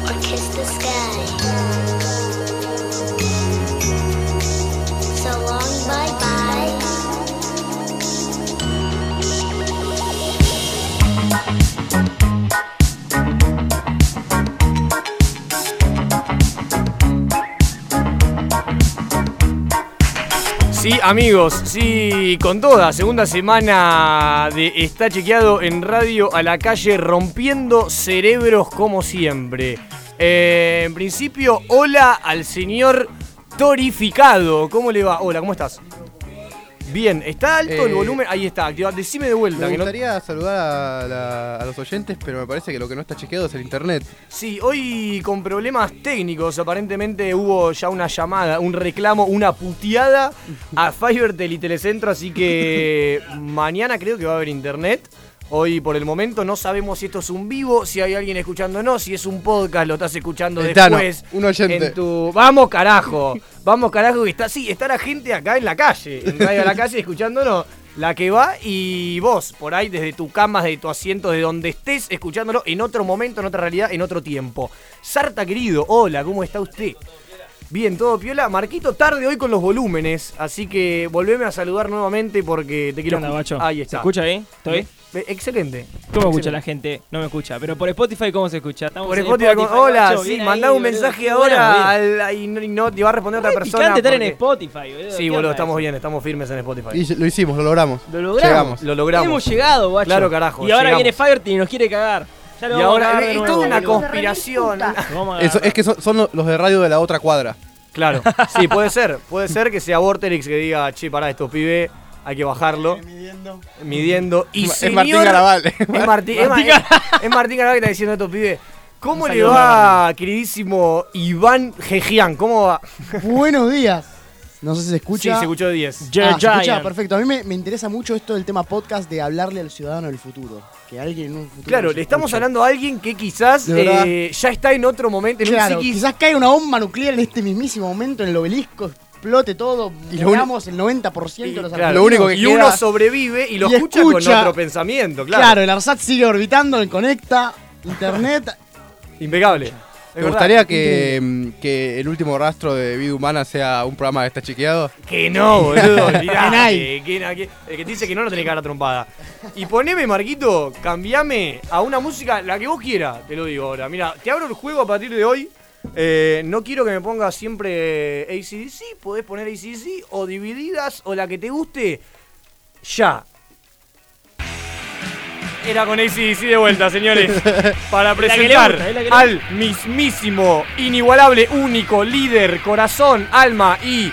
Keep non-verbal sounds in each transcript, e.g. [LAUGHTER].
the sky. So long, bye bye. Sí, amigos, sí, con toda. Segunda semana de Está Chequeado en Radio a la Calle, rompiendo cerebros como siempre. Eh, en principio, hola al señor Torificado. ¿Cómo le va? Hola, ¿cómo estás? Bien, ¿está alto el Eh, volumen? Ahí está, activa. Decime de vuelta. Me que no- gustaría saludar a, la- a los oyentes, pero me parece que lo que no está chequeado es el internet. Sí, hoy con problemas técnicos, aparentemente hubo ya una llamada, un reclamo, una puteada a Fivertel y Telecentro, [LAUGHS] así que mañana creo que va a haber internet. Hoy por el momento no sabemos si esto es un vivo, si hay alguien escuchándonos, si es un podcast, lo estás escuchando El Tano, después. un oyente. en tu- Vamos carajo, vamos carajo que está, sí, está la gente acá en la calle, en radio a la calle escuchándonos. La que va y vos, por ahí, desde tu cama, de tu asiento, de donde estés, escuchándolo en otro momento, en otra realidad, en otro tiempo. Sarta, querido, hola, ¿cómo está usted? Bien, todo piola. Marquito, tarde hoy con los volúmenes, así que volveme a saludar nuevamente porque te ¿Qué quiero... onda, escu- macho? Ahí ¿Se está. escucha bien? ¿Estoy? Be- Excelente. ¿Cómo Excelente. escucha la gente? No me escucha. Pero por Spotify, ¿cómo se escucha? Estamos Por en Spotify, hola, macho, sí, bien mandá ahí, un boludo. mensaje Qué ahora buena, bien. al- ahí no- y no te va a responder otra Re persona. picante estar en porque- Spotify, boludo. Sí, ¿Qué boludo, onda estamos eso? bien, estamos firmes en Spotify. Y lo hicimos, lo logramos. Lo logramos. Llegamos. Lo logramos. Hemos llegado, guacho. Claro, carajo, Y ahora llegamos. viene Fireteam y nos quiere cagar. Ya lo Y vamos a ahora agarrar de es nuevo, toda una boludo. conspiración. Lo vamos a Eso- agarrar. es que son, son lo- los de radio de la otra cuadra. Claro, [LAUGHS] sí, puede ser. Puede ser que sea Vorterix que diga, che, pará, estos pibes, hay que bajarlo. Midiendo. Midiendo. Y Es señor- Martín Garabal. Es Martín, es [LAUGHS] Ma- Martín es- es Martín Garabal que está diciendo a estos pibes. ¿Cómo le salió va, queridísimo Iván Gejian? ¿Cómo va? Buenos días. No sé si se escucha. Sí, se escuchó de 10. Jer Ah, se escucha, Giant. perfecto. A mí me, me interesa mucho esto del tema podcast de hablarle al ciudadano del futuro. Que alguien en un futuro. Claro, nos le estamos escuche. hablando a alguien que quizás De verdad. eh, ya está en otro momento, en Claro, un psiquis. quizás caiga una bomba nuclear en este mismísimo momento en el obelisco, explote todo, Y y lo logramos el 90% Y, de los claro, Lo único que y queda- uno sobrevive y lo Y escucha, con escucha. otro pensamiento, Claro. claro. el ARSAT sigue orbitando, el conecta, internet. Impecable. Es ¿Te verdad. gustaría que, mm, que el último rastro de vida humana sea un programa de Está Chequeado? Que [LAUGHS] no, boludo. olvidate, Que nay. que na- que- el que te dice que no, no tenés que dar trompada. Y poneme, Marquito, cambiame a una música, la que vos quieras, te lo digo ahora. Mira, te abro el juego a partir de hoy. Eh, no quiero que me pongas siempre ACDC. Podés poner ACDC o divididas o la que te guste. Ya. Era con ACDC de vuelta, señores. Para que le presentar gusta, es la que le al mismísimo, inigualable, único líder, corazón, alma y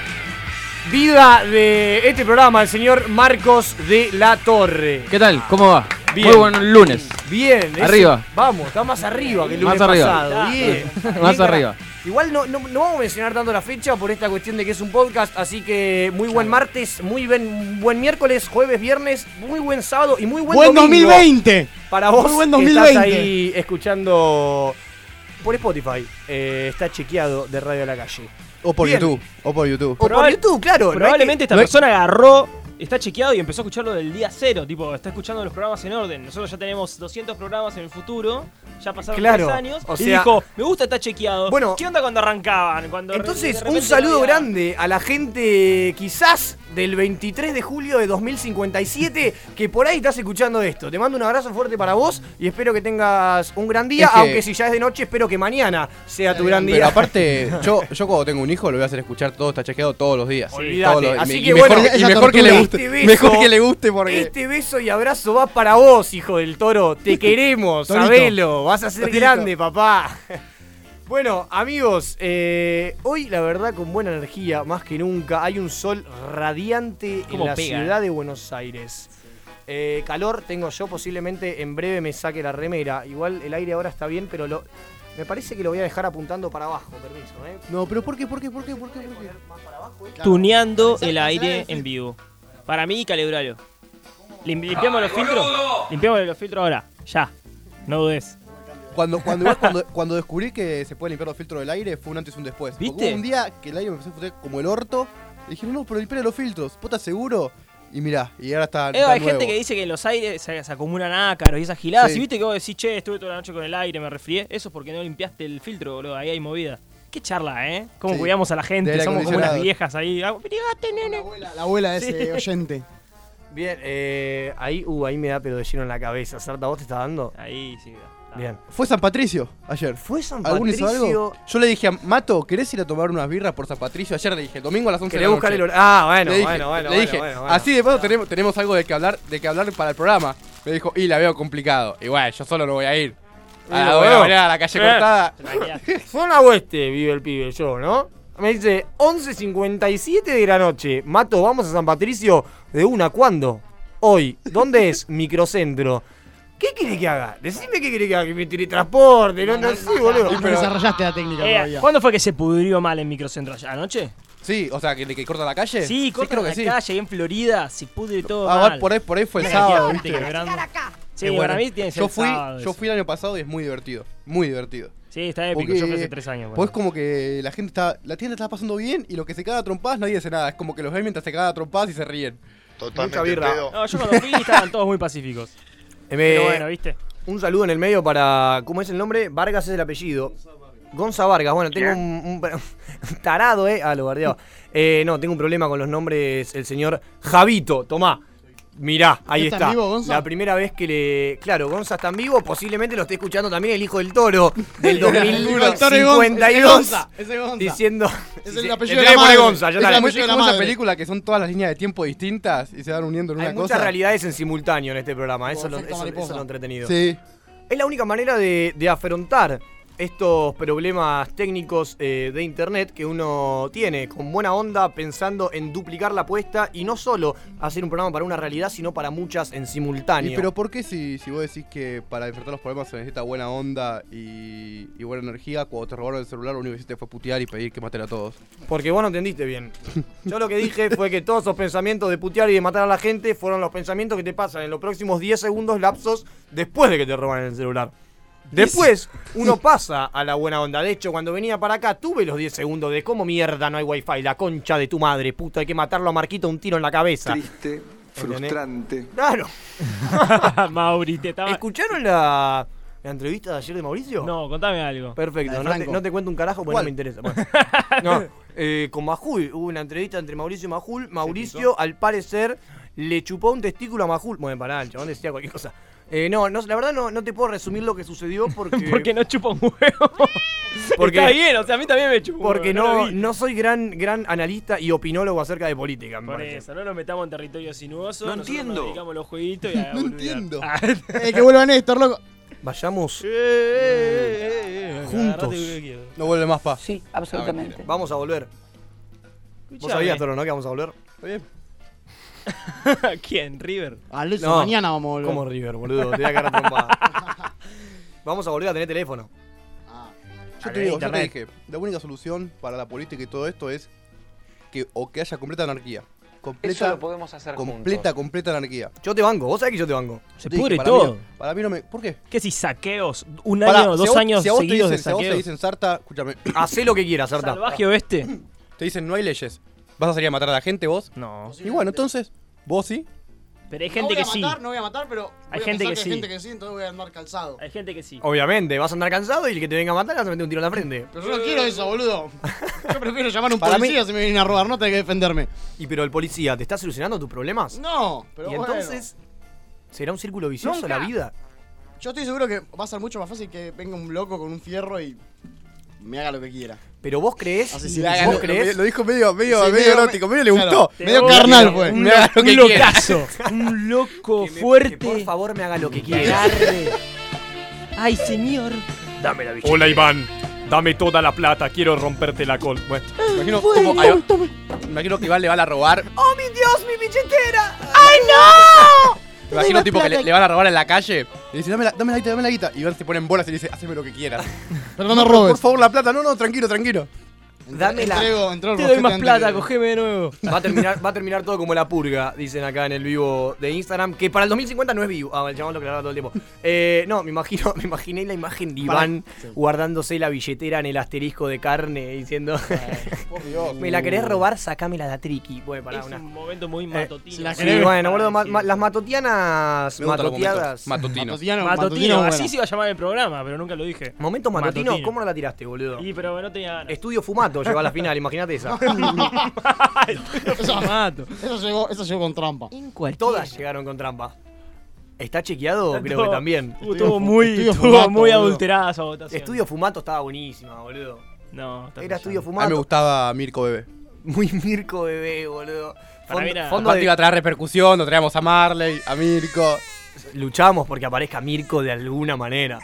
vida de este programa, el señor Marcos de la Torre. ¿Qué tal? ¿Cómo va? Bien. Muy buen lunes. Bien, ese- Arriba. vamos, está más arriba que el Más lunes arriba. pasado. Bien. [LAUGHS] Más Bien, arriba. cara. Igual no, no, no vamos a mencionar tanto la fecha por esta cuestión de que es un podcast, así que muy buen martes, muy buen, buen miércoles, jueves, viernes, muy buen sábado y muy buen, ¡Buen domingo 2020! para vos Muy buen que 2020. estás ahí escuchando por Spotify. eh, está chequeado de Radio a la Calle. O por Bien. YouTube. O por YouTube. O por Probable- YouTube, claro. no hay que- Probablemente esta no hay- persona agarró, está chequeado y empezó a escucharlo del día cero. Tipo, está escuchando los programas en orden. Nosotros ya tenemos 200 programas en el futuro. Ya pasaron Claro, 3 años. o y sea- dijo, me gusta, está chequeado. Bueno. ¿Qué onda cuando arrancaban? Cuando re- de Entonces, un repente saludo había- grande a la gente quizás del 23 de julio de 2057 que por ahí estás escuchando esto. Te mando un abrazo fuerte para vos y espero que tengas un gran día, Es que- aunque si ya es de noche, espero que mañana sea tu gran Pero [LAUGHS] día. [LAUGHS] aparte, yo, yo cuando tengo un hijo lo voy a hacer escuchar todo Está Chequeado todos los días. Olvídate. Todos los- y Así me- que y bueno, mejor, y esa mejor que le tortura. guste. Este beso- mejor que le guste porque... Este beso y abrazo va para vos, hijo del toro. Te queremos, Torito. sabelo. Vas a ser Torito. grande, papá. [LAUGHS] Bueno, amigos, eh, hoy la verdad con buena energía, más que nunca, hay un sol radiante en Cómo la pega, ciudad de Buenos Aires. Eh, calor tengo yo, posiblemente en breve me saque la remera. Igual el aire ahora está bien, pero lo, me parece que lo voy a dejar apuntando para abajo, permiso. ¿eh? No, pero ¿por qué? ¿Por qué? ¿Por qué? ¿Por qué? ¿Por qué? Más para abajo, ¿eh? Tuneando Pensá- el pensá aire en- en vivo. Para mí, calibralo. Lim- limpiamos los filtros. Limpiamos los filtros ahora. Ya. No dudes. Cuando, [LAUGHS] cuando, igual cuando, cuando descubrí que se puede limpiar los filtros del aire, fue un antes y un después. Porque ¿Viste? hubo un día que el aire me empezó a fumar como el orto. Y dije, no, no, pero limpia los filtros. ¿Puta seguro? Y mirá, y ahora está. Eh, está hay gente nuevo. que dice que en los aires se, se acumulan ácaros y esas giladas. Sí. Y viste que vos decís, che, estuve toda la noche con el aire, me resfrié. Eso es porque no limpiaste el filtro, boludo. Ahí hay movida. Qué charla, ¿eh? Cómo Sí. cuidamos a la gente. Del Somos como unas acondicionado. viejas ahí. Ah, mirate, nene. La abuela, la abuela de [LAUGHS] ese oyente. Bien, eh, ahí, uh, ahí me da pero de lleno en la cabeza. Sarta, ¿vos te está dando? Ahí sí. está. Bien. Fue San Patricio ayer. ¿Fue San ¿Algún Patricio? hizo algo? Yo le dije a Mato, ¿querés ir a tomar unas birras por San Patricio? Ayer le dije, domingo a las 11 de Quería la buscar el noche. horario. Ah, bueno, Le dije, bueno, bueno. le bueno, dije, bueno, bueno. así de paso tenemos, tenemos algo de que hablar de que hablar para el programa. Me dijo, y la veo complicado. Y bueno, yo solo no voy a ir. Y Ah, A lo la, voy a veo. poner a la calle [LAUGHS] Eh. cortada. Se maquillaste. Zona oeste vive el pibe, yo, ¿no? Me dice 11.57 de la noche. Mato, vamos a San Patricio. ¿De una? ¿Cuándo? Hoy. ¿Dónde es? [LAUGHS] Microcentro. ¿Qué quiere que haga? Decime qué quiere que haga. Que me tire transporte. No, no, sé, boludo. No desarrollaste la técnica Eh, todavía. ¿Cuándo fue que se pudrió mal en Microcentro allá? ¿Anoche? Sí, o sea, que, que corta la calle. Sí, corta creo la que sí. calle, ahí en Florida, se pudre todo. Ah, mal. por ahí, por ahí fue el Una cantidad sábado, de ¿viste? gente quebrando. Sí, Es para bueno. mí tiene que ser yo el fui, sábado yo eso. fui el año pasado y es muy divertido. Muy divertido. Sí, está épico, yo fui hace tres años. Pues bueno. como que la gente está. La tienda estaba pasando bien y los que se cagan a trompadas nadie dice nada. Es como que los ven mientras se cagan a trompadas y se ríen. Mucha Totalmente birra. pedo. No, yo cuando [LAUGHS] fui estaban todos muy pacíficos. [LAUGHS] Eh, Pero bueno, ¿viste? Un saludo en el medio para. ¿Cómo es el nombre? Vargas es el apellido. Gonza Vargas, bueno, tengo un, un- [LAUGHS] tarado, ¿eh? Ah, lo bardeaba. Eh, no, tengo un problema con los nombres. El señor Javito, tomá. Mirá, ahí ¿Está está. en vivo, Gonza? La primera vez que le. Claro, Gonza está en vivo. Posiblemente lo esté escuchando también el hijo del toro [LAUGHS] del El toro de Gonza. 2052. Ese Gonza. Diciendo. Es Sí, el sí, le apellido de la pone madre. Gonza, ya Es está. el Es como apellido de la esa madre. película que son todas las líneas de tiempo distintas y se van uniendo en una Hay cosa. muchas realidades en simultáneo en este programa. Eso, es lo, eso- Efecto eso mariposa. es lo entretenido. Sí. Es la única manera de, de afrontar estos problemas técnicos eh, de internet que uno tiene, con buena onda, pensando en duplicar la apuesta y no solo hacer un programa para una realidad, sino para muchas en simultáneo. Y pero ¿por qué si, si vos decís que para enfrentar los problemas se necesita buena onda y, y buena energía, cuando te robaron el celular lo único que hiciste fue putear y pedir que maten a todos? Porque vos no entendiste bien. Yo lo que dije fue que todos esos pensamientos de putear y de matar a la gente fueron los pensamientos que te pasan en los próximos 10 segundos lapsos después de que te roban el celular. Después uno pasa a la buena onda. De hecho, cuando venía para acá tuve los 10 segundos de cómo mierda no hay wifi, la concha de tu madre, puta, hay que matarlo a Marquito un tiro en la cabeza. Triste, ¿eh? frustrante. Claro. [LAUGHS] Mauri, te estaba. ¿Escucharon la, la entrevista de ayer de Mauricio? No, contame algo. La Perfecto, de no te, Franco. no te cuento un carajo porque ¿Cuál? no me [LAUGHS] interesa. Bueno. No, eh, con Majul, hubo una entrevista entre Mauricio y Majul. Mauricio, al parecer, le chupó un testículo a Majul. Bueno, pará, el chabón decía cualquier cosa. Eh, no, no, la verdad no, no te puedo resumir lo que sucedió [LAUGHS] porque, Porque no chupa un huevo. [LAUGHS] Porque- Está bien, o sea, a mí también me chupa un porque huevo, lo no, vi. no soy gran, gran analista y opinólogo acerca de política. me Por parece. eso, no nos metamos en territorio sinuoso. No nosotros entiendo. Nos dedicamos a los jueguitos y [LAUGHS] a [LAUGHS] No boludear. [LAUGHS] entiendo. Ah, Eh, que vuelva Néstor, loco. Eh, Vayamos, Juntos. Ah, agarrate lo que quieras. No vuelve más paz. Sí, absolutamente. vamos a volver. ¿Vos Escuchame. eh. sabías, Toro, no, que vamos a volver? ¿Está bien? [LAUGHS] ¿Quién? River. Alonso, No. Ah, mañana vamos a volver. Como River, boludo, te voy a cagar a [LAUGHS] trompada. Vamos a volver a tener teléfono. Ah, Yo te, digo, yo te dije, la única solución para la política y todo esto es que o que haya completa anarquía. Eso Completa, lo podemos hacer completa, juntos. completa anarquía. Yo te banco, vos sabés que yo te banco. Se Yo te dije, pudre para todo. mí no- para mí no me. ¿Por qué? ¿Qué si saqueos? Un Pará, año, si a dos vos- años si a vos te seguidos de dicen- si a vos te saqueos. dicen Sarta, escúchame, [LAUGHS] Hacé lo que quieras, Sarta. ¿Salvaje oeste? te dicen no hay leyes. ¿Vas a salir a matar a la gente vos? No. Y bueno, entonces, vos sí. Pero hay no gente voy que a sí. matar, no voy a matar, pero. Hay voy a gente pensar que sí. Hay gente que sí, entonces voy a andar calzado. Hay gente que sí. Obviamente, vas a andar cansado y el que te venga a matar le vas a meter un tiro en la frente. Pero yo no quiero eso, boludo. Yo prefiero llamar a un Para mí- policía si me vienen a robar, no tengo que defenderme. Y pero el policía, ¿te está solucionando tus problemas? No, pero y bueno. entonces, ¿será un círculo vicioso Nunca. la vida? Yo estoy seguro que va a ser mucho más fácil que venga un loco con un fierro y me haga lo que quiera. Pero vos creés, Así vos sí, hagan Lo- creés, Lo dijo medio, medio, Sí, medio medio- erótico, medio le Claro, gustó. medio odio. carnal fue. Un, Me haga lo un que quiera. [LAUGHS] locazo. un loco que me- que por fuerte. favor me haga lo que que quiera. arde. Ay, señor. Dame la Hola Iván, dame toda la plata, quiero romperte la col. Ah, Imagino, como, ahí va- imagino que Iván le van a robar. ¡Oh mi Dios, mi [LAUGHS] billetera! Imagino tipo que le, le van a robar en la calle. Y dice, dame la, dame la guita, dame la [LAUGHS] guita. Y Iván se pone en bolas y le dice, haceme lo que quieras. Pero no me Por robes. favor, la plata. No, no, tranquilo, tranquilo. Dame la- Entrego, entrego Te el doy mosquete más antes plata, que- cogeme de nuevo. Va a, terminar, va a terminar todo como la purga, dicen acá en el vivo de Instagram, que para el 2050 no es vivo. Ah, el chabón lo aclaraba todo el tiempo. Eh, no, me imagino, [LAUGHS] me imaginé la imagen de Iván guardándose la billetera en el asterisco de carne diciendo, Por [LAUGHS] Dios. me la querés robar, sacámela de triqui. Bueno, pará, es una... un momento muy si matotino. la Sí, querés- bueno, boludo, ma- Sí. ma- las matotianas, Me gustan los momentos matoteadas. Matutino. Matutiano, Matotino, matutino, así bueno. se iba a llamar el programa, pero nunca lo dije. Momento matutino, Matutino. ¿cómo no la tiraste, boludo? Y pero no tenía ganas. Estudio fumato llegó a la final, [LAUGHS] imagínate esa. Eso- Mato. Eso llegó, eso llegó con trampa. En cualquier. Todas llegaron con trampa. ¿Está chequeado? Creo que Estuvo- también. Estuvo muy, Estudio estuvo Fumato, muy boludo. adulterada esa votación. Estudio fumato estaba buenísima, boludo. No, está Era estudio A mí me fumato. gustaba Mirko Bebé. [LAUGHS] Muy Mirco bebé, boludo. Para mí Fondo, era- fondo Aparte iba de... a traer repercusión, lo traíamos a Marley, a Mirko. Luchamos porque aparezca Mirko de alguna manera.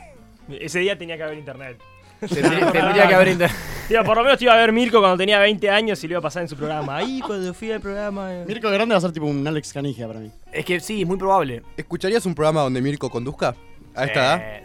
Ese día tenía que haber internet. Tendría, tendría que haber inter- Digo, por lo menos te iba a ver Mirko cuando tenía 20 años y lo iba a pasar en su programa. [LAUGHS] Ahí cuando fui al programa. eh. Mirko Grande va a ser tipo un Alex Canigia para mí. Es que sí, es muy probable. ¿Escucharías un programa donde Mirko conduzca? [LAUGHS] A esta edad. Eh,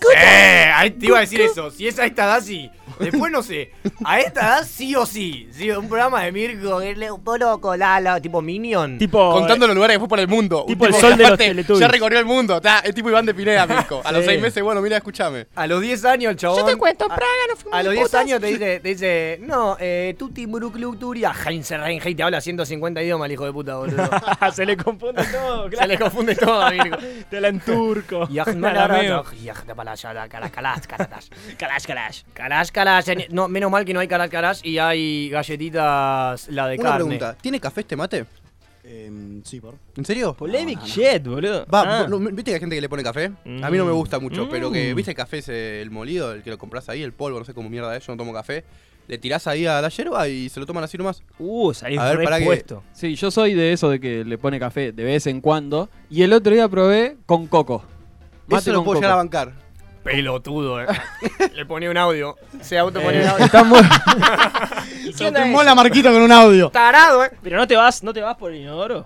eh, ahí te iba a decir eso. Si es a esta edad, sí. Después no sé. A esta edad, sí o sí. Sí, un programa de Mirko, él es un loco, Lalo, tipo Minion. Tipo. eh, Contando los lugares que fue por el mundo. Un tipo el sol que de los aparte Teletubbies. Ya recorrió el mundo. Está, es tipo Iván de Pineda, Mirko. A los Sí. seis meses, bueno, mira, escúchame. A los 10 años el chabón. Yo te cuento, a- Praga, no fuimos A los 10 putas. años te dice, te dice, no, eh, Tuti Murucluturia, Heinz Reinhey, te habla 150 idiomas, el hijo de puta, boludo. [LAUGHS] Se le confunde todo, Se claro. le confunde todo, amigo. Te habla en turco. Arameo. Calash, calash. Calash, calash. No, menos mal que no hay calash, calash y hay galletitas, la de Una carne. pregunta. ¿Tiene café este mate? Eh, sí, por. Ah, ¿En serio? Polemic shit, boludo. Va, Ah. no, ¿Viste que hay gente que le pone café? A mí no me gusta mucho, Mm. pero que, ¿viste el café ese, el molido, el que lo compras ahí, el polvo, no sé cómo mierda es, yo no tomo café? Le tirás ahí a la yerba y se lo toman así nomás. Uh, salís A ver, pará que- repuesto. Sí, yo soy de eso de que le pone café de vez en cuando. Y el otro día probé con coco. Mate Eso lo con puedo llegar a coco. bancar. Pelotudo, eh. Le ponía un audio. Se auto Eh, ponía un audio. Está [LAUGHS] [LAUGHS] muy- Eh, Se lo tumbó la marquita con un audio. Tarado, eh. Pero no te vas, no te vas por el inodoro.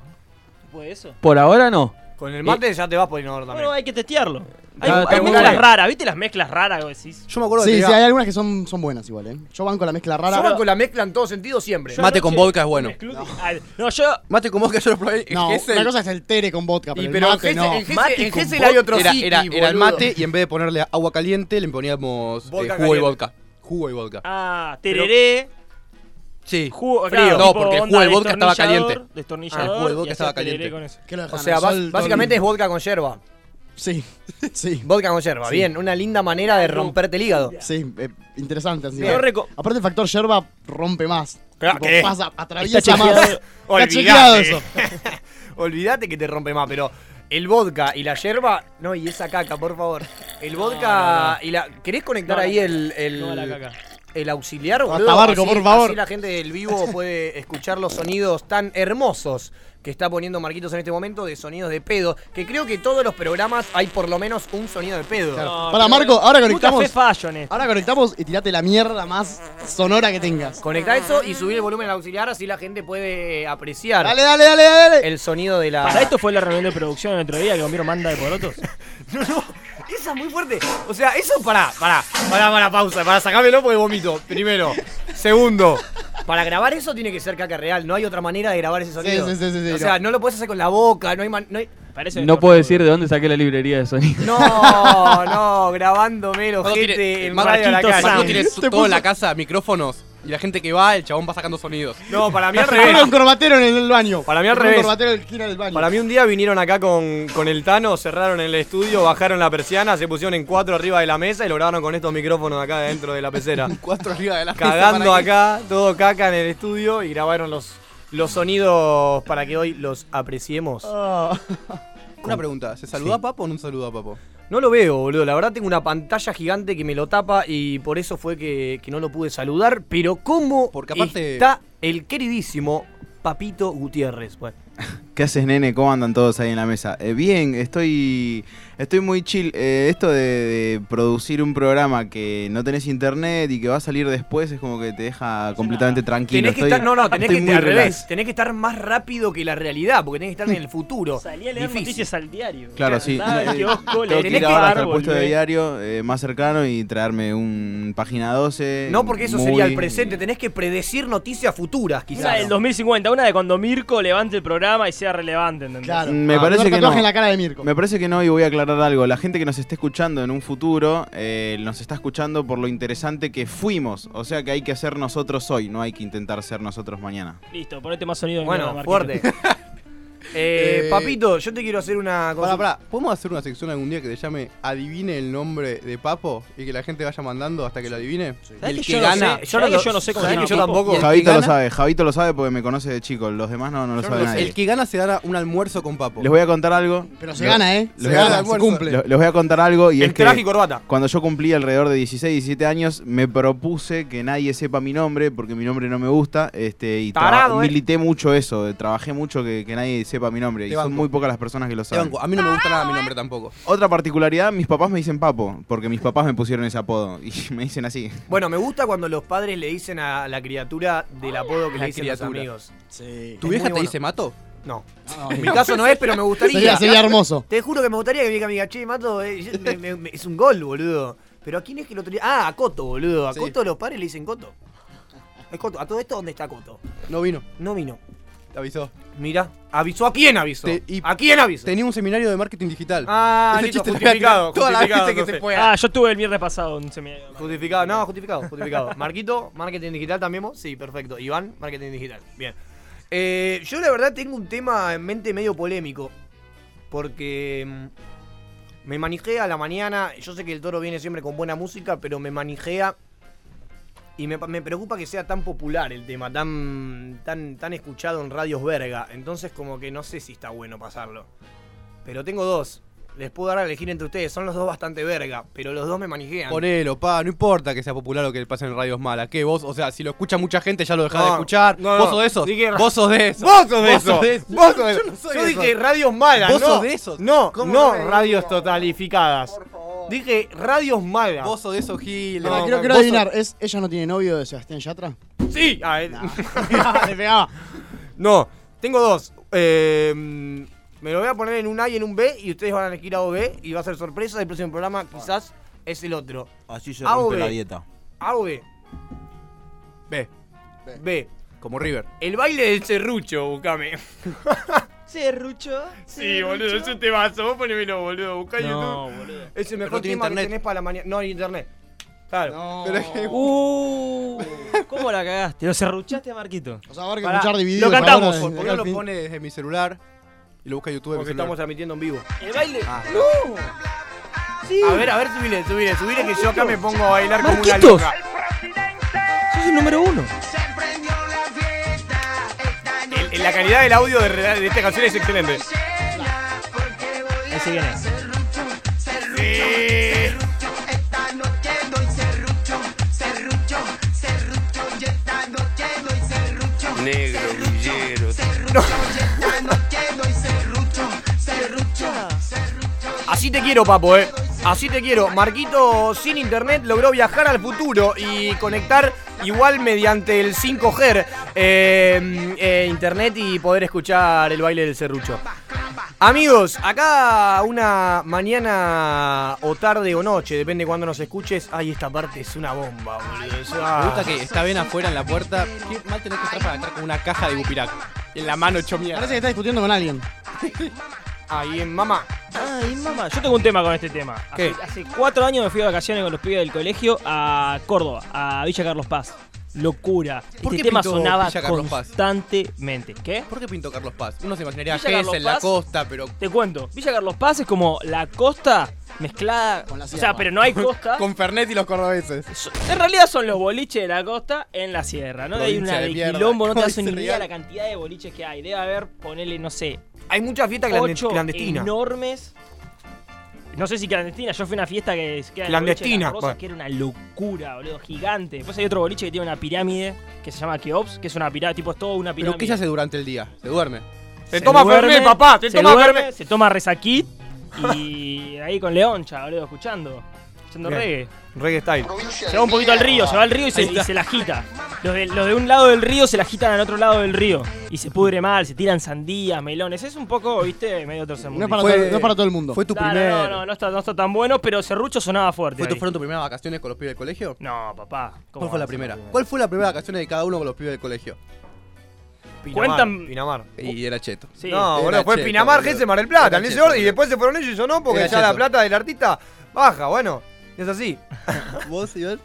¿Puede eso? Por ahora no. Con el mate ya te vas por inodoro también. Bueno, hay que testearlo. Hay, Ah, hay está muy mezclas bueno. raras, ¿viste las mezclas raras que decís? Yo me acuerdo que Sí, sí, tenía- hay algunas que son, son buenas igual, ¿eh? Yo banco la mezcla rara. Yo con la mezcla en todo sentido siempre. Yo Mate con anoche vodka es bueno. mezclé- Ay, No, yo. Mate como que yo lo probé. No, es una el- cosa es el tere con vodka, pero, Y el pero en mate Gessel- no. en Gessel- Mate en con Gessel vodka hay otro era, sitio, era, era el boludo. mate y en vez de ponerle agua caliente le poníamos eh, jugo Vodka y caliente. vodka. Jugo y vodka. Ah, tereré. sí. Jugo, Frío. claro, No, tipo porque el onda jugo de vodka estaba destornillador, caliente. Destornillador. Ah, el jugo de vodka y estaba hacía tereré caliente. con eso. ¿Qué lo O dejan? sea, Sol, bas- todo el- básicamente es vodka con yerba. Sí, [LAUGHS] sí, Vodka con yerba, bien. Una linda manera de romperte el hígado. sí. eh, interesante. así. Yo reco- Aparte el factor yerba rompe más. Claro, Tipo, ¿qué? pasa, atraviesa chequeado. [LAUGHS] más. Está chequeado eso. Olvídate que te rompe más, pero el vodka y la yerba. No, y esa caca, por favor. El vodka y la. ¿Querés conectar No, ahí la caca. el. el No, la caca. El auxiliar, Hasta boludo? barco, por favor. Así la gente del [LAUGHS] vivo puede escuchar los sonidos tan hermosos que está poniendo Marquitos en este momento de sonidos de pedo. Que creo que todos los programas hay por lo menos un sonido de pedo. No, Para, pero- Marco, ahora conectamos. Puta fe fallo en esto. Ahora conectamos y tirate la mierda más sonora que tengas. Conectá eso y subir el volumen al auxiliar, así la gente puede apreciar Dale, dale, dale, dale. el sonido de la. Para esto fue la reunión de producción el otro día que comieron manda de porotos. No, no, esa es muy fuerte. O sea, eso para, para, para, para, pausa, para sacármelo porque vomito. Primero. Segundo. Para grabar eso tiene que ser caca real, no hay otra manera de grabar ese sonido. sí, sí, sí, sí, o no. sea, no lo puedes hacer con la boca, no hay man- no hay- Parece No puedo decir de dónde saqué la librería de sonido. No, no, grabándome los Marco gente tiene- en Marco radio a la tiene- calle. Marco Marco Sí. [LAUGHS] tiene su- todo en la casa, micrófonos. Y la gente que va, el chabón va sacando sonidos. No, para [LAUGHS] mí al Era un revés. corbatero en el baño. Para mí al Era revés. Un corbatero en la esquina del baño. Para mí un día vinieron acá con, con el Tano, cerraron el estudio, bajaron la persiana, se pusieron en cuatro arriba de la mesa y lo grabaron con estos micrófonos acá dentro de la [LAUGHS] pecera. Cuatro arriba de la mesa cagando para que- acá, todo caca en el estudio y grabaron los, los sonidos para que hoy los apreciemos. Una pregunta, ¿se saluda a Papo o no se saluda a Papo? No lo veo, boludo. La verdad tengo una pantalla gigante que me lo tapa y por eso fue que, que no lo pude saludar. Pero ¿cómo Porque aparte- está el queridísimo Papito Gutiérrez? Bueno, [LAUGHS] ¿Qué haces, nene? ¿Cómo andan todos ahí en la mesa? Eh, bien, estoy estoy muy chill. Eh, esto de, de producir un programa que no tenés internet y que va a salir después es como que te deja completamente tranquilo. Tenés que Estoy- estar, [LAUGHS] no, no, tenés que estoy estar muy al relax. revés. Tenés que estar más rápido que la realidad, porque tenés que estar en el futuro. Salí a leer Difícil. noticias al diario. Claro, sí. Andaba al Eh, kiosco, Tengo leí que tenés ir que ahora dar, hasta el puesto de volvé. diario eh, más cercano y traerme un página 12. Em, No, porque eso muy- sería el presente. Tenés que predecir noticias futuras, Una quizás. del 2050, una de cuando Mirko levante el programa y sea relevante, ¿entendés? Claro. Mm. Me Ah, parece peor que tatuaje no. en la cara de Mirko. Me parece que no y voy a aclarar algo. La gente que nos esté escuchando en un futuro eh, nos está escuchando por lo interesante que fuimos. O sea que hay que ser nosotros hoy, no hay que intentar ser nosotros mañana. Listo, ponete más sonido. de mierda, Bueno, Marquito. [LAUGHS] fuerte. Eh, Eh, papito, yo te quiero hacer una Pará, consulta. pará, ¿podemos hacer una sección algún día que te llame Adivine el nombre de Papo y que la gente vaya mandando hasta que lo adivine? ¿Sabés Y que el yo que no gana. sé? Yo ¿Sabés no- que yo no sé cómo ¿sabés se que llama yo Papo? tampoco? Javito que lo gana- sabe, Javito lo sabe porque me conoce de chico. Los demás no, no lo saben nadie. El que gana se dará un almuerzo con Papo. Les voy a contar algo. Pero se Lo- gana, ¿eh? Los Se voy a- gana, se almuerzo. cumple. lo- Les voy a contar algo y El es que traje y corbata. cuando yo cumplí alrededor de 16, 17 años, me propuse que nadie sepa mi nombre, porque mi nombre no me gusta, este, y traba- Tarado, eh. milité mucho eso, eh, trabajé mucho que, que nadie sepa mi nombre, y Te son banco. muy pocas las personas que lo Te saben. banco. A mí no me gusta nada mi nombre tampoco. Otra particularidad, mis papás me dicen Papo, porque mis papás me pusieron ese apodo, y [LAUGHS] me dicen así. Bueno, me gusta cuando los padres le dicen a la criatura del apodo que La le dicen criatura. los amigos. Sí. ¿Tu vieja Ah. Es muy te bueno. dice Mato? No. No, En no, mi caso no es, pero me gustaría. sería, sería hermoso. Te juro que me gustaría que mi vieja me diga, che, Mato, eh, yo- me- me- me- es un gol, boludo. Pero ¿a quién es que lo tenía? Ah, a Coto, boludo. A Sí. Coto los padres le dicen Coto. Es Coto. ¿A todo esto dónde está Coto? No vino, No vino. te avisó. Mira, avisó. ¿A quién avisó? Te- y- ¿A quién avisó? Tenía un seminario de marketing digital. Ah, Ese listo, chiste lo voy a tirar justificado. Todas las justificado, veces que se entonces. pueda. Ah, yo tuve el viernes pasado un seminario. Justificado, no, justificado, justificado. [LAUGHS] Marquito, marketing digital también vos. Sí, perfecto. Iván, marketing digital. Bien. Eh, yo la verdad tengo un tema en mente medio polémico. Porque mm, me manijea a la mañana. Yo sé que el toro viene siempre con buena música, pero me manijea. Y me, pa- me preocupa que sea tan popular el tema, tan, tan, tan escuchado en radios verga. Entonces como que no sé si está bueno pasarlo. Pero tengo dos. Les puedo dar a elegir entre ustedes. Son los dos bastante verga, pero los dos me manijean. Ponelo, pa, no importa que sea popular o que pase en radios malas. ¿Qué vos? O sea, si lo escucha mucha gente ya lo dejás de No, escuchar. no, no. Vos sos de esos. Dije- Vos sos de esos. Vos sos de eso. Vos sos de Yo eso. no soy Yo de dije esos. radios malas. Vos no, sos de esos. No, ¿Cómo no, no? radios totalificadas. Dije radios malas. Vos sos de esos Gil. Pará, quiero quiero adivinar, ¿es ¿ella no tiene novio de Sebastián Yatra? Sí. Ah, [LAUGHS] eh, Le pegaba. no, tengo dos. Eh, mm, me lo voy a poner en un A y en un B y ustedes van a elegir A o B y va a ser sorpresa. El próximo programa quizás es el otro. Así se Ah, rompe ok. la dieta. A o B. Ve, B. como River. El baile del serrucho, buscame. ¿Serrucho? Sí, boludo, es un temazo. Vos ponémelo, boludo. Buscá en No, YouTube. boludo. Es el mejor no tiene tema que internet. tenés para la mañana. No, hay internet. Claro. [LAUGHS] Pero es que- Uh, ¿Cómo la cagaste? ¿Lo serruchaste a Marquito? O sea, ahora que Pará, escuchar lo dividido. por cantamos, ahora, ¿Por eh, por qué no al lo fin. pone desde mi celular y lo busca en YouTube? en mi Porque celular? estamos transmitiendo en vivo. Ah. El baile. ¡No! Sí. A ver, a ver, subile, subile, subile que yo acá me pongo a bailar como una Marquitos. loca. Sos el número uno. El- el- la calidad del audio de, re- de esta canción es excelente. Ese viene. Ah. Negro, villero. Así te quiero, papo, eh. Así te quiero. Marquito sin internet logró viajar al futuro y conectar igual mediante el 5G eh, eh, internet y poder escuchar el baile del serrucho. Amigos, acá una mañana o tarde o noche, depende cuando nos escuches. Ay, esta parte es una bomba, boludo. Es una- Me gusta que está Ben afuera en la puerta. Qué mal tenés que estar para entrar con una caja de Gupirac. En la mano hecho mierda. Parece que está discutiendo con alguien. Ahí en mamá. Ay, mamá. Yo tengo un tema con este tema. ¿Qué? Hace, hace cuatro años me fui de vacaciones con los pibes del colegio a Córdoba, a Villa Carlos Paz. Locura. ¿Por Este qué tema pintó sonaba Villa Carlos Paz? constantemente. ¿Qué? ¿Por qué pintó Carlos Paz? Uno se imaginaría Villa que es Carlos en la Paz. costa, pero Te cuento, Villa Carlos Paz es como la costa mezclada. [LAUGHS] Con la o sea, sierra. pero no [LAUGHS] hay costa. con Fernet y los cordobeses. So- En realidad son los boliches de la costa en la sierra, ¿no? Hay Provincia una de de mierda. quilombo, no te ¿Cómo das ni dice idea Real? la cantidad de boliches que hay. Debe haber, ponele, no sé, Hay mucha fiesta clandest- ocho clandestina. enormes. No sé si clandestina, yo fui a una fiesta que es que era en el boliche de Clandestina, las Rosas, bueno. que era una locura, boludo, gigante. Después hay otro boliche que tiene una pirámide que se llama Keops, que es una pirámide, tipo es todo una ¿Pero pirámide. qué se hace durante el día? Se duerme. Se Te toma duerme, Fernet, papá, te se toma duerme, Fernet. Se toma [LAUGHS] Rezaquit y ahí con Leoncha, boludo, escuchando. Escuchando Bien. reggae. Reggae Style. Se va un poquito al río, se va al río y se, y se la agita. Los de, los de un lado del río se la agitan al otro lado del río. Y se pudre mal, se tiran sandías, melones. Es un poco, viste, medio No tercermundo. es para, Fue- todo, no es para todo el mundo. ¿Fue tu No, no, primer, no, no, no está, no está tan bueno, pero Serrucho sonaba fuerte. ¿fue tu, ahí. ¿Fueron tus primeras vacaciones con los pibes del colegio? No, papá. ¿cómo ¿Cuál fue va la a ser primera? ¿Cuál fue la primera vacación de cada uno con los pibes del colegio? Pinamar, Cuentan- Pinamar. Y era cheto. Sí. no, era boludo, fue cheto, Pinamar, boludo. Gese, Mar del Plata, Era en ese cheto, orden, y boludo. después se fueron ellos, yo no, porque Era ya la cheto. plata del artista baja, bueno, es así. ¿Vos, Iván?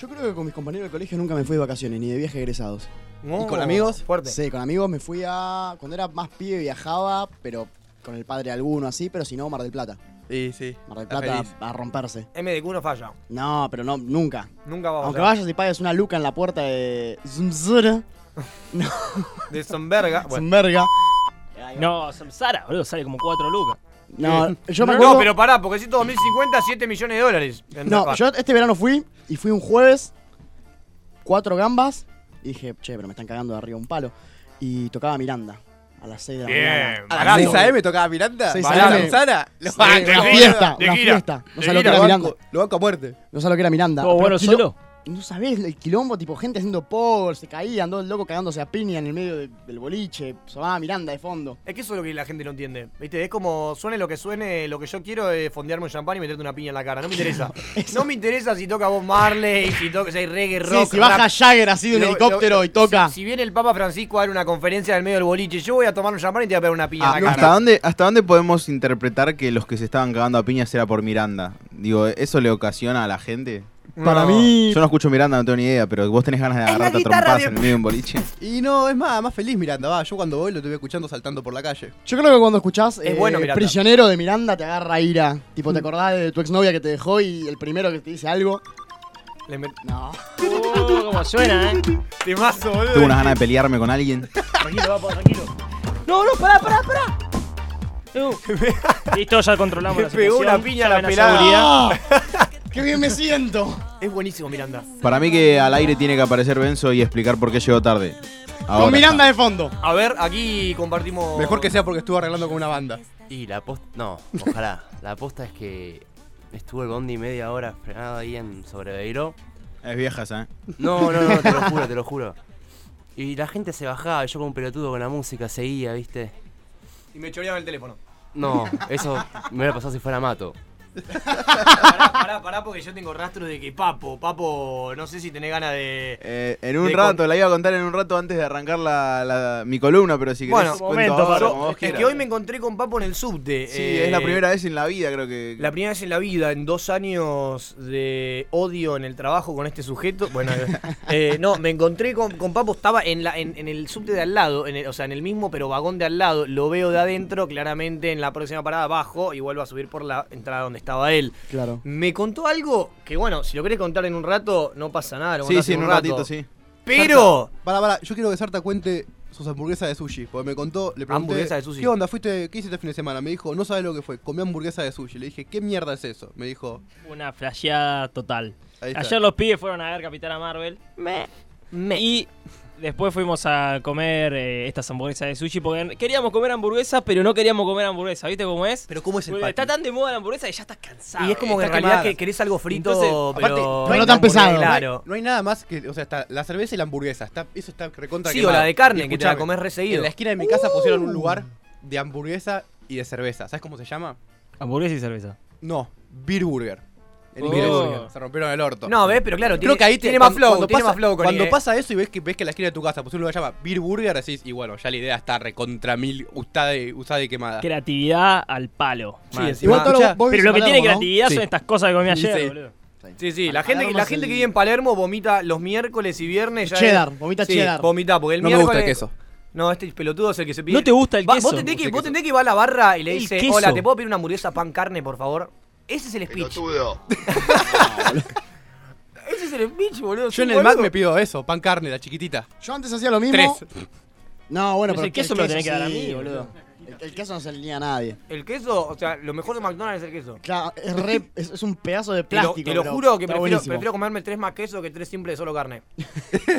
Yo creo que con mis compañeros de colegio nunca me fui de vacaciones, ni de viaje egresados. No, con amigos? Fuerte. Sí, con amigos me fui a. Cuando era más pibe viajaba, pero con el padre de alguno así, pero si no, Mar del Plata. Sí, sí. Mar del Está Plata feliz. a, a romperse. MDQ no falla, No, pero no, nunca. nunca va a Aunque fallar. vayas y pagues una luca en la puerta de. Zumzura, [LAUGHS] De Sonberga. Ah, Bueno. Zumberga. No, Samsara, boludo, sale como 4 lucas. No, yo me acuerdo. No, pero pará, porque si 2050, 7 millones de dólares. No, yo este verano fui y fui un jueves, cuatro gambas, y dije, che, pero me están cagando de arriba un palo. Y tocaba Miranda a las 6 de la Bien, mañana. ¿A las barato. 6 AM tocaba Miranda? Seis ¿Para AM. la Sara? Lo Sí, banco, una de fiesta, de una gira, fiesta. No de sabía gira. lo que era Lo Miranda. banco, lo banco a muerte. No sabía lo que era Miranda. ¿Todo Pero bueno quilo- solo? No sabés el quilombo, tipo gente haciendo power, se caían, dos locos cagándose a piña en el medio de- del boliche, sonaba Miranda de fondo. Es que eso es lo que la gente no entiende. ¿Viste? Es como suene lo que suene, lo que yo quiero es fondearme un champán y meterte una piña en la cara. No me [LAUGHS] interesa. no me interesa si toca Bob Marley, si toca si hay reggae rock. sí, si baja rap. Jagger así de un Lo- helicóptero lo- y toca. Si, si viene el Papa Francisco a dar una conferencia en el medio del boliche, yo voy a tomar un champán y te voy a pegar una piña Ah, en la ¿hasta, cara. dónde, ¿Hasta dónde podemos interpretar que los que se estaban cagando a piñas era por Miranda? Digo, ¿eso le ocasiona a la gente? No. Yo no escucho Miranda, no tengo ni idea, pero vos tenés ganas de Es la agarrarte a guitarra trompadas de- en el medio de un boliche. Y no, es más, más feliz Miranda, va. Yo cuando voy lo estuve escuchando saltando por la calle. Yo creo que cuando escuchás eh, Es bueno Miranda. Mm. Prisionero de Miranda te agarra ira. Tipo, te acordás de tu exnovia que te dejó y el primero que te dice algo. Le met- No. Oh, como suena, eh. Temazo, boludo. Tengo unas ganas de pelearme con alguien. Tranquilo, va, pa, tranquilo. No, no, pará, pará, pará. Uh, Listo, ya controlamos Me la pegó situación. una piña a la ven pelada. seguridad. ¡Qué bien me siento! Es buenísimo, Miranda. Para mí que al aire tiene que aparecer Benzo y explicar por qué llegó tarde. Ahora Con Miranda está. de fondo. A ver, aquí compartimos. Mejor que sea porque estuve arreglando con una banda. Y la posta. No, ojalá. [LAUGHS] la aposta es que estuvo el bondi media hora frenado ahí en Sobreveiro. Es vieja esa, ¿eh? No, no, no, te lo juro, [LAUGHS] te lo juro. Y la gente se bajaba, yo como un pelotudo con la música seguía, ¿viste? Y me choreaban el teléfono. No, eso me hubiera pasado si fuera Mato. [LAUGHS] Pará, pará, pará, porque yo tengo rastro de que Papo, Papo, no sé si tenés ganas de. Eh, en un De rato, con- la iba a contar en un rato antes de arrancar la, la- mi columna, pero si querés Bueno, cuento momento, ahora, Pablo. como vos Es que quieras. hoy me encontré con Papo en el subte. Sí, eh, es la primera vez en la vida, creo que. La primera vez en la vida, en dos años de odio en el trabajo con este sujeto. [LAUGHS] Bueno, eh, no, me encontré con, con Papo, estaba en, la, en, en el subte de al lado, en el- o sea, en el mismo pero vagón de al lado. Lo veo de adentro, claramente en la próxima parada bajo y vuelvo a subir por la entrada donde estaba él. Claro. Me contó algo que, bueno, si lo querés contar en un rato, no pasa nada. Lo sí, contás sí, en un rato. ratito, sí. Pero. Para, para, yo quiero que Sarta cuente sus hamburguesas de sushi. Porque me contó, le pregunté. Hamburguesa de sushi. ¿Qué onda? ¿Fuiste? ¿Qué hiciste el fin de semana? Me dijo, no sabes lo que fue. Comí hamburguesa de sushi. Le dije, ¿qué mierda es eso? Me dijo, Una flasheada total. ahí está. Ayer los pibes fueron a ver Capitana Marvel. Y después fuimos a comer eh, estas hamburguesas de sushi porque queríamos comer hamburguesas, pero no queríamos comer hamburguesas. ¿Viste cómo es? Pero ¿cómo es el Porque patio? está tan de moda la hamburguesa que ya estás cansado. Y es como que en Está realidad quemada. que querés algo frito, Entonces, pero, aparte, no era tan pesado. Claro. No hay nada más que, o sea, está la cerveza y la hamburguesa. Está, eso está recontra Sí, o quemado. la de carne, Y que te la escuchame, comés re seguido. Uh. En la esquina de mi casa pusieron un lugar de hamburguesa y de cerveza. ¿Sabes cómo se llama? Hamburguesa y cerveza. No, Beer Burger. En Oh. inglés. Se rompieron el orto. No, ves, pero claro, Creo tiene, que ahí te- tiene más cuando- flow, cuando tiene pasa, más flow con Cuando él, eh. pasa eso y ves que ves que en la esquina de tu casa pusieron un lugar que se llama Beer Burger, decís, y bueno, ya la idea está recontra mil usada y, usada y quemada. Creatividad al palo. Sí, mal. encima- Igual todo escuchá, lo vos pero vivís lo en que tiene Palermo, ¿no? creatividad Sí. son estas cosas que comí Sí, ayer, sí. boludo. Sí, sí, la Al- gente, Palermo la es gente el- que vive en Palermo vomita los miércoles y viernes ya. Cheddar, es- vomita sí, cheddar. Vomita, porque el No me miércoles. gusta el queso. No, este pelotudo es el que se pide. ¿No te gusta el Va- queso? Vos tenés, que, No sé vos queso. tenés que ir a la barra y le El dice, queso. hola, ¿te puedo pedir una hamburguesa pan carne, por favor? Ese es el speech. Ese es el speech, boludo. Yo en sí, el Mac boludo. me pido eso, pan carne, la chiquitita. Yo antes hacía lo mismo. Tres. No, bueno, Pero pero. el queso me lo tenés que dar a sí, mí, boludo. El, el queso no se le a nadie. El queso, o sea, lo mejor de McDonald's es el queso. Claro, es, re- es, es un pedazo de Te lo, plástico. te lo pero juro que está prefiero, buenísimo. prefiero comerme tres más queso que tres simples de solo carne.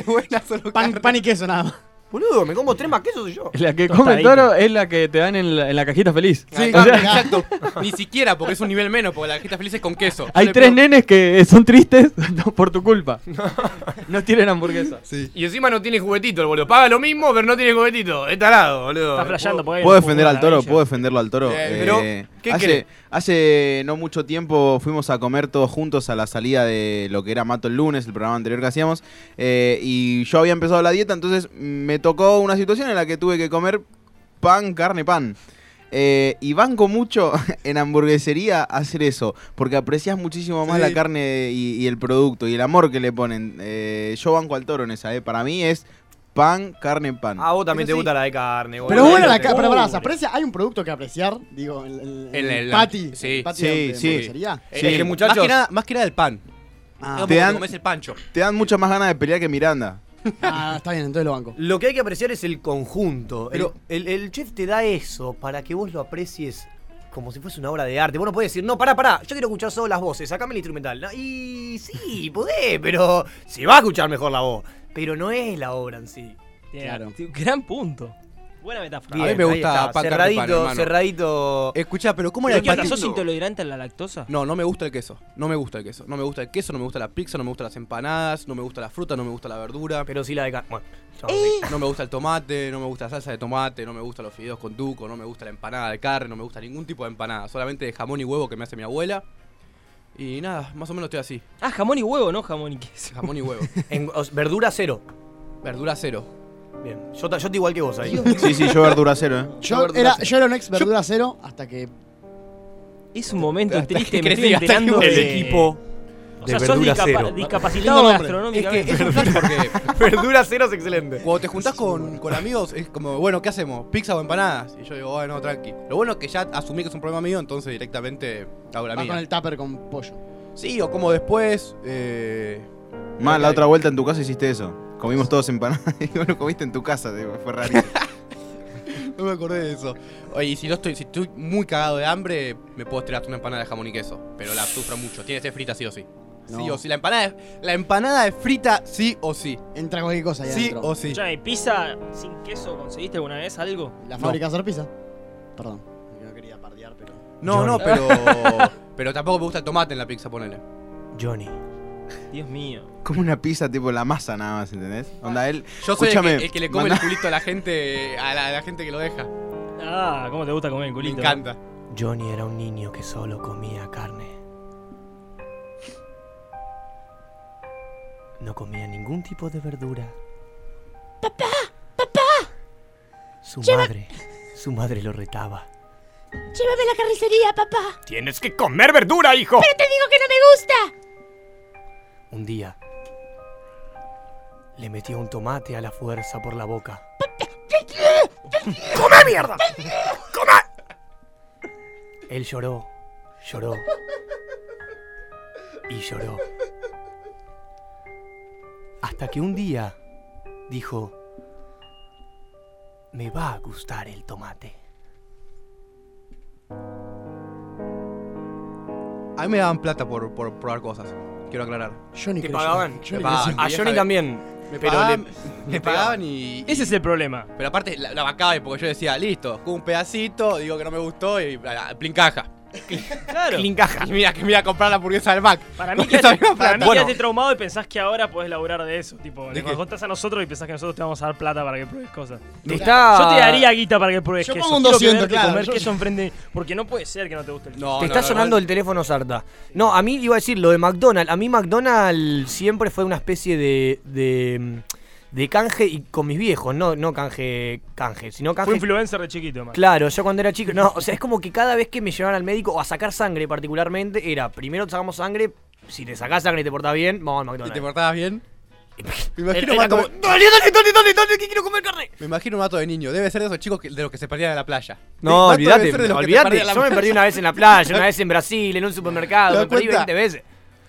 Buena solo Pan, carne. pan y queso nada más. Boludo, me como tres más queso soy yo. La que come Tostadito. toro es la que te dan en la, en la cajita feliz. Ah, Sí, O sea, exacto. Ni siquiera, porque es un nivel menos, porque la cajita feliz es con queso. hay Yo le tres pido- nenes que son tristes [LAUGHS] por tu culpa. No tienen hamburguesa. Sí. Y encima no tiene juguetito el boludo. Paga lo mismo, pero no tiene juguetito. Es tarado, boludo. Está flasheando, porque hay ¿Puedo un defender al fútbol toro? amarillo. ¿Puedo defenderlo al toro? Bien, pero, Eh, ¿qué querés? hace, hace no mucho tiempo fuimos a comer todos juntos a la salida de lo que era Mato el lunes, el programa anterior que hacíamos. eh, y yo había empezado la dieta, entonces me tocó una situación en la que tuve que comer pan, carne, pan. Eh, y banco mucho [LAUGHS] en hamburguesería hacer eso, porque aprecias muchísimo más Sí. la carne y, y el producto y el amor que le ponen. Eh, yo banco al toro en esa, eh. para mí es pan, carne, pan. A Ah, vos también Pero te sí. gusta la de carne, boludo. Pero es bueno, la carne. ca- pero pará, ¿se aprecia? hay un producto que apreciar, digo, el, el, El- el- patty. sí, el patty sí, de- de sí. hamburguesería. Es Sí. que Eh, muchachos. Más que nada, más que nada el pan. Ah, Digamos, Te dan- cuando comés el pancho. Te dan muchas más ganas de pelear que Miranda. ah, está bien, entonces lo banco. Lo que hay que apreciar es el conjunto. Pero- el, el- el chef te da eso para que vos lo aprecies como si fuese una obra de arte. Vos no podés decir, no, pará, pará, yo quiero escuchar solo las voces, sacame el instrumental. No, y sí, podés, pero se va a escuchar mejor la voz. Pero no es la obra en sí. Tiene- Claro. tiene un Gran punto. Buena metáfora. Bien. me ahí gusta pan, carne, está, pan, cerradito, hermano. cerradito. Escuchá, pero ¿cómo era ¿Pero el qué onda? patty? ¿Sos intolerante a la lactosa? No, no me gusta el queso. No me gusta el queso. No me gusta el queso, no me gusta la pizza, no me gustan las empanadas, no me gusta la fruta, no me gusta la verdura. Eh. Pero sí la de carne. Bueno, ya vamos a ir. No me gusta el tomate, no me gusta la salsa de tomate, no me gustan los fideos con tuco, no me gusta la empanada de carne, no me gusta ningún tipo de empanada, solamente de jamón y huevo que me hace mi abuela. Y nada, más o menos estoy así, Ah, jamón y huevo, no jamón y queso. jamón [LAUGHS] y huevo. En- o- verdura cero. Verdura cero. Bien. Yo, ta- yo te igual que vos ahí. Sí, sí, yo verdura cero, eh. Yo verdura era, cero. yo era un ex verdura cero hasta que. Es un momento Hasta triste, que me estoy crecí, hasta que enterando crecí. el de- equipo. O de sea, sos verdura discapa- cero. discapacitado Lindo nombre. Es que gastronómicamente. [LAUGHS] es un flash porque verdura cero es excelente. cuando te juntás con, con amigos es como, bueno, ¿qué hacemos? ¿Pizza o empanadas? Y yo digo, bueno, tranqui. Lo bueno es que ya asumí que es un problema mío, entonces directamente hago la Vas con mía. el tupper con pollo. Sí, o como después. Eh... [LAUGHS] Más la otra vuelta en tu casa hiciste eso. Comimos todos empanadas [LAUGHS] y vos lo comiste en tu casa, tipo, fue raro. No me acordé de eso. Oye, y si no estoy, si estoy muy cagado de hambre, me puedo tirar una empanada de jamón y queso. Pero la sufro mucho. Tiene que ser frita sí o sí. Sí No. o sí. La empanada, es, la empanada es frita sí o sí. Entra cualquier cosa ahí Sí adentro. o sí. Escuchame, ¿pizza sin queso conseguiste alguna vez algo? La fábrica de hacer pizza. Perdón. No quería pardear, pero. No, [LAUGHS] no, [LAUGHS] pero. Pero tampoco me gusta el tomate en la pizza, ponele. [LAUGHS] Johnny. Dios mío. Como una pizza, tipo la masa nada más, ¿entendés? Onda, él. Yo soy el Escúchame, que, el que le come mandá- el culito a la gente. A la, a la gente que lo deja. Ah, ¿cómo te gusta comer el Me culito? encanta. Johnny era un niño que solo comía carne. No comía ningún tipo de verdura. ¡Papá! ¡Papá! Su madre. Su madre lo retaba. Llévame a la carnicería, papá. ¡Tienes que comer verdura, hijo! Pero te digo que no me gusta. Un día. Le metió un tomate a la fuerza por la boca. ¡Come mierda! ¡Come! Él lloró, lloró. Y lloró. Hasta que un día dijo, me va a gustar el tomate. A mí me daban plata por, por probar cosas. Quiero aclarar. Yo ni Te creo- pagaban. Ah, yo Te ni pagaban. creo- A Johnny también. Me Pero pagaban, le- me le pagaban. pagaban y. Ese es el problema. Pero aparte la, la bancaba, porque yo decía, listo, un pedacito, digo que no me gustó y ah, plincaja. Claro. Y mira que me iba a comprar la hamburguesa del Mac. Para mí, [LAUGHS] Con esa quedaste, misma para plata. mí Bueno, quedaste traumado y pensás que ahora podés laburar de eso. Tipo, ¿De le qué? contás a nosotros y pensás que nosotros te vamos a dar plata para que pruebes cosas. está... Yo te daría guita para que pruebes Yo queso. pongo un Quiero que 200, verte claro, comer yo- queso enfrente. Porque no puede ser que no te guste el queso. No, Te no, está no, sonando no. el teléfono Sarta. No, a mí iba a decir lo de McDonald's. A mí McDonald's siempre fue una especie de. de, de canje y con mis viejos, no, no canje, canje, sino Fui canje. influencer de chiquito, man. Claro, yo cuando era chico. No, o sea, es como que cada vez que me llevaban al médico o a sacar sangre particularmente, era primero te sacamos sangre, si te sacás sangre y te portás bien, vamos al ¿Y te McDonald's. portabas bien? Me Era- imagino, era mato, como, "Dale, dale, dale, dale, dale, que quiero comer carne! me imagino mato de niño. Debe ser de esos chicos que- de los que se perdían en la playa. No, Mato debe olvídate, ser de los que se olvídate. perdían en Yo la me perdí una vez en la [LAUGHS] playa, una vez en Brasil, en un supermercado, ¿Te me das perdí cuenta? 20 veces.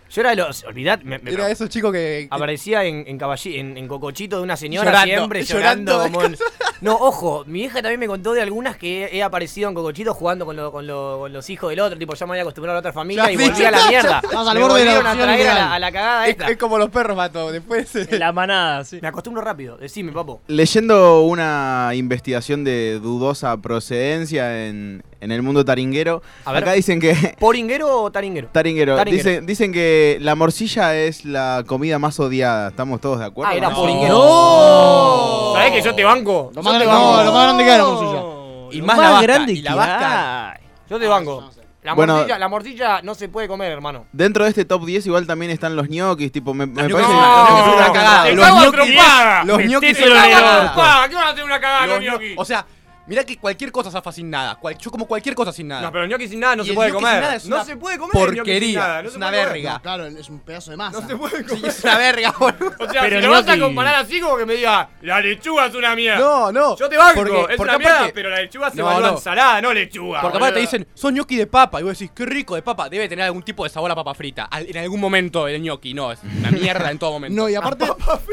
Yo era de los. Olvidate, me, me- playa. Era de esos chicos que. que- Aparecía en, en, caballi- en, en cocochito de una señora Llorando, siempre llorando. llorando. como en- No, ojo, mi hija también me contó de algunas que he aparecido en Cocochito jugando con, lo- con lo- con los hijos del otro. Tipo, ya me había acostumbrado a la otra familia Ya, y sí, volví ya a la está, [LAUGHS] mierda. ya. Vas al Me borde de la volvieron a opción traer a ideal. la, a la cagada Es, esta. es como los perros, mato. Después. eh, La manada, sí. Me acostumbro rápido, decime, papo. Leyendo una investigación de dudosa procedencia en, en el mundo taringuero, A ver. acá dicen que [LAUGHS] ¿Poringuero o taringuero? Taringuero. Taringuero. Dicen, dicen que la morcilla es la comida más odiada. ¿Estamos todos de acuerdo? Ah, era No. poringuero. ¡No! ¿Sabés que yo te banco? Lo más, grande, no, lo más grande que era morcilla. Y más la vasca, y la que vasca. hay. Yo te Ah, banco. La Bueno. morcilla, la morcilla no se puede comer, hermano. Dentro de este top 10 igual también están los ñoquis, tipo, me, me ñoquis parece... son una- los ñoquis son una cagada. ¡Te Los cago a ñoquis- trompada! los ñoquis son ¡Te una cago a cagada. trompada! Ah, ¿Qué van a hacer una cagada Los con ñoquis. gnocchi? O sea, mirá que cualquier cosa zafa sin nada. Cual- yo como cualquier cosa sin nada. No, pero el gnocchi sin nada no Y se el puede gnocchi sin comer. nada es no una se puede comer. el gnocchi sin porquería. nada, no es se una puede comer. [LAUGHS] verga. Claro, es un pedazo de masa. No se puede Sí, comer. [LAUGHS] es una verga, boludo. O sea, Pero si lo vas a gnocchi- comparar así como que me diga, la lechuga es una mierda. No, no. Yo te banco, Porque- es porque una mierda, aparte- pero la lechuga se No, evalúa no. ensalada, no lechuga. Porque aparte te boludo. dicen, son gnocchi de papa. Y vos decís, qué rico de papa. Debe tener algún tipo de sabor a papa frita. Al- en algún momento el gnocchi. No, es una mierda en todo momento. [LAUGHS] No, [LAUGHS] y aparte.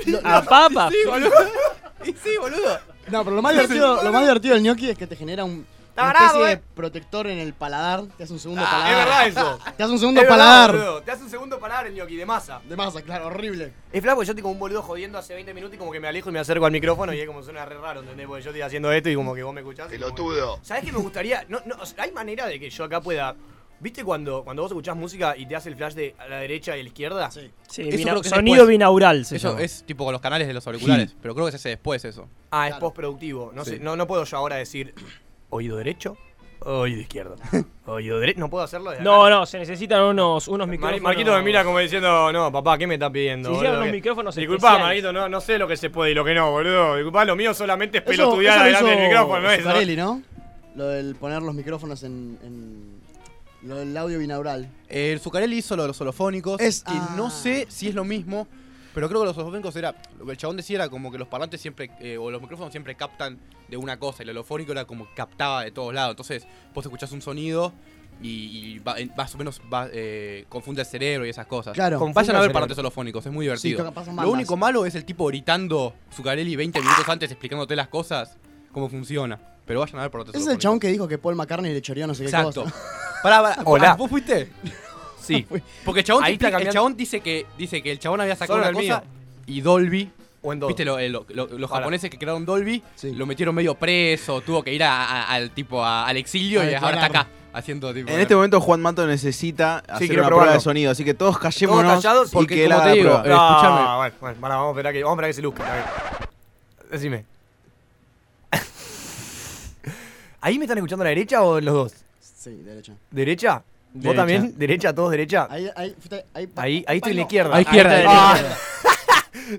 lo- A papa. Y sí, boludo. No, pero lo [LAUGHS] más, divertido, lo más divertido del gnocchi es que te genera un, una bravo, especie de eh. protector en el paladar. Te hace un segundo Ah, es paladar. verdad eso. [LAUGHS] Te hace un segundo Es verdad, paladar. boludo, Te hace un segundo paladar el gnocchi de masa. de masa, claro, horrible. Es flaco, yo estoy como un boludo jodiendo hace 20 minutos y como que me alejo y me acerco al micrófono y es como suena re raro, ¿entendés? Porque yo estoy haciendo esto y como que vos me escuchás. y como que- Pelotudo. ¿Sabés qué me gustaría? No, no, o sea, hay manera de que yo acá pueda. ¿Viste cuando, cuando vos escuchás música y te hace el flash de a la derecha y a la izquierda? Sí. Sí, Eso bina- creo que es sonido después. binaural se Eso llama. es tipo con los canales de los auriculares. Pero creo que se hace después eso. Ah, es Claro. postproductivo. No, Sí. sé, no, no puedo yo ahora decir oído derecho, oído [LAUGHS] izquierdo. oído derecho. Pues No puedo hacerlo. desde No, acá. no, se necesitan unos, unos Mar- micrófonos. Marquito me mira como diciendo, no, papá, ¿qué me estás pidiendo? Se hicieron boludo? unos ¿Qué? micrófonos Disculpá, especiales. Marquito, no, no sé lo que se puede y lo que no, boludo. Disculpá, lo mío solamente es Eso, pelotudear eso lo delante del hizo micrófono. eso. Zuccarelli, ¿no? Lo del poner los micrófonos en. en lo del audio binaural. El Zuccarelli hizo lo de los holofónicos. Es- que ah. no sé si es lo mismo, pero creo que los holofónicos era. Lo que el chabón decía era como que los parlantes siempre. eh, o los micrófonos siempre captan de una cosa. Y el holofónico era como que captaba de todos lados. Entonces, vos escuchás un sonido y, y va- en- más o menos va, eh, confunde el cerebro y esas cosas. Claro. Confunde Vayan a el ver cerebro. parlantes holofónicos, es muy Sí, divertido. toca- pasan lo bandas. único malo es el tipo gritando Zuccarelli 20 minutos antes explicándote las cosas, cómo funciona. Pero vayan a ver parlantes Ese es el holofónicos. chabón que dijo que Paul McCartney le choreó no sé qué Exacto. cosa. Pará, [LAUGHS] pará. Hola. ¿Vos fuiste? [LAUGHS] Sí. Porque el chabón, Ahí te explica- está el cambiando. chabón dice, que, dice que el chabón había sacado una Solo el cosa mío. y Dolby. O en todo. ¿Viste lo- eh, lo- lo- los Pará. japoneses que crearon Dolby? Sí. Lo metieron medio preso, tuvo que ir a- a- al tipo a- al exilio A y ahora está declarar. acá haciendo tipo. En este momento Juan Mato necesita hacer quiero una probarlo. prueba de sonido, así que todos callémonos callados? y Porque que él como haga te la digo, prueba. eh, escuchame. bueno, bueno, pará, vamos a esperar que, vamos a esperar que se luzca. a ver. Decime. [LAUGHS] ¿Ahí me están escuchando a la derecha o los dos? Sí, derecha. ¿Derecha? ¿Vos Derecha. también? ¿Derecha? ¿Todos derecha? Ahí, ahí, fuiste- ahí, Ahí, ahí estoy en la no. izquierda. Ahí izquierda, Ah. derecha.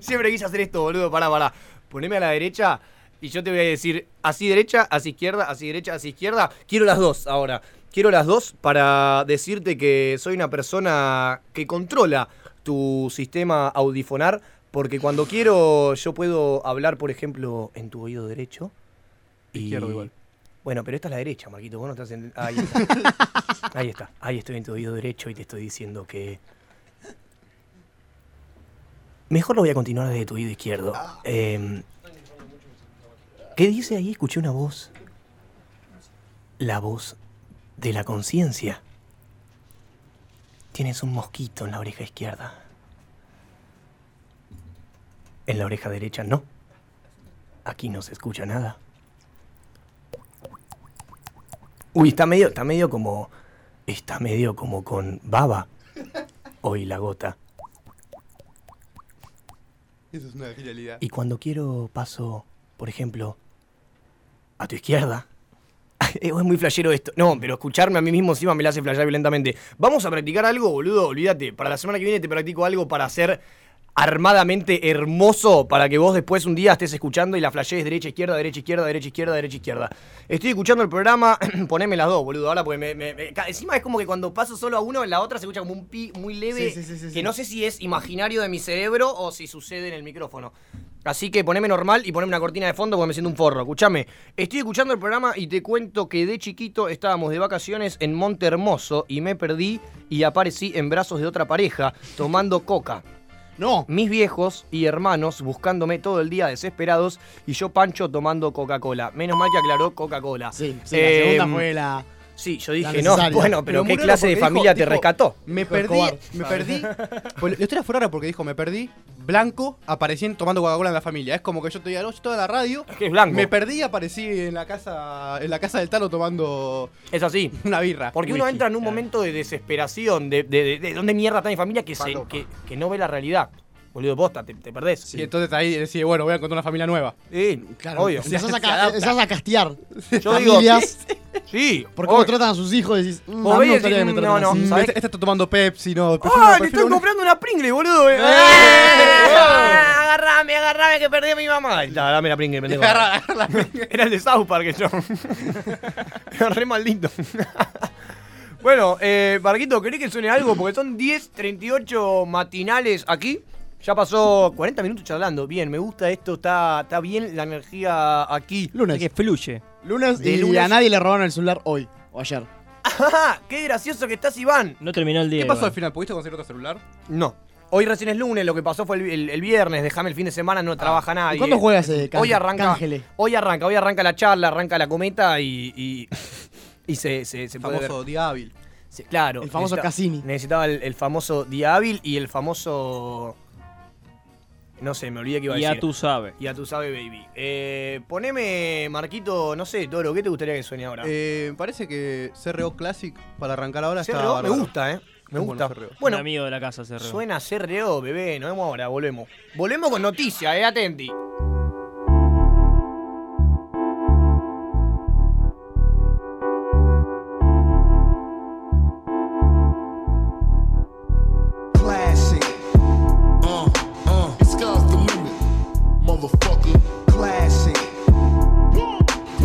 [LAUGHS] Siempre quise hacer esto, boludo. Pará, pará. Poneme a la derecha y yo te voy a decir así derecha, así izquierda, así derecha, así izquierda. Quiero las dos ahora. Quiero las dos para decirte que soy una persona que controla tu sistema audifonar. Porque cuando quiero, yo puedo hablar, por ejemplo, en tu oído derecho. Izquierdo igual. Bueno, pero esta es la derecha, Marquito. Vos no estás en. Ahí está. Ahí está. Ahí estoy en tu oído derecho y te estoy diciendo que. Mejor lo voy a continuar desde tu oído izquierdo. Em, ¿Qué dice ahí? Escuché una voz. La voz de la conciencia. Tienes un mosquito en la oreja izquierda. En la oreja derecha no. Aquí no se escucha nada. Uy, está medio, está medio como. Está medio como con baba. Hoy la gota. Eso es una genialidad. Y cuando quiero paso, por ejemplo, a tu izquierda. [LAUGHS] es muy flashero esto. No, pero escucharme a mí mismo encima me la hace flashear violentamente. Vamos a practicar algo, boludo. Olvídate. Para la semana que viene te practico algo para hacer armadamente hermoso para que vos después un día estés escuchando y la flashees derecha, izquierda, derecha, izquierda, derecha, izquierda, derecha, izquierda. Estoy escuchando el programa, [CLEARS THROAT] poneme las dos, boludo, ahora porque me, me- me- ca- encima es como que cuando paso solo a uno, en la otra se escucha como un pi muy leve, Sí, sí, sí, sí, que sí. no sé si es imaginario de mi cerebro o si sucede en el micrófono. Así que poneme normal y poneme una cortina de fondo porque me siento un forro. Escuchame, estoy escuchando el programa y te cuento que de chiquito estábamos de vacaciones en Monte Hermoso y me perdí y aparecí en brazos de otra pareja tomando coca. No. mis viejos y hermanos buscándome todo el día desesperados y yo Pancho tomando Coca-Cola. Menos mal que aclaró Coca-Cola. Sí, sí, Eh, la segunda fue la. Sí, yo La dije, no, necesaria. bueno, pero, ¿qué Murelo clase de porque dijo- familia te dijo, rescató? Me Dijo perdí, Escobar. me perdí. Pues, la historia fue rara porque dijo, me perdí, blanco, aparecí en- tomando Coca-Cola en la familia. Es como que yo te diga, no, yo estaba en la radio, Es que es blanco. me perdí y aparecí en la casa, en la casa del Talo tomando Es así. [LAUGHS] una birra. Porque uno Whisky. entra en un momento de desesperación, de, de, de- de dónde mierda está mi familia, que, se, Paloma. que, que no ve la realidad. Boludo, posta, te, te perdés. Y entonces ahí decide, bueno, voy a encontrar una familia nueva. Sí, Claro, obvio. Empezás a, Se ca- adapta. empezás a castear Yo digo, familias [LAUGHS] sí, por cómo obvio. tratan a sus hijos. Decís, mm, Vos a mí ves me y gustaría que decís, me no, traten no, así. ¿sabes? Este, este está tomando Pepsi, no. prefiero- ¡Ah, le prefiero estoy una- comprando una Pringle, boludo! ¡Eh! Ah, ¡Agarrame, agarrame, que perdí a mi mamá! Ahí está, dame la Pringle, pendejo. Agarra- agarra la- Era el de South Park, [LAUGHS] yo. Era re maldito. [LAUGHS] bueno, eh, Barquito, ¿querés que suene algo? Porque son 10.38 matinales aquí. Ya pasó 40 minutos charlando. Bien, me gusta esto. Está, está bien la energía aquí. Lunes. que fluye. Lunes de y lunes. a nadie le robaron el celular hoy o ayer. ¡Ajá! ¡Qué gracioso que estás, Iván! No terminó el día. ¿Qué pasó igual. al final? ¿Pudiste conseguir otro celular? No. Hoy recién es lunes, lo que pasó fue el, el- el viernes. Déjame el fin de semana, no Ah. trabaja nadie. ¿Y cuándo juegas eh, Hoy Cángel- arranca, Cángele? hoy arranca, hoy arranca la charla, arranca la cometa y, y, y se, se, se El puede ver. famoso día hábil. Sí, claro. El famoso necesita- Cassini. Necesitaba el, el famoso día hábil y el famoso. No sé, me olvidé que iba a Y decir. ya tú sabes. Y a tu sabe, baby. Eh, poneme, Marquito, no sé, Toro, ¿qué te gustaría que suene ahora? Eh, me parece que CRO Classic para arrancar ahora está. CRO, me bárbaro. gusta, ¿eh? Me Es gusta. bueno, CRO. Bueno, Un amigo de la casa se reúne. suena CRO, bebé. Nos vemos ahora, volvemos. Volvemos con noticias, ¿eh? Atenti. Classic. Uh, uh. The sky's the limit, motherfucker. Classic.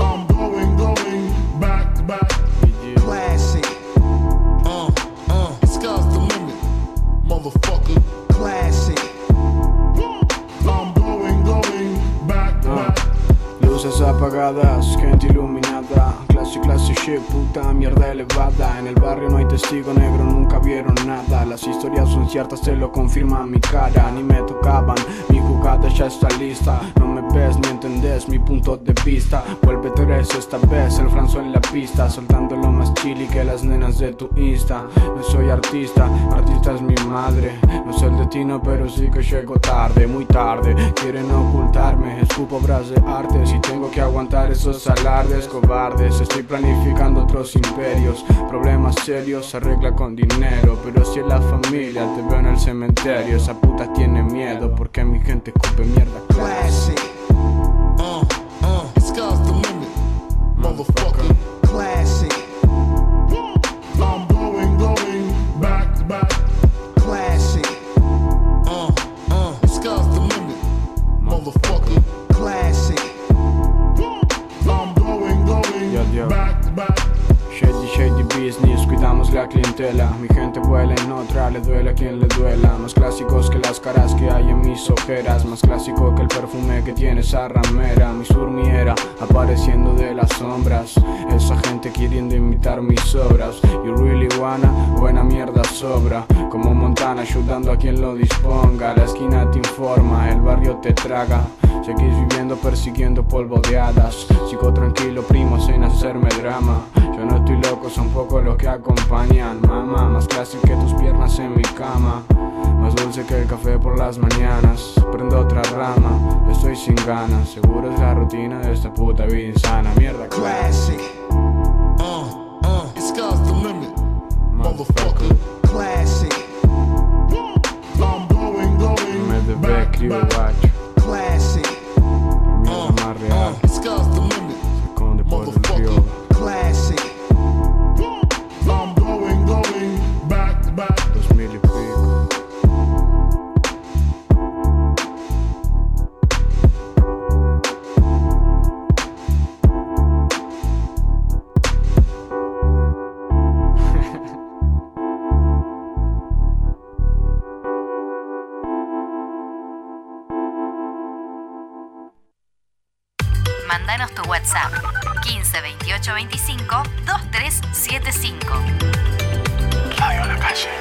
I'm going, going back, back. Classic. Uh, uh. The sky's the limit, motherfucker. Classic. I'm going, going back, back. Luces apagadas, gente iluminada, clase, clase, shit, puta mierda elevada. En el barrio no hay testigo negro, nunca vieron nada. Las historias son ciertas, te lo confirma mi cara. Ni me tocaban, mi jugada ya está lista. No me ves ni entendés mi punto de vista. Vuelve Tereso esta vez, el franzo en la pista, soltando lo más chili que las nenas de tu insta. No soy artista, artista es mi madre. No sé el destino, pero sí que llego tarde, muy tarde. Quieren ocultarme, escupo obras de arte. Si tengo que aguantar esos alardes cobardes, estoy planificando otros imperios. Problemas serios se arregla con dinero, pero si es la familia, te veo en el cementerio. Esa puta tiene miedo porque mi gente escupe mierda. Classic. Uh, uh. The sky's the limit, motherfucker. Classic. I'm going, going back, back. Classic. Uh, uh. The sky's the limit, motherfucker. Classic. I'm going, going Yo, yo. back, back. Shady, shady business, cuidamos la clientela. Mi gente vuela en otra, le duele a quien le duela. Más clásicos que las caras que hay en mis ojeras. Más clásico que el perfume que tiene esa ramera. Mi surmiera apareciendo de las sombras. Esa gente queriendo imitar mis obras. You really wanna, buena mierda sobra. Como Montana ayudando a quien lo disponga. La esquina te informa, el barrio te traga. Seguís viviendo persiguiendo polvo de hadas Sigo tranquilo primo sin hacerme drama Yo no estoy loco, son pocos los que acompañan Mamá, más clásico que tus piernas en mi cama Más dulce que el café por las mañanas Prendo otra rama, estoy sin ganas Seguro es la rutina de esta puta vida insana Mierda, Classic. Uh, uh. The sky's the limit, motherfucker. Classic. I'm going, Me the going back, back, you back. watch Classic. La Uh, mierda más uh. real The sky's the limit, se esconde por el río motherfucker. Classic. I'm going, going back, back. Dos mil y pico Mándanos tu WhatsApp 15 28 25 2375. Radio La Calle. Classic.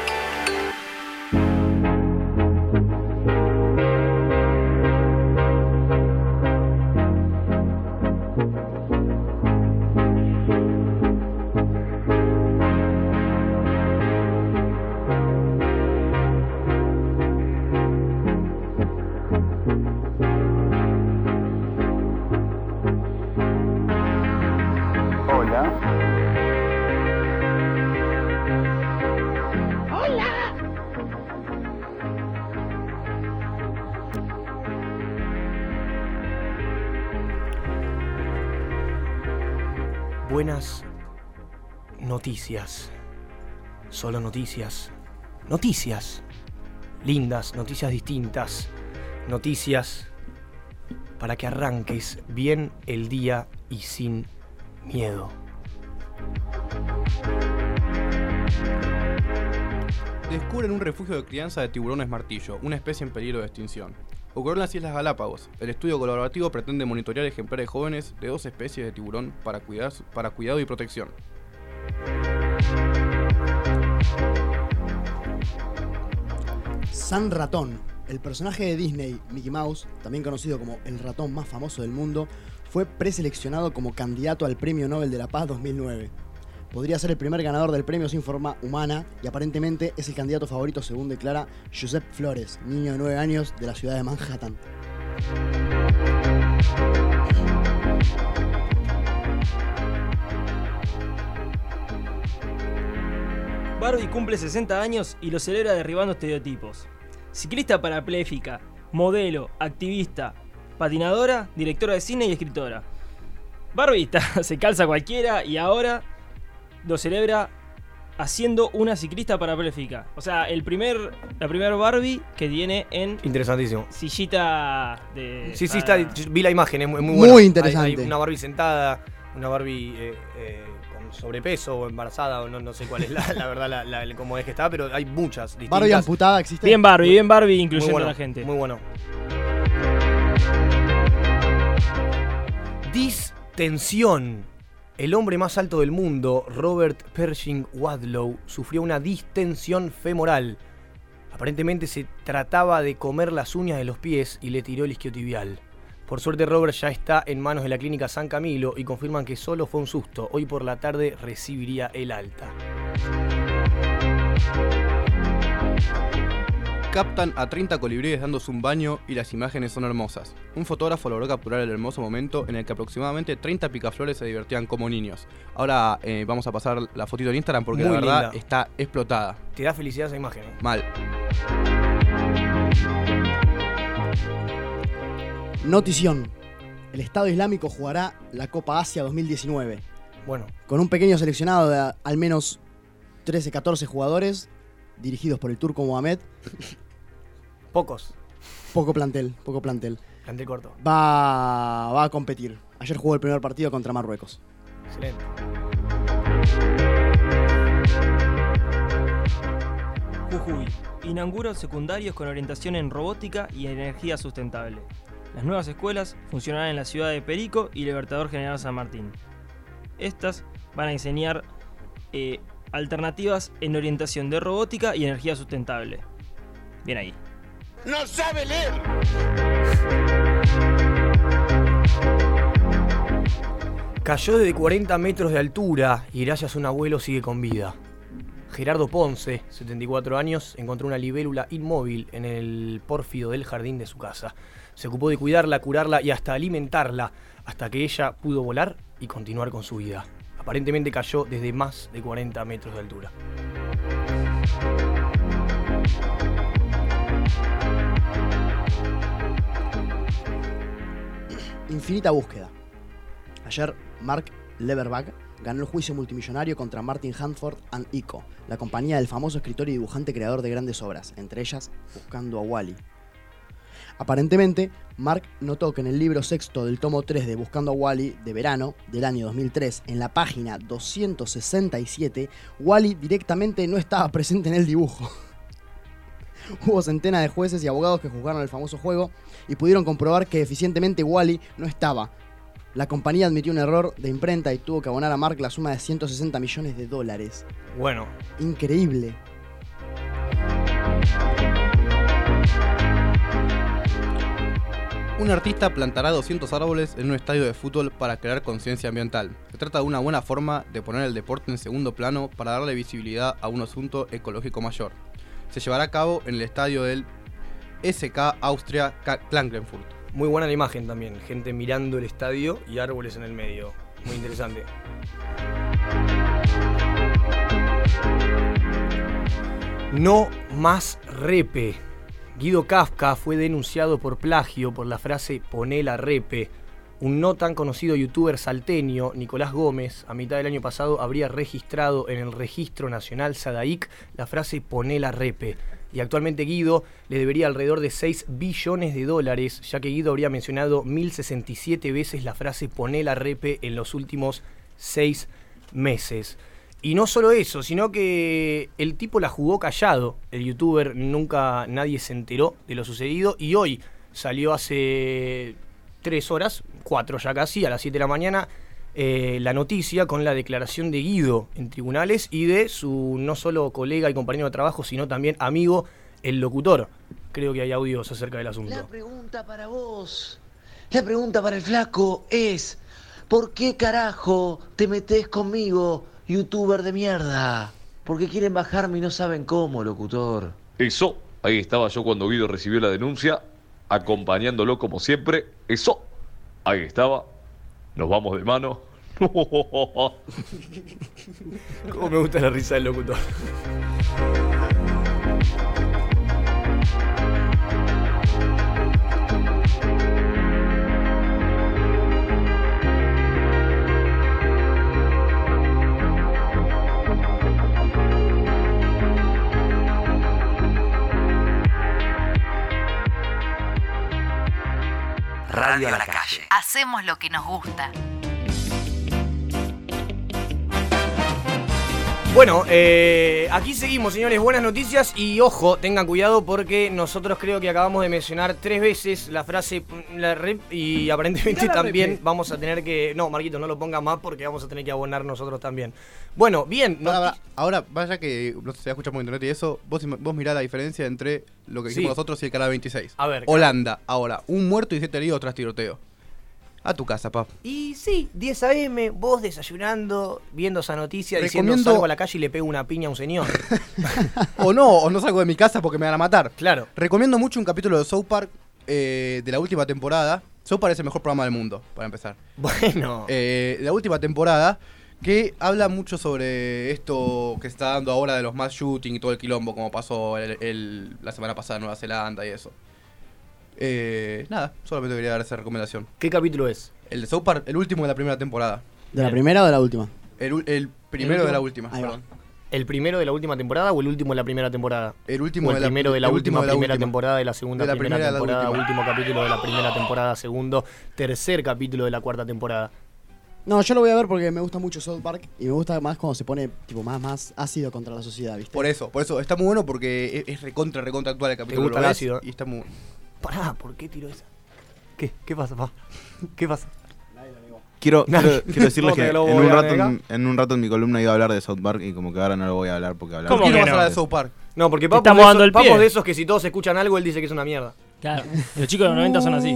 buenas noticias. Solo noticias. Noticias. Lindas, noticias distintas. Noticias para que arranques bien el día y sin miedo. Descubren un refugio de crianza de tiburones martillo, una especie en peligro de extinción. Ocurrió en las Islas Galápagos. El estudio colaborativo pretende monitorear ejemplares jóvenes de dos especies de tiburón para, cuidar, su- para cuidado y protección. San Ratón, el personaje de Disney, Mickey Mouse, también conocido como el ratón más famoso del mundo, fue preseleccionado como candidato al Premio Nobel de la Paz 2009. Podría ser el primer ganador del premio sin forma humana y aparentemente es el candidato favorito según declara Josep Flores, niño de 9 años de la ciudad de Manhattan. Barbie cumple 60 años y lo celebra derribando estereotipos. Ciclista parapléjica, modelo, activista, patinadora, directora de cine y escritora. Barbie está- [LAUGHS] se calza cualquiera y ahora lo celebra haciendo una ciclista parapléjica. O sea, el primer, la primera Barbie que tiene en Interesantísimo. sillita de... Sí, sí, está, para- vi la imagen, es muy, muy Muy buena. Hay- interesante. hay una Barbie sentada, una Barbie eh, eh, con sobrepeso o embarazada, o no, no sé cuál es la, la verdad, la, la- el- cómo es que está, pero hay muchas distintas. Barbie amputada existe. Bien Barbie, bien Barbie Muy incluyendo bueno, a la gente. Muy bueno. Distensión. El hombre más alto del mundo, Robert Pershing Wadlow, sufrió una distensión femoral. Aparentemente se trataba de comer las uñas de los pies y le tiró el isquiotibial. Por suerte Robert ya está en manos de la clínica San Camilo y confirman que solo fue un susto. Hoy por la tarde recibiría el alta. Captan a 30 colibríes dándose un baño y las imágenes son hermosas. Un fotógrafo logró capturar el hermoso momento en el que aproximadamente 30 picaflores se divertían como niños. Ahora eh, vamos a pasar la fotito en Instagram porque Muy la verdad linda. está explotada. Te da felicidad esa imagen. ¿eh? Mal. Notición. El Estado Islámico jugará la Copa Asia 2019. Bueno. Con un pequeño seleccionado de a- al menos 13-14 jugadores, dirigidos por el turco Mohamed, Pocos. poco plantel, poco plantel. Canté corto. Va, va a competir. Ayer jugó el primer partido contra Marruecos. Excelente. Jujuy. Inaugura secundarios con orientación en robótica y energía sustentable. Las nuevas escuelas funcionarán en la ciudad de Perico y Libertador General San Martín. Estas van a diseñar eh, alternativas en orientación de robótica y energía sustentable. Bien ahí. No sabe leer. Cayó desde 40 metros de altura y gracias a un abuelo sigue con vida. Gerardo Ponce, 74 años, encontró una libélula inmóvil en el pórfido del jardín de su casa. Se ocupó de cuidarla, curarla y hasta alimentarla, hasta que ella pudo volar y continuar con su vida. Aparentemente cayó desde más de 40 metros de altura. Infinita búsqueda. Ayer, Mark Leverbach ganó el juicio multimillonario contra Martin Hanford and Ico, la compañía del famoso escritor y dibujante creador de grandes obras, entre ellas Buscando a Wally. Aparentemente, Mark notó que en el libro sexto del tomo 3 de Buscando a Wally de verano del año 2003, en la página 267, Wally directamente no estaba presente en el dibujo. [LAUGHS] Hubo centenas de jueces y abogados que juzgaron el famoso juego y pudieron comprobar que eficientemente Wally no estaba. La compañía admitió un error de imprenta y tuvo que abonar a Mark la suma de 160 millones de dólares. Bueno, Increíble. Un artista plantará 200 árboles en un estadio de fútbol para crear conciencia ambiental. Se trata de una buena forma de poner el deporte en segundo plano para darle visibilidad a un asunto ecológico mayor. Se llevará a cabo en el estadio del SK Austria Ka- Klagenfurt. muy buena la imagen también. Gente mirando el estadio y árboles en el medio. Muy interesante. No más repe. Guido Kafka fue denunciado por plagio por la frase poné la repe. un no tan conocido youtuber salteño, Nicolás Gómez, a mitad del año pasado habría registrado en el Registro Nacional Sadaic la frase ponela repe. Y actualmente Guido le debería alrededor de 6 billones de dólares, ya que Guido habría mencionado 1067 veces la frase ponela repe en los últimos 6 meses. Y no solo eso, sino que el tipo la jugó callado. El youtuber nunca nadie se enteró de lo sucedido y hoy salió hace tres horas, cuatro ya casi, a las 7 de la mañana, eh, la noticia con la declaración de Guido en tribunales y de su no solo colega y compañero de trabajo, sino también amigo, el locutor. Creo que hay audios acerca del asunto. La pregunta para vos, la pregunta para el flaco es, ¿por qué carajo te metes conmigo, youtuber de mierda? Porque quieren bajarme y no saben cómo, locutor. Eso, ahí estaba yo cuando Guido recibió la denuncia, acompañándolo como siempre. Eso, ahí estaba. Nos vamos de [LAUGHS] mano. Cómo me gusta la risa del locutor. Radio a la calle. Hacemos lo que nos gusta. Bueno, eh, aquí seguimos, señores. Buenas noticias y ojo, tengan cuidado porque nosotros creo que acabamos de mencionar tres veces la frase mm, la rep y [LAUGHS] aparentemente la también repite. vamos a tener que. No, Marquito, no lo ponga más porque vamos a tener que abonar nosotros también. Bueno, bien. Ahora, ahora, vaya que no se escucha por internet y eso, vos, im- vos mirá la diferencia entre lo que Sí. hicimos nosotros y el canal 26. A ver, Holanda, ahora, un muerto y siete heridos tras tiroteo. A tu casa, pap. Y sí, 10 AM, vos desayunando, viendo esa noticia, diciendo Recomiendo- salgo a la calle y le pego una piña a un señor. o no, o no salgo de mi casa porque me van a matar. Claro. Recomiendo mucho un capítulo de South Park eh, de la última temporada. South Park es el mejor programa del mundo, para empezar. Bueno. Eh, de la última temporada, que habla mucho sobre esto que se está dando ahora de los mass shooting y todo el quilombo, como pasó el- el- la semana pasada en Nueva Zelanda y eso. Eh, nada, solamente quería dar esa recomendación. ¿Qué capítulo es? El de South Park, el último de la primera temporada. ¿De la primera o de la última? El, u- el primero de la última, Ahí va. perdón. ¿El primero de la última temporada o el último de la primera temporada? El último O el de la- primero de la el último última de la primera última. temporada, de la segunda De la primera, primera a la temporada, última. último capítulo de la primera temporada, segundo, tercer capítulo de la cuarta temporada. No, yo lo voy a ver porque me gusta mucho South Park y me gusta más cuando se pone tipo más, más ácido contra la sociedad, ¿viste? Por eso, por eso, está muy bueno porque e, es, es recontra, recontra actual el capítulo. gusta lo el ves ácido, eh? Y está muy Pará, ¿por qué tiró esa? ¿Qué? ¿Qué pasa, pa? ¿Qué pasa? Quiero, Nadie. [LAUGHS] quiero, quiero decirles No que te en lo voy un, a rato, negar. en, en un rato en mi columna iba a hablar de South Park y como que ahora no lo voy a hablar porque hablar ¿Cómo que no? No, porque Papo, Estamos de, dando esos- el pie. Papo de esos que si todos escuchan algo, él dice que es una mierda. Claro. Los chicos de los 90 son así.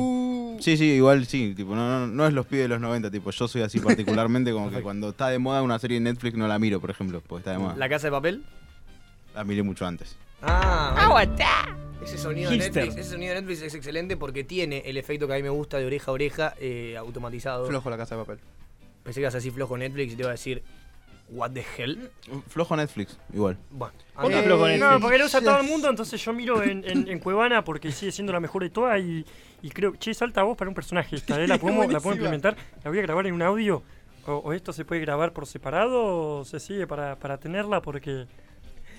Sí, sí, igual sí, tipo, no, no, no es los pibes de los 90, tipo, yo soy [LAUGHS] así particularmente como que cuando está de moda una serie de Netflix no la miro, por ejemplo, porque está de moda. ¿La casa de papel? La miré mucho antes. Ah, ¡Aguantá! Ese sonido, de Hipster. Netflix, ese sonido de Netflix es excelente porque tiene el efecto que a mí me gusta de oreja a oreja eh, automatizado. flojo la casa de papel. Pensé que ibas a decir flojo Netflix y te iba a decir, ¿What the hell? Flojo Netflix, igual. Bueno. ¿Por qué? No, porque lo usa todo [LAUGHS] el mundo, entonces yo miro en, en, en Cuevana porque sigue siendo la mejor de todas y, y creo, che, salta voz para un personaje esta, ¿eh? La podemos, la podemos Buenísima. implementar, la voy a grabar en un audio. O, o esto se puede grabar por separado o se sigue para, para tenerla porque...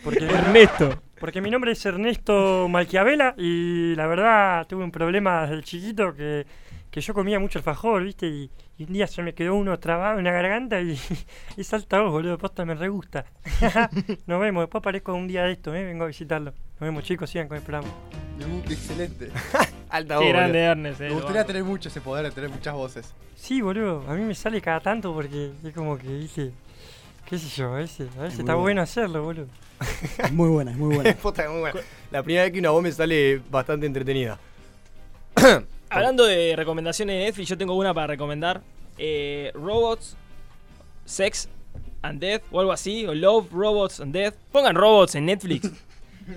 porque Ernesto. Porque mi nombre es Ernesto Malquiavela y la verdad tuve un problema desde chiquito que, que yo comía mucho alfajor, ¿viste? Y, y un día se me quedó uno trabado en la garganta y, [LAUGHS] y salta vos, boludo, posta, me re gusta. [LAUGHS] Nos vemos, después aparezco un día de esto, ¿eh? Vengo a visitarlo. Nos vemos, chicos, sigan con el programa. [LAUGHS] excelente. [LAUGHS] Alta Qué voz, grande, boludo. Ernest, eh, Me lo gustaría amo. tener mucho ese poder de tener muchas voces. Sí, boludo, a mí me sale cada tanto porque es como que dije, qué sé yo, a veces, a veces muy está bueno. bueno hacerlo, boludo. Es [LAUGHS] muy buena, es [LAUGHS] muy buena. Posta, muy buena. La primera vez que una voz me sale bastante entretenida. [COUGHS] Hablando de recomendaciones de Netflix, yo tengo una para recomendar. Eh, robots, Sex and Death, o algo así, o Love, Robots and Death. Pongan robots en [LAUGHS] Netflix.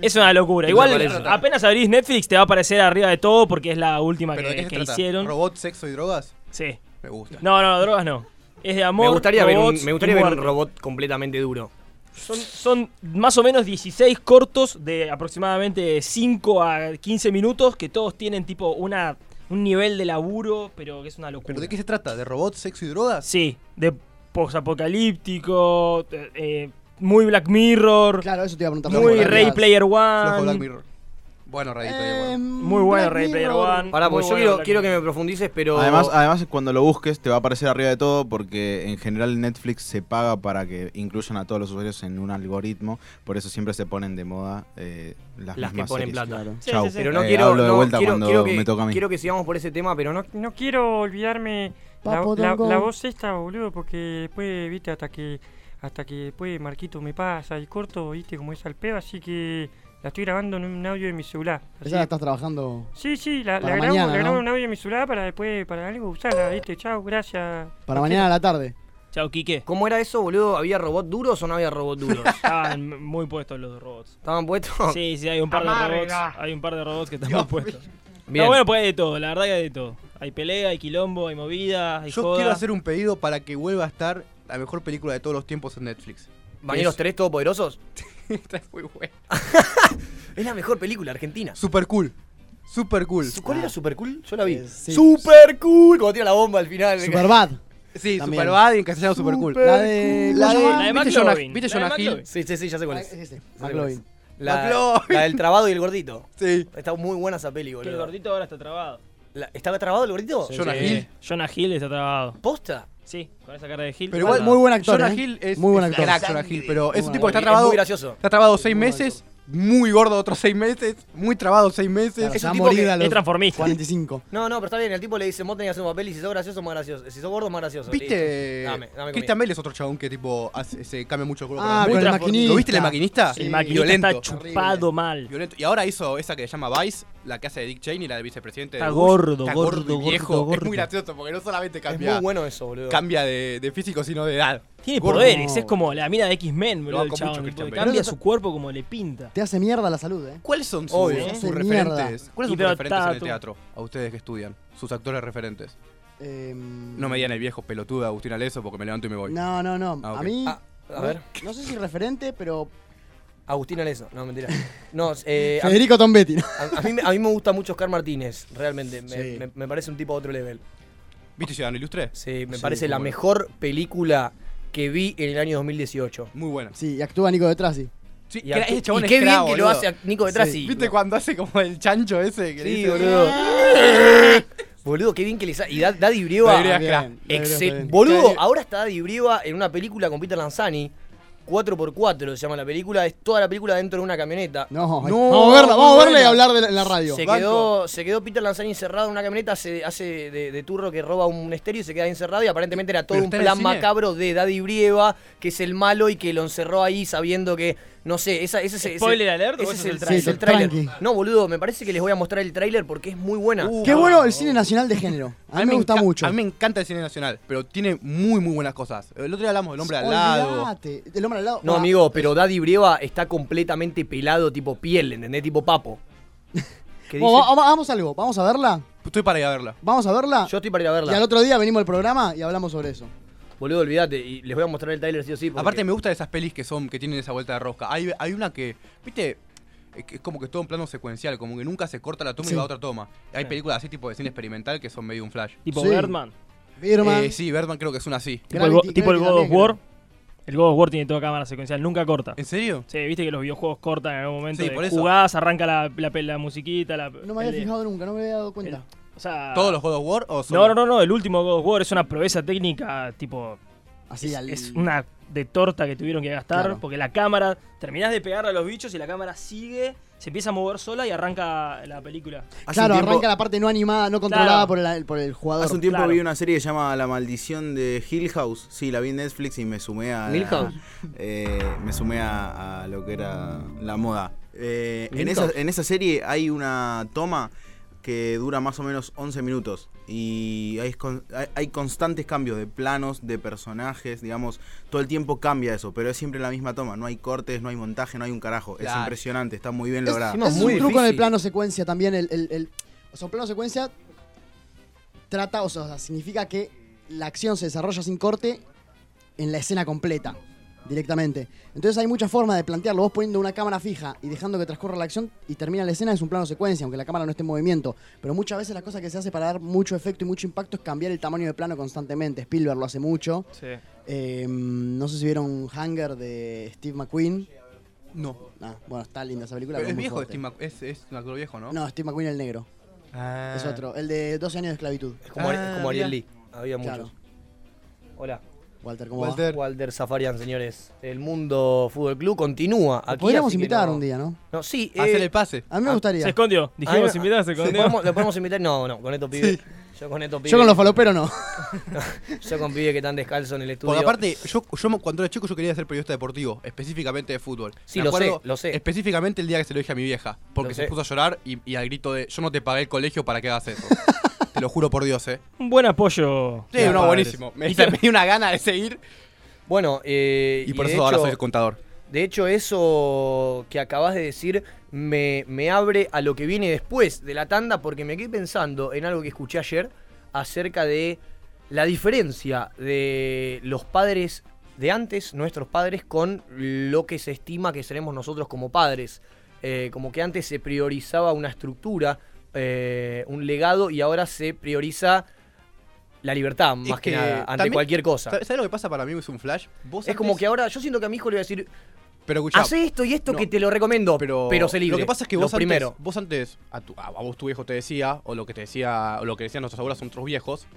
Es una locura. ¿De Igual qué se trata? apenas abrís Netflix te va a aparecer arriba de todo porque es la última ¿Pero de que, qué se que trata? hicieron. ¿Robot, sexo y drogas? Sí. Me gusta. No, no, drogas no. Es de amor. me gustaría, ver un, robots me y gustaría ver un muerte. robot completamente duro. Son, son más o menos 16 cortos de aproximadamente 5 a 15 minutos que todos tienen tipo una un nivel de laburo, pero que es una locura. ¿Pero de qué se trata? ¿De robots, sexo y drogas? Sí, de posapocalíptico, eh, eh, muy Black Mirror. Claro, eso te iba a preguntar. Muy Ray Player One. Bueno, Ray Player One. Em, Muy bueno Ray Player One. Pará, muy pues yo bueno quiero, Black quiero que me profundices, pero. Además, ah, además, cuando lo busques te va a aparecer arriba de todo porque en general Netflix se paga para que incluyan a todos los usuarios en un algoritmo. Por eso siempre se ponen de moda eh, las, las que mismas ponen series. plata. Sí, Chau. sí, sí. Pero no Eh, quiero. hablo de no, vuelta quiero, cuando quiero que, me toca a mí. Quiero que sigamos por ese tema, pero no. No quiero olvidarme la, Papo la- Dongo. la voz esta, boludo, porque después, viste, hasta que hasta que después Marquito me pasa y corto, viste, como es al pedo, así que la estoy grabando en un audio de mi celular. Así Esa la estás trabajando. Sí, sí, la, la Para grabo, mañana, la grabo ¿no? en un audio de mi celular para después, para algo usarla, viste, chao, gracias. Para mañana a la tarde. Chao, Quique. ¿Cómo era eso, boludo? ¿Había robot duros o no había robot duros? Estaban muy puestos los robots. ¿Estaban puestos? Sí, sí, hay un par de Amarga. robots. Hay un par de robots que están muy puestos. Bien. Pero bueno, pues hay de todo, la verdad que hay de todo. Hay pelea, hay quilombo, hay movida, hay Yo joda. quiero hacer un pedido para que vuelva a estar la mejor película de todos los tiempos en Netflix. ¿Van ir los [LAUGHS] tres todopoderosos? Esta es muy buena. [LAUGHS] es la mejor [LAUGHS] película argentina. Super cool. Super cool. ¿Cuál era Super Cool? Yo la Eh, vi. sí. Super Cool. Cuando tira la bomba al final. Superbad. Sí, También. Superbad y en castellano Super Cool. La de- La de- ¿cómo se llama? ¿Viste Jonah, ¿viste Jonah Hill? Sí, sí, sí, ya sé cuál es. Ah, ese, Ya sé cuál McLovin. es. La, McLovin. la del trabado y el gordito. Sí. Está muy buena esa peli, Que el boludo. gordito ahora está trabado. La- ¿Estaba trabado el gordito? Jonah Hill. Jonah Hill está trabado. ¿Posta? Sí, con esa cara de Hill. Pero igual, Bárbaro. Jonah Hill es, Muy buen es actor. crack Jonah Hill, pero es un tipo Muy que buen está actor. trabado. Es muy gracioso. Está trabado seis meses, muy gordo otros seis meses, muy trabado seis meses. Claro, se va a morir a los es transformista. 45. No, no, pero está bien. El tipo le dice, vos tenés que hacer un papel y si sos gracioso, más gracioso. Si sos gordo, más gracioso. ¿Viste? Listo. Dame, dame Christian Bale es otro chabón que tipo hace- se cambia mucho el culo. Ah, con con la el música. maquinista. ¿Lo viste el maquinista? Sí. El maquinista Violento. está chupado mal. Violento. Y ahora hizo esa que se llama Vice, la que hace de Dick Cheney, la del vicepresidente. de Está Bush. gordo, Está gordo, gordo, y gordo, viejo. Es gordo. muy gracioso porque no solamente comida. cambia, Es muy bueno eso, boludo. cambia de, de físico, sino de edad. Tiene Gordo. poderes, es como la mina de X-Men, boludo. El banco chabón, mucho, tipo, Christian Bale. cambia su cuerpo como le pinta. Te hace mierda la salud, eh. ¿Cuáles son sus, Obvio. sus Hace mierda. referentes? Y ¿Cuáles son sus pero referentes en el Tatum. teatro? A ustedes que estudian, sus actores referentes. Em, No me digan el viejo pelotudo de Agustín Aleso porque me levanto y me voy. No, no, no. Ah, ok. A mí. Ah, a no- ver. No sé si referente, pero. Agustín Aleso. No, mentira. [LAUGHS] No, eh, a- Federico Tombetti. ¿no? A, a mí, me- a mí me gusta mucho Oscar Martínez, realmente. Me, Sí. me- me parece un tipo de otro level. ¿Viste Ciudadano Ilustre? Sí, me Sí, parece muy la bueno. mejor película que vi en el año 2018. Muy buena. Sí, y actúa Nico detrás, sí. Sí, Y, a- ese y chabón es qué bien cra, que lo boludo. hace a Nico detrás. Sí. y- ¿Viste cuando hace como el chancho ese? Que le Sí, dice, "Ah"? boludo. "Ah". boludo, qué bien que les ha... Y Da- Daddy Brieva... Daddy Brieva es crack. Bien, Excel- está bien. Boludo, Daddy- ahora está Daddy Brieva en una película con Peter Lanzani. 4x4 se llama la película. Es toda la película dentro de una camioneta. No, No, vamos a verla, muy vamos a verla y buena. hablar de la- en la radio. Se Banco. quedó, se quedó Peter Lanzani encerrado en una camioneta, se hace de, de turro que roba un estéreo y se queda ahí encerrado y aparentemente era todo ¿Pero un está en el plan cine? macabro de Daddy Brieva, que es el malo y que lo encerró ahí sabiendo que, no sé, esa, ese, ese- ¿Spoiler alert o eso ese es es el, el tra- Sí, es el to- tráiler. tranqui. No, boludo, me parece que les voy a mostrar el tráiler porque es muy buena. Uh, Qué bueno el cine nacional de género. A mí me gusta enca- mucho. A mí me encanta el cine nacional, pero tiene muy, muy buenas cosas. El otro día hablamos del hombre al lado. Olvídate, El hombre al lado. no, Ah, amigo, pero Daddy Brieva está completamente pelado, tipo piel, ¿entendés? Tipo papo. ¿Qué dice? Vamos, vamos- vamos a algo, vamos a verla. Estoy para ir a verla. Vamos a verla. Yo estoy para ir a Y al verla. otro día venimos al programa y hablamos sobre eso. Boludo, olvídate. Y les voy a mostrar el tráiler sí o sí. porque- Aparte me gustan esas pelis que son, que tienen esa vuelta de rosca. Hay, hay una que, viste, eh, que es como que todo en plano secuencial, como que nunca se corta la toma Sí. y va a otra toma. Hay Sí. películas así tipo de cine experimental que son medio un flash. Tipo Sí. Birdman. Birman. Eh, sí, Birdman creo que es una así. Tipo el, go- Gravity, tipo el Gravity God of también, War. El God of War tiene toda cámara secuencial, nunca corta. ¿En serio? Sí, viste que los videojuegos cortan en algún momento. Sí, de por eso. Jugás, arranca la, la, pe- la musiquita. La, No me había el de- fijado nunca, no me había dado cuenta. O sea, ¿Todos los God of War o solo? Ah. No, no, no, no, el último God of War es una proeza técnica, tipo. Así es, al- es una de torta que tuvieron que gastar, Claro. porque la cámara. Terminás de pegar a los bichos y la cámara sigue, se empieza a mover sola y arranca la película. Hace un Claro, tiempo- arranca la parte no animada, no controlada Claro. por, el, por el jugador. Hace un tiempo Claro. vi una serie que se llama La Maldición de Hill House. Sí, la vi en Netflix y me sumé a. Hill House. [LAUGHS] eh, me sumé a, a lo que era la moda. Eh, en, Hill esa, House. en esa serie hay una toma que dura más o menos 11 minutos. Y hay, con- hay- hay constantes cambios de planos, de personajes, digamos. Todo el tiempo cambia eso, pero es siempre la misma toma. No hay cortes, no hay montaje, no hay un carajo. Es Claro. impresionante, está muy bien Es, logrado. es un muy truco en el difícil. plano secuencia también. El, el- el- o sea, un plano secuencia trata, o sea, significa que la acción se desarrolla sin corte en la escena completa. directamente. Entonces hay muchas formas de plantearlo. Vos poniendo una cámara fija y dejando que transcurra la acción y termina la escena es un plano secuencia, aunque la cámara no esté en movimiento. Pero muchas veces la cosa que se hace para dar mucho efecto y mucho impacto es cambiar el tamaño de plano constantemente. Spielberg lo hace mucho. Sí. Eh, no sé si vieron Hunger de Steve McQueen. No. Ah, bueno, está linda esa película. Pero pero es muy viejo, fuerte. Steve Mc- es, es un actor viejo, ¿no? No, Steve McQueen el negro. Ah. Es otro. El de 12 años de esclavitud. Es como, Ari- es como Ariel Lee. Había muchos. Claro. Hola. Walter, ¿cómo va? Walter. Walter Zafarian, señores. El mundo Fútbol Club continúa. Aquí, Podríamos así que invitar no- un día, ¿no? No, sí. eh, Hacer el pase. A mí me gustaría. Se escondió. Dijimos Ah, invitar, se escondió. ¿Lo podemos, lo podemos invitar? No, no, con estos pibes. Yo con estos pibes. Yo con los faloperos no. [LAUGHS] Yo con pibes que están descalzos en el estudio. Porque aparte, yo, yo mo- cuando era chico yo quería ser periodista deportivo, específicamente de fútbol. Sí, Me lo sé, acuerdo lo sé. Específicamente el día que se lo dije a mi vieja, porque Lo se sé. puso a llorar y, y al grito de yo no te pagué el colegio para que hagas [LAUGHS] eso. te lo juro por Dios, eh. Un buen apoyo. Sí, no, buenísimo. Este Me, me dio una gana de seguir. Bueno, eh, Y por de eso ahora hecho- soy el contador. De hecho, eso que acabas de decir me, me abre a lo que viene después de la tanda, porque me quedé pensando en algo que escuché ayer acerca de la diferencia de los padres de antes, nuestros padres, con lo que se estima que seremos nosotros como padres. Eh, como que antes se priorizaba una estructura, eh, un legado, y ahora se prioriza la libertad, más Es que, nada, ante también- cualquier cosa. ¿Sabes lo que pasa para mí? Es un flash. Vos Es como que ahora, yo siento que a mi hijo le voy a decir, Pero escuchá, hace esto y esto que te lo recomiendo, pero, se Lo libre. que pasa es que Lo vos antes, primero. vos antes a, tu- a vos tu viejo te decía, o lo que te decía, o lo que decían nuestros abuelos, nuestros viejos,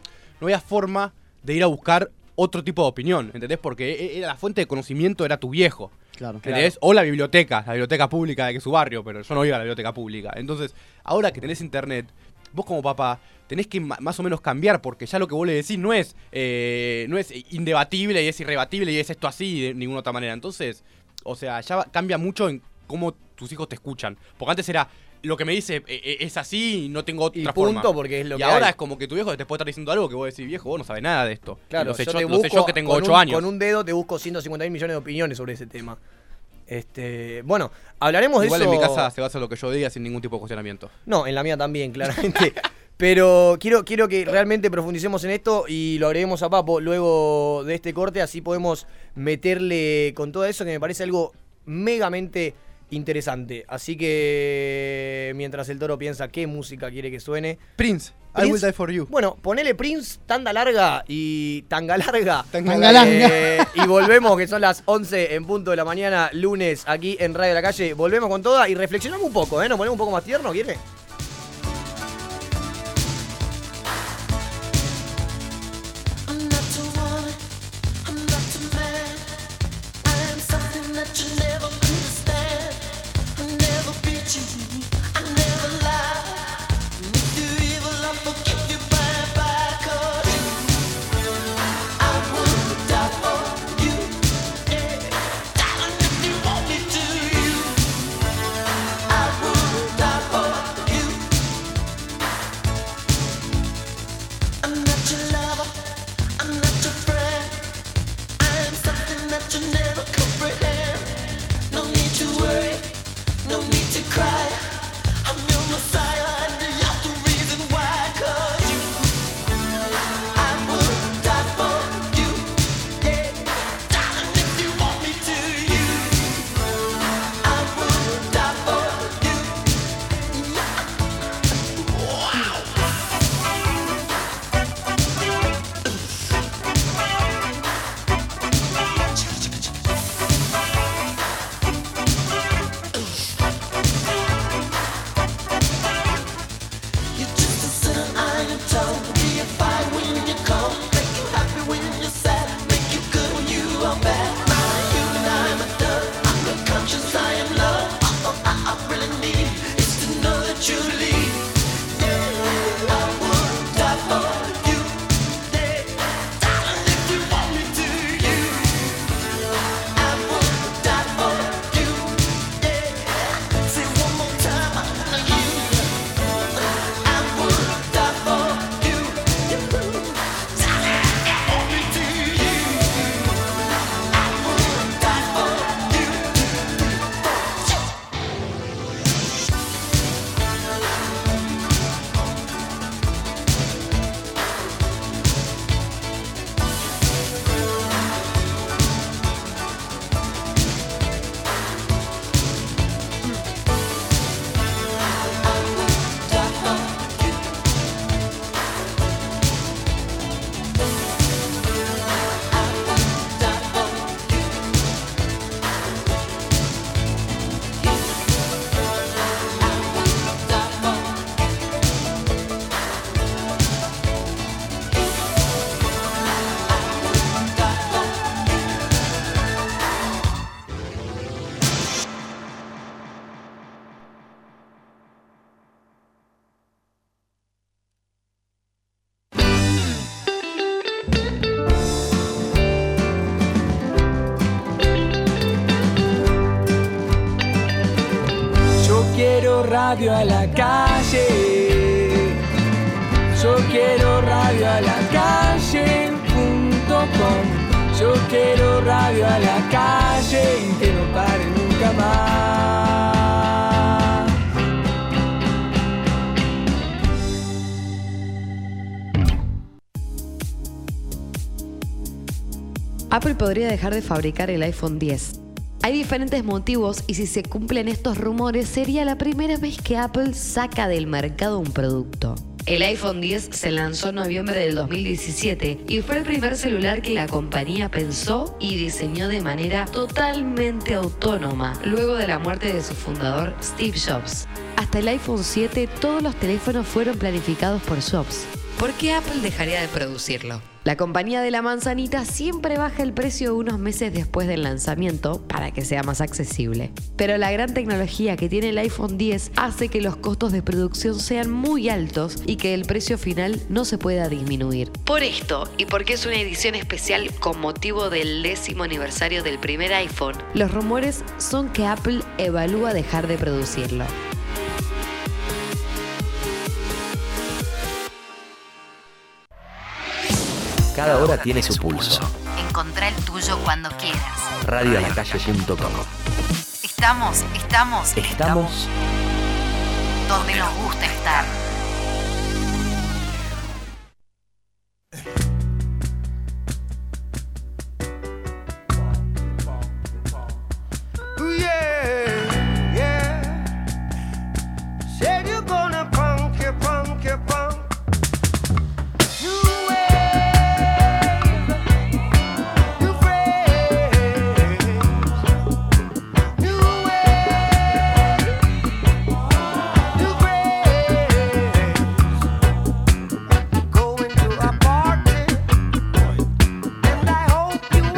no había forma de ir a buscar otro tipo de opinión, ¿entendés? Porque e- era la fuente de conocimiento era tu viejo. Claro. ¿Entendés? O la biblioteca, la biblioteca pública de que es su barrio, pero yo no iba a la biblioteca pública. Entonces, ahora que tenés internet, vos como papá tenés que ma- más o menos cambiar, porque ya lo que vos le decís no es, eh, no es indebatible y es irrebatible y es esto así de ninguna otra manera. Entonces, o sea, ya va- cambia mucho en cómo tus hijos te escuchan. Porque antes era, lo que me dice eh, eh, es así y no tengo otra punto, forma. porque es lo y que ahora hay. es como que tu viejo te puede estar diciendo algo que vos decís, viejo, vos no sabes nada de esto. Claro, lo sé yo yo, te lo sé busco yo que tengo con 8 un- años. Con un dedo te busco 150 mil millones de opiniones sobre ese tema. Este, bueno, hablaremos Igual de eso. en mi casa se va a hacer lo que yo diga sin ningún tipo de cuestionamiento. No, en la mía también, [LAUGHS] claramente. Pero quiero, quiero que realmente profundicemos en esto y lo agreguemos a Papo luego de este corte, así podemos meterle con todo eso que me parece algo megamente interesante. Así que mientras el toro piensa qué música quiere que suene. Prince, I will die for you. Bueno, ponele Prince, tanda larga y tanga larga. Tangalanga. Eh, y volvemos, que son las 11 en punto de la mañana, lunes, aquí en Radio de la Calle. Volvemos con toda y reflexionamos un poco, ¿eh? Nos ponemos un poco más tierno, ¿quiere? I'm not your woman. I'm not your man. I am something that you never understand. I never beat you. I never lie. And if you're evil, I'll forgive you by and by. 'Cause I would die for you. Yeah. Darling, if you want me to, you. I would die for you. radio a la calle. Yo quiero radio a la calle. punto com. Yo quiero radio a la calle y que no pare nunca más. Apple podría dejar de fabricar el iPhone 10. Hay diferentes motivos y si se cumplen estos rumores sería la primera vez que Apple saca del mercado un producto. El iPhone 10 se lanzó en noviembre del 2017 y fue el primer celular que la compañía pensó y diseñó de manera totalmente autónoma, luego de la muerte de su fundador Steve Jobs. Hasta el iPhone 7 todos los teléfonos fueron planificados por Jobs. ¿Por qué Apple dejaría de producirlo? La compañía de la manzanita siempre baja el precio unos meses después del lanzamiento para que sea más accesible. Pero la gran tecnología que tiene el iPhone 10 hace que los costos de producción sean muy altos y que el precio final no se pueda disminuir. Por esto, y porque es una edición especial con motivo del décimo aniversario del primer iPhone, los rumores son que Apple evalúa dejar de producirlo. Cada hora tiene su pulso. Encontrá el tuyo cuando quieras. Radioalacalle.com Estamos, estamos, Estamos donde nos gusta estar. Yeah, yeah. Said you're gonna punk, you punk, you punk. You wave, you phrase. You wave, you phrase. Oh, Oh,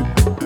Oh, Oh,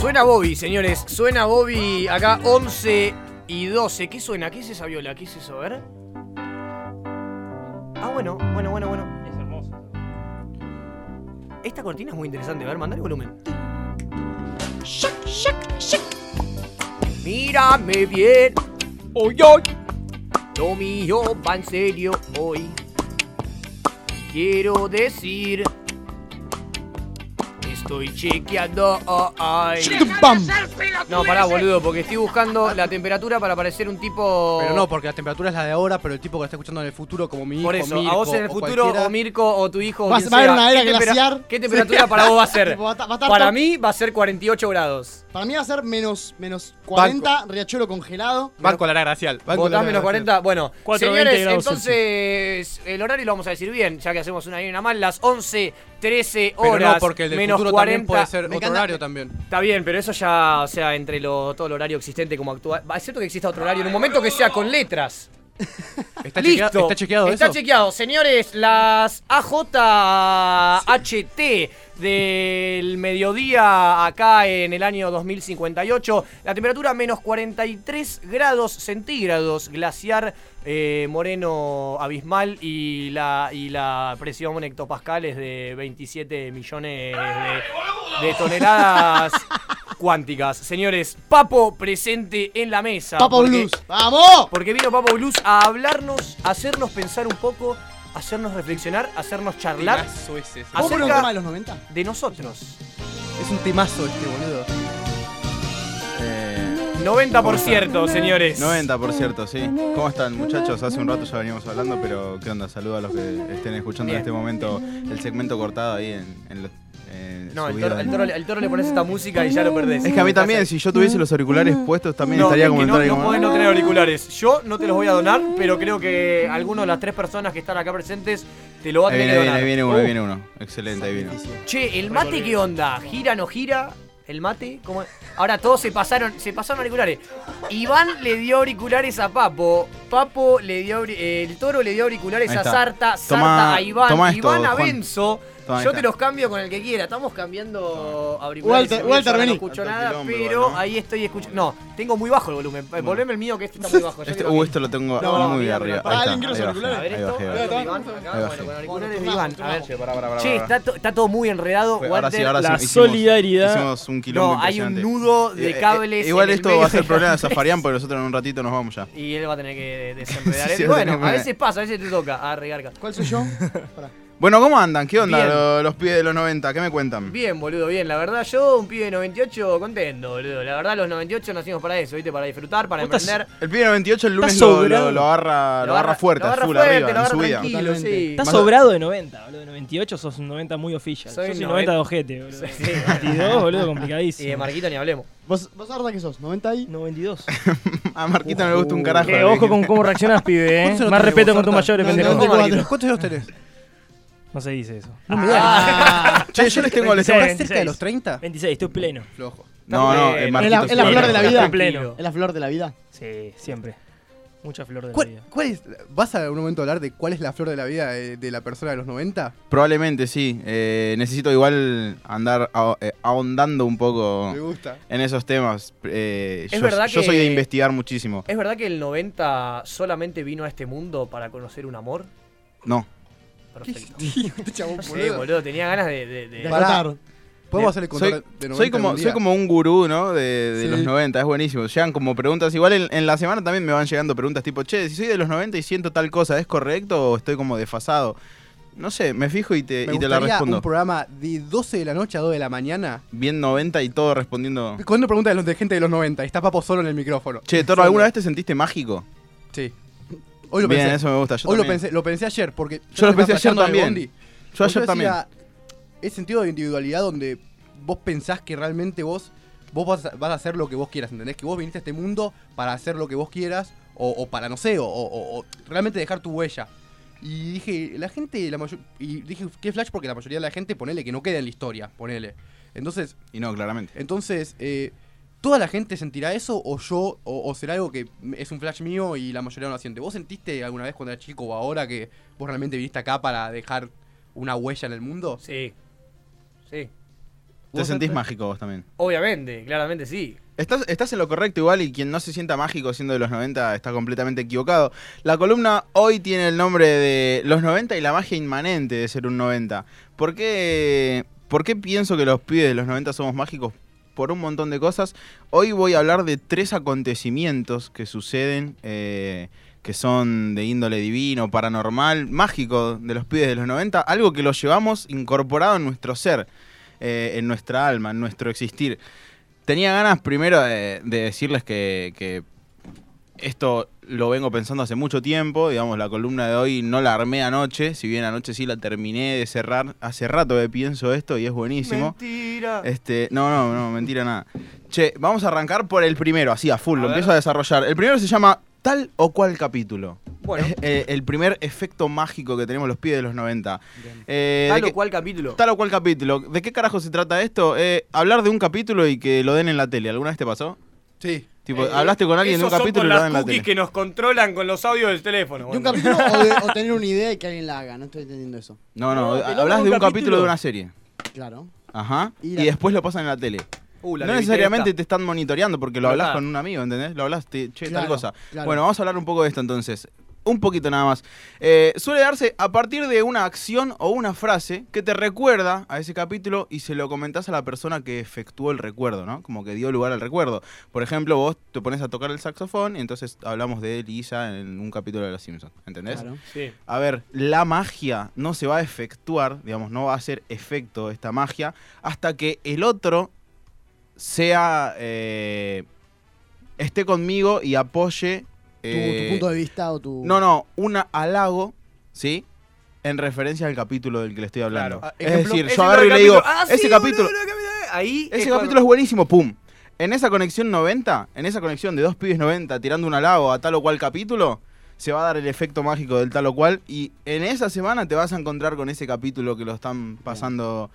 Suena Bobby, señores. Suena Bobby acá 11 y 12. ¿Qué suena? ¿Qué es esa viola? ¿Qué es eso? A ver. Ah, bueno, bueno, bueno, bueno. Es hermoso. Esta cortina es muy interesante. A ver, mandar el volumen. Mírame bien. Hoy, hoy. Lo mío va en serio hoy. Quiero decir. Estoy chequeando. oh, ay. No, pará, boludo, porque estoy buscando la temperatura para parecer un tipo. Pero no, porque la temperatura es la de ahora, pero el tipo que la está escuchando en el futuro, como mi hijo, Por eso, Mirko, a vos en o el futuro, cualquiera- o Mirko, o tu hijo. o Va- quien va a haber sea, una era ¿qué tempera- glaciar. ¿Qué temperatura para vos va a ser? [LAUGHS] Tipo, va a ta- va a estar para todo- mí va a ser 48 grados. Para mí va a ser menos, menos 40, riachuelo congelado. Banco la era glacial. banco Votás la era menos glacial. 40. Bueno, 420 señores, grados entonces el horario lo vamos a decir bien, ya que hacemos una y una mal, las 11, 13 Pero no, horas. porque el del menos futuro 40. también puede ser Me otro encanta. horario también. Está bien, pero eso ya, o sea, entre lo- todo el horario existente como actual. va, Excepto que exista otro horario, en un momento que sea con letras. ¿Está, Listo. chequeado, ¿Está chequeado Está eso? chequeado, señores. Las AJHT del mediodía acá en el año 2058. La temperatura menos 43 grados centígrados. Glaciar eh, moreno abismal y la, y la presión en hectopascales de 27 millones de, de [LAUGHS] toneladas cuánticas. Señores, Papo presente en la mesa. Papo porque- Blues. ¡Vamos! porque vino Papo Blues a hablarnos, a hacernos pensar un poco, a hacernos reflexionar, a hacernos charlar Temazo ese, ese. ¿Vos Acerca- poner un tema de los 90? de nosotros. Es un temazo este, boludo. Eh, 90 por cierto, señores. 90 por cierto, sí. ¿Cómo están, muchachos? Hace un rato ya veníamos hablando, pero ¿qué onda? Saludo a los que estén escuchando Bien. en este momento el segmento cortado ahí en, en los- eh, No, el subido toro, en- el toro- el toro le pones esta música y ya lo perdés. Es que a mí también, si yo tuviese los auriculares puestos, también No, estaría es como que el no, toro y no como- podés no tener auriculares. Yo no te los voy a donar, pero creo que alguno de las tres personas que están acá presentes te lo va a Ahí viene, tener que ahí donar. viene, ahí viene uno, ahí Uh. viene uno. Excelente, ahí vino. Che, ¿el mate qué onda? ¿Gira no gira? ¿El mate? ¿Cómo es? Ahora todos se pasaron, se pasaron auriculares. Iván le dio auriculares a Papo. Papo le dio auri- eh, el toro le dio auriculares Ahí a está. Sarta, Sarta Tomá- a Iván, tomá esto, Iván a Juan. Benzo. Tomá, ahí Yo está. te los cambio con el que quiera. Estamos cambiando auriculares. Walter, Yo Walter, no vení. escucho Tanto nada, quilombo, pero ahí estoy escuchando. No, tengo muy bajo el volumen. Eh, Volveme el mío que este está muy [LAUGHS] bajo. Yo Este, quiero uh, que- esto lo tengo No, no, muy mira, arriba. mira, Ahí pará, está, ahí alguien quiere los bajé, auriculares. ahí A ver bajé, esto, ahí a ver, bajé. Iván, acá, Ahí bueno, bajé. con auriculares de Iván. A ver. Pará, pará, pará, Che, pará. está, to- está todo muy enredado. Fue- ahora sí, Walter. ahora sí, La hicimos- solidaridad. Hicimos un quilombo No, hay un impresionante. nudo de Eh, eh, cables en igual el esto medio va a ser de problema de la mesa. Zafarián, porque nosotros en un ratito nos vamos ya. Y él va a [LAUGHS] tener que desenredar. Sí, sí, él. va a bueno, tener que a poner- veces pasa, a veces te toca. Ah, A regarca. ¿Cuál [LAUGHS] soy yo? Bueno, ¿cómo andan? ¿Qué onda Bien. lo- los pibes de los 90? ¿Qué me cuentan? Bien, boludo, bien. La verdad, yo, un pibe de 98, contento, boludo. La verdad, los 98 nacimos para eso, ¿viste? Para disfrutar, para Vos estás- emprender. El pibe 98 el lunes Está lo, sobrado. lo- lo Ah, agarra, lo agarra fuerte, lo agarra full fuerte, arriba, lo en agarra su vida. tranquilo, sí. Está Más- sobrado de 90, boludo. De 98 sos un 90 muy official. Soy Yo soy 90 90. de ojete, boludo. Sí. [LAUGHS] 22, boludo, complicadísimo. Y de Marquito ni hablemos. ¿Vos, vos Arda, qué sos? ¿90 y? 92. [LAUGHS] A Marquita no le gusta un carajo. Que Uh, eh, ojo con cómo [LAUGHS] reaccionás, pibe, eh. ¿Cuántos años Más tenés respeto vos, con tus Sarta? mayores, No, pendejo. no, no, ¿Cuántos años tenés? No se dice eso. No me da. [LAUGHS] Che, yo les tengo les tengo- Ah. ¿Estás cerca de los 30? 26, estoy pleno. Flojo. No, no, eh, Es ¿Es Marquito la, es la flor de la vida? En pleno. ¿Es la flor de la vida? Sí, siempre. Mucha flor de la ¿Cuál, vida. cuál es, ¿Vas a en un momento hablar de cuál es la flor de la vida de, de la persona de los 90? Probablemente sí. Eh, necesito igual andar ah- eh, ahondando un poco Me gusta. en esos temas. Eh, Es yo, verdad yo que- soy de investigar muchísimo. ¿Es verdad que el 90 solamente vino a este mundo para conocer un amor? No. [LAUGHS] Perfecto. Este chabón, No sé, boludo. boludo, tenía ganas de. de, de- Pará. Eh, Podemos Eh, Soy, hacer el contador de 90 soy como, algún día? soy como un gurú, ¿no? De, de Sí. los 90, es buenísimo. Llegan como preguntas. Igual en, en la semana también me van llegando preguntas tipo, che, si soy de los 90 y siento tal cosa, ¿es correcto o estoy como desfasado? No sé, me fijo y te, Me y te la gustaría respondo. un programa de 12 de la noche a 2 de la mañana. Bien 90 y todo respondiendo. Cuando preguntas de los de gente de los 90 y está Papo solo en el micrófono. Che, Toro, Solo. ¿alguna vez te sentiste mágico? Sí. Hoy lo Bien, pensé. eso me gusta, yo Hoy lo también. pensé, lo pensé ayer porque. Yo lo estaba pensé ayer flasheando en el también. bondi. Yo Porque ayer también. decía, Es sentido de individualidad donde vos pensás que realmente vos, vos vas, a, vas a hacer lo que vos quieras, ¿entendés? Que vos viniste a este mundo para hacer lo que vos quieras o, o para, no sé, o, o- o realmente dejar tu huella. Y dije, la gente, la mayo- y dije, qué flash porque la mayoría de la gente, ponele, que no queda en la historia, ponele. Entonces, Y no, claramente. entonces, eh, ¿toda la gente sentirá eso o yo, o, o será algo que es un flash mío y la mayoría no lo siente? ¿Vos sentiste alguna vez cuando eras chico o ahora que vos realmente viniste acá para dejar una huella en el mundo? Sí. Sí. Te sentís mágico vos también. Obviamente, claramente sí. Estás, estás en lo correcto igual y quien no se sienta mágico siendo de los 90 está completamente equivocado. La columna hoy tiene el nombre de Los 90 y la magia inmanente de ser un 90. ¿Por qué, por qué pienso que los pibes de los 90 somos mágicos? Por un montón de cosas. Hoy voy a hablar de tres acontecimientos que suceden, eh, que son de índole divino, paranormal, mágico de los pibes de los 90. Algo que los llevamos incorporado en nuestro ser, eh, en nuestra alma, en nuestro existir. Tenía ganas primero de, de decirles que, que esto lo vengo pensando hace mucho tiempo, digamos, la columna de hoy no la armé anoche, si bien anoche sí la terminé de cerrar, hace rato que pienso esto y es buenísimo. Mentira. Este, no, no, no, mentira nada. Che, vamos a arrancar por el primero, así a full, A lo ver. empiezo a desarrollar. El primero se llama tal o cual capítulo. [LAUGHS] Bueno. Es, [LAUGHS] eh, el primer efecto mágico que tenemos los pies de los 90. Eh, Tal ¿de o qué- cual capítulo. Tal o cual capítulo. ¿De qué carajo se trata esto? Eh, hablar de un capítulo y que lo den en la tele. ¿Alguna vez te pasó? Sí. Tipo, hablaste con alguien de un Eh, Esos son capítulo y lo con las dan en la cookies tele. que nos controlan con los audios del teléfono. De un boludo. capítulo o, de- o tener una idea y que alguien la haga. No estoy entendiendo eso. No, no, No, te lo hablas dan de un un capítulo capítulo. de una serie. Claro. Ajá. Y Y, la- después lo pasan en la tele. Uh, la no que viste necesariamente esta. te están monitoreando porque lo Verdad. hablas con un amigo, ¿entendés? Lo hablas, te- che, Claro, tal cosa. claro. Bueno, vamos a hablar un poco de esto entonces. Un poquito nada más. Eh, suele darse a partir de una acción o una frase que te recuerda a ese capítulo y se lo comentás a la persona que efectuó el recuerdo, ¿no? Como que dio lugar al recuerdo. Por ejemplo, vos te pones a tocar el saxofón y entonces hablamos de Lisa en un capítulo de Los Simpsons, ¿entendés? Claro. Sí. A ver, la magia no se va a efectuar, digamos, no va a hacer efecto esta magia hasta que el otro sea. eh, esté conmigo y apoye. Tu, eh, tu punto de vista o tu. No, no, un halago, ¿sí? En referencia al capítulo del que le estoy hablando. Claro. Ah, Es ejemplo, decir, ese yo agarro y otro le digo, capítulo. Ah, ese sí, capítulo. boludo, Ahí Ese es cuando- capítulo es buenísimo, pum. En esa conexión 90, en esa conexión de dos pibes 90 tirando un halago a tal o cual capítulo, se va a dar el efecto mágico del tal o cual. Y en esa semana te vas a encontrar con ese capítulo que lo están pasando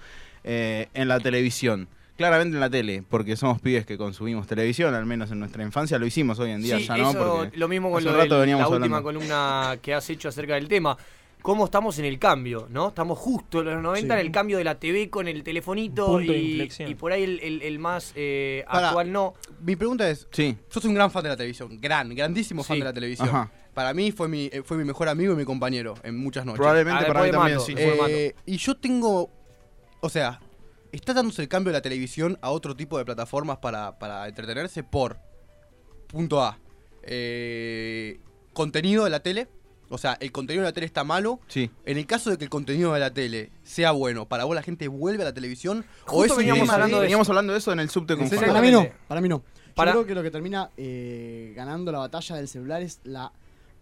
eh, en la televisión. Claramente en la tele, porque somos pibes que consumimos televisión, al menos en nuestra infancia lo hicimos hoy en día, Sí, ya no. eso, Porque lo mismo con hace lo un rato del- veníamos la última hablando. columna que has hecho acerca del tema. ¿Cómo estamos en el cambio? ¿no? Estamos justo en los 90 Sí. en el cambio de la TV con el telefonito Punto de y, inflexión. y por ahí el, el- el más eh, Pará. actual no. Mi pregunta es, Sí. yo soy un gran fan de la televisión, gran, grandísimo fan Sí. de la televisión. Ajá. Para mí fue mi, eh, fue mi mejor amigo y mi compañero en muchas noches. Probablemente Ah, para después mí de también, Mato, sí. después de Eh, y yo tengo, o sea, está dándose el cambio de la televisión a otro tipo de plataformas para, para entretenerse por, punto A, eh, contenido de la tele. O sea, el contenido de la tele está malo. Sí. En el caso de que el contenido de la tele sea bueno, para vos la gente vuelve a la televisión. Justo o eso veníamos hablando de Veníamos eso. hablando de eso en el subte con Para mí no, Exactamente. para mí no. Para- Yo creo que lo que termina eh, ganando la batalla del celular es la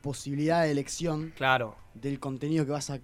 posibilidad de elección Claro. del contenido que vas a, a-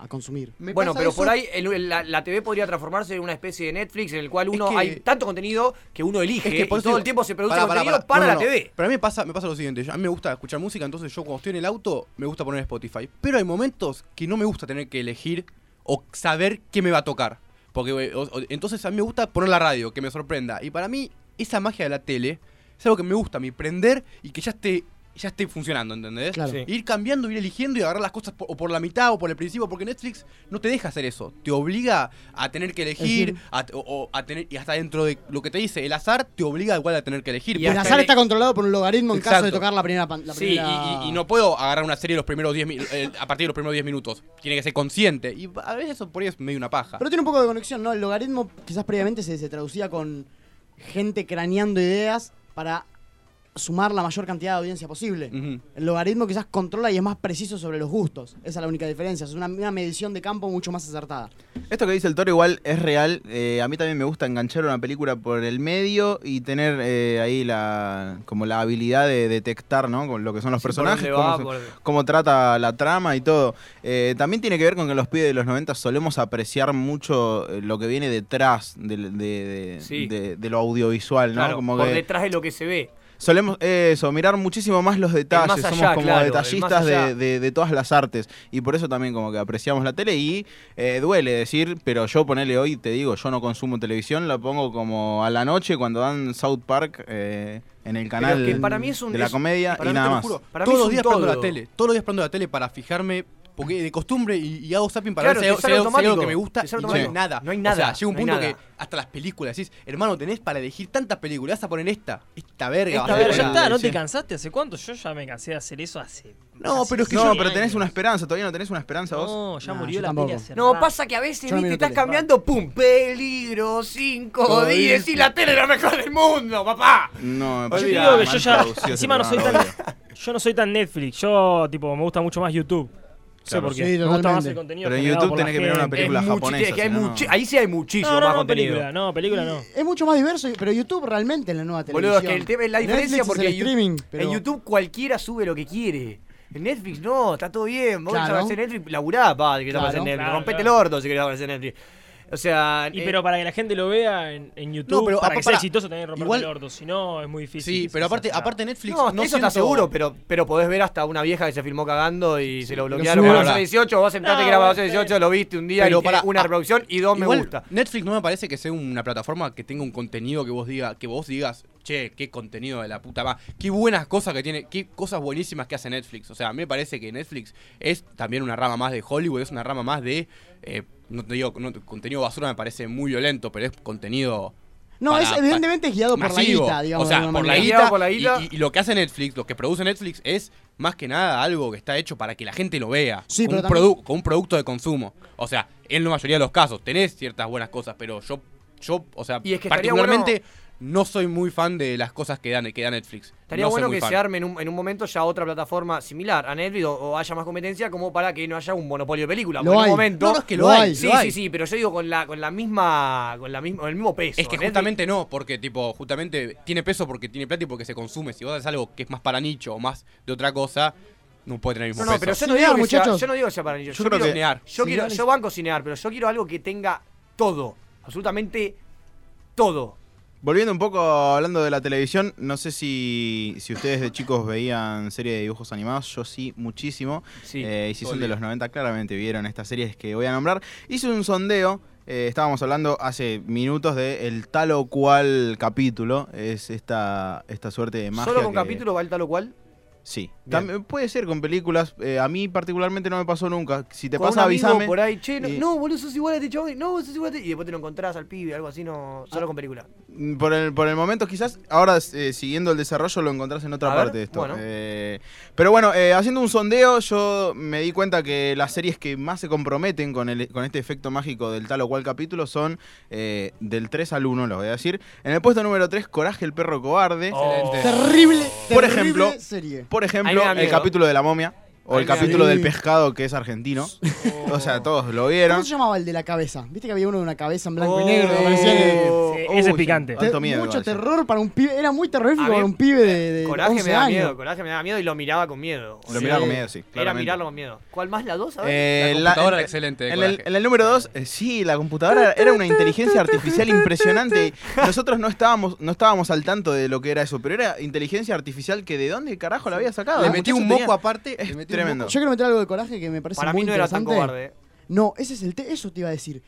a- a consumir. Bueno, pero por ahí el- el- la, la TV podría transformarse en una especie de Netflix en el cual uno que- hay tanto contenido que uno elige Es que por y eso todo digo- el tiempo se produce Pará, pará, contenido para, pará. No, la no, no. TV. Pero a mí me pasa, me pasa lo siguiente. yo- A mí me gusta escuchar música, entonces yo cuando estoy en el auto me gusta poner Spotify. Pero hay momentos que no me gusta tener que elegir o saber qué me va a tocar. Porque eh, o- o- entonces a mí me gusta poner la radio, que me sorprenda. Y para mí, esa magia de la tele es algo que me gusta, mi prender y que ya esté. Ya esté funcionando, ¿entendés? Claro. Sí. Ir cambiando, ir eligiendo y agarrar las cosas por- o por la mitad o por el principio, porque Netflix no te deja hacer eso. Te obliga a tener que elegir, Elegir. a- o- o a tener, y hasta dentro de lo que te dice, el azar te obliga igual a tener que elegir. Y el azar está controlado por un logaritmo en caso de Exacto. tocar la primera. pan- la Sí, primera... y, y- y no puedo agarrar una serie los primeros 10 mi- eh, a partir de los primeros 10 minutos. Tiene que ser consciente. Y a veces eso por ahí es medio una Ah. paja. Pero tiene un poco de conexión, ¿no? El logaritmo quizás previamente se, se traducía con gente craneando ideas para sumar la mayor cantidad de audiencia posible. El logaritmo quizás controla y es más preciso sobre los gustos. Esa es la única diferencia. Es una, una medición de campo mucho más acertada. Esto que dice el toro igual es real. eh, a mí también me gusta enganchar una película por el medio y tener eh, ahí la como la habilidad de detectar, ¿no? Con lo que son los Sí, por personajes, dónde cómo, va, se- por- cómo trata la trama y todo. Eh, también tiene que ver con que los pibes de los 90 solemos apreciar mucho eh, lo que viene detrás del- de, de- Sí. de- de lo audiovisual, ¿no? Claro, como por que detrás de lo que se ve. Solemos eso, mirar muchísimo más los detalles. más allá, Somos como claro, el más detallistas allá. de, de- de todas las artes. Y por eso también como que apreciamos la tele. Y eh, duele decir, pero yo ponele hoy, te digo, yo no consumo televisión, la pongo como a la noche cuando dan South Park eh, en el canal que para mí es un- de la es- comedia para y mí te nada lo más. juro, todos los días prendo todo. la tele. Todos los días prendo la tele para fijarme Porque de costumbre y, y hago zapping para Claro, ver te si sale hay- si hay- si hay algo automático. que me gusta Te sale y no hay automático. nada. No hay O sea, nada, llega un no hay punto nada. que hasta las películas decís, hermano, tenés para elegir tantas películas, vas a poner esta. Esta verga. Esta vas a verga, poner ya la está, ¿no te televisión". cansaste? ¿Hace cuánto? Yo ya me cansé de hacer eso hace. No, pero es que hace no, cien pero tenés años. una esperanza, todavía no tenés una esperanza vos. No, ya Nah, murió yo la tampoco. peli hace No, rato. pasa que a Yo veces, no viste, miro estás tele. cambiando, pum, peligro, 5, 10 y la tele es la mejor del mundo, papá. No, me Yo parece te digo que mal yo ya. producido ese Encima no soy tan. programa, [LAUGHS] Yo no soy tan Netflix. Yo, tipo, me gusta mucho más YouTube. No sé Claro. por qué. Sí, me gusta totalmente. más el contenido. Pero en generado YouTube por la tenés que mirar una gente. película Es muchi- japonesa, es que hay si no, no. muchi- Ahí sí hay muchísimo No, no, más no, contenido. Película, no, película no. Es mucho más diverso, pero YouTube realmente en la nueva televisión. Boludo, es que el tema es la diferencia Netflix porque es el en streaming, YouTube- pero en YouTube cualquiera sube lo que quiere. En Netflix no, está todo bien. Vos Claro. querés aparecer en Netflix, laburá, pa, si querés Claro, aparecer en Netflix. claro, Rompete claro. el orto si querés aparecer en Netflix. O sea. Y eh, pero para que la gente lo vea en, en YouTube, pero para que apa- sea para- exitoso tenés que romper igual- el orto, si no es muy difícil. Sí, que pero se aparte, salga. aparte Netflix No, no eso siento- está seguro, pero, pero podés ver hasta una vieja que se filmó cagando y se lo bloquearon. sube. Bueno, Es hace verdad. 18, vos sentaste No, que era para está este- 18, lo viste un día Pero y para- una ah, reproducción y dos Igual, me gusta. Netflix no me parece que sea una plataforma que tenga un contenido que vos digas, que vos digas, che, qué contenido de la puta más, qué buenas cosas que tiene, qué cosas buenísimas que hace Netflix. O sea, a mí me parece que Netflix es también una rama más de Hollywood, es una rama más de, eh, no te digo, no, contenido basura me parece muy violento, pero es contenido No, para- es, evidentemente es guiado por la masivo. guita, digamos. O de sea, alguna por la, manera. guita, y- Y, y lo que hace Netflix, lo que produce Netflix es más que nada algo que está hecho para que la gente lo vea. Sí, con, pero un también- produ- con un producto de consumo. O sea, en la mayoría de los casos tenés ciertas buenas cosas, pero yo, yo o sea, Y es que estaría particularmente no soy muy fan de las cosas que da, que da Netflix. Estaría No soy bueno muy que fan. se arme en un, en un momento ya otra plataforma similar a Netflix o, o haya más competencia como para que no haya un monopolio de película. Lo Porque en hay. un momento. No, no, es que lo Lo hay, hay. Sí, lo sí, hay. sí, pero yo digo con la, con la misma. Con la misma, con el mismo peso. Es que Netflix- justamente no, porque tipo, justamente tiene peso porque tiene plata y porque se consume. Si vos haces algo que es más para nicho o más de otra cosa, no puede tener el mismo No, no, peso. pero yo no, digo que sea, muchachos. yo no digo que sea para niños. Yo Yo, creo quiero, que- Cinear. yo, quiero, Cinear. yo banco cinear, pero yo quiero algo que tenga todo. Absolutamente todo. Volviendo un poco hablando de la televisión, no sé si, si ustedes de chicos veían series de dibujos animados, yo sí, muchísimo. Eh, y si todo son de el día. los 90, claramente vieron estas series que voy a nombrar. Hice un sondeo, eh, estábamos hablando hace minutos de el tal o cual capítulo, es esta, esta suerte de magia. Solo con que- capítulo va el tal o cual. Sí. Bien. También puede ser con películas, eh, a mí particularmente no me pasó nunca. Si te Con un pasa, amigo avísame. por ahí, che, no, Y- no, boludo, sos igual a este chabón. No, sos igual a este. Y después te lo encontrás al pibe, algo así, no. Ah. Solo con película. Mm, Por el, por el momento, quizás ahora eh, siguiendo el desarrollo lo encontrás en otra A ver, parte de esto. bueno. Eh, pero bueno, eh, haciendo un sondeo, yo me di cuenta que las series que más se comprometen con, el, con este efecto mágico del tal o cual capítulo son eh, del 3 al 1, lo voy a decir. En el puesto número 3, Coraje el perro cobarde. Terrible, Por terrible ejemplo, serie. por Oh. Ahí me ejemplo da el miedo. capítulo de la momia o Ahí el me da capítulo miedo. del pescado que es argentino. O sea, todos lo vieron. ¿Cómo se llamaba el de la cabeza? Viste que había uno de una cabeza en blanco Oh, y negro. que parecía que- sí, ese es Uy, picante. tanto Te- miedo, mucho ese. terror para un pibe. Era muy terrorífico A mí- para un pibe de, de Coraje 11 me da Eh, años. miedo, coraje me da miedo y lo miraba con miedo. Lo miraba con miedo, sí, Era claramente. mirarlo con miedo. ¿Cuál más la dos? A ver. Eh, La la- computadora en- era excelente de En el, Coraje. en el número 2, sí, la computadora era una inteligencia artificial impresionante. Nosotros no estábamos, no estábamos al tanto de lo que era eso, pero era inteligencia artificial que de dónde carajo la había sacado. Le Los metí un muchachos moco aparte, Es le metí un tremendo. Yo quiero meter algo de coraje que me parece Para muy mí no era tan interesante. cobarde, eh. No, ese es el te- eso te iba a decir.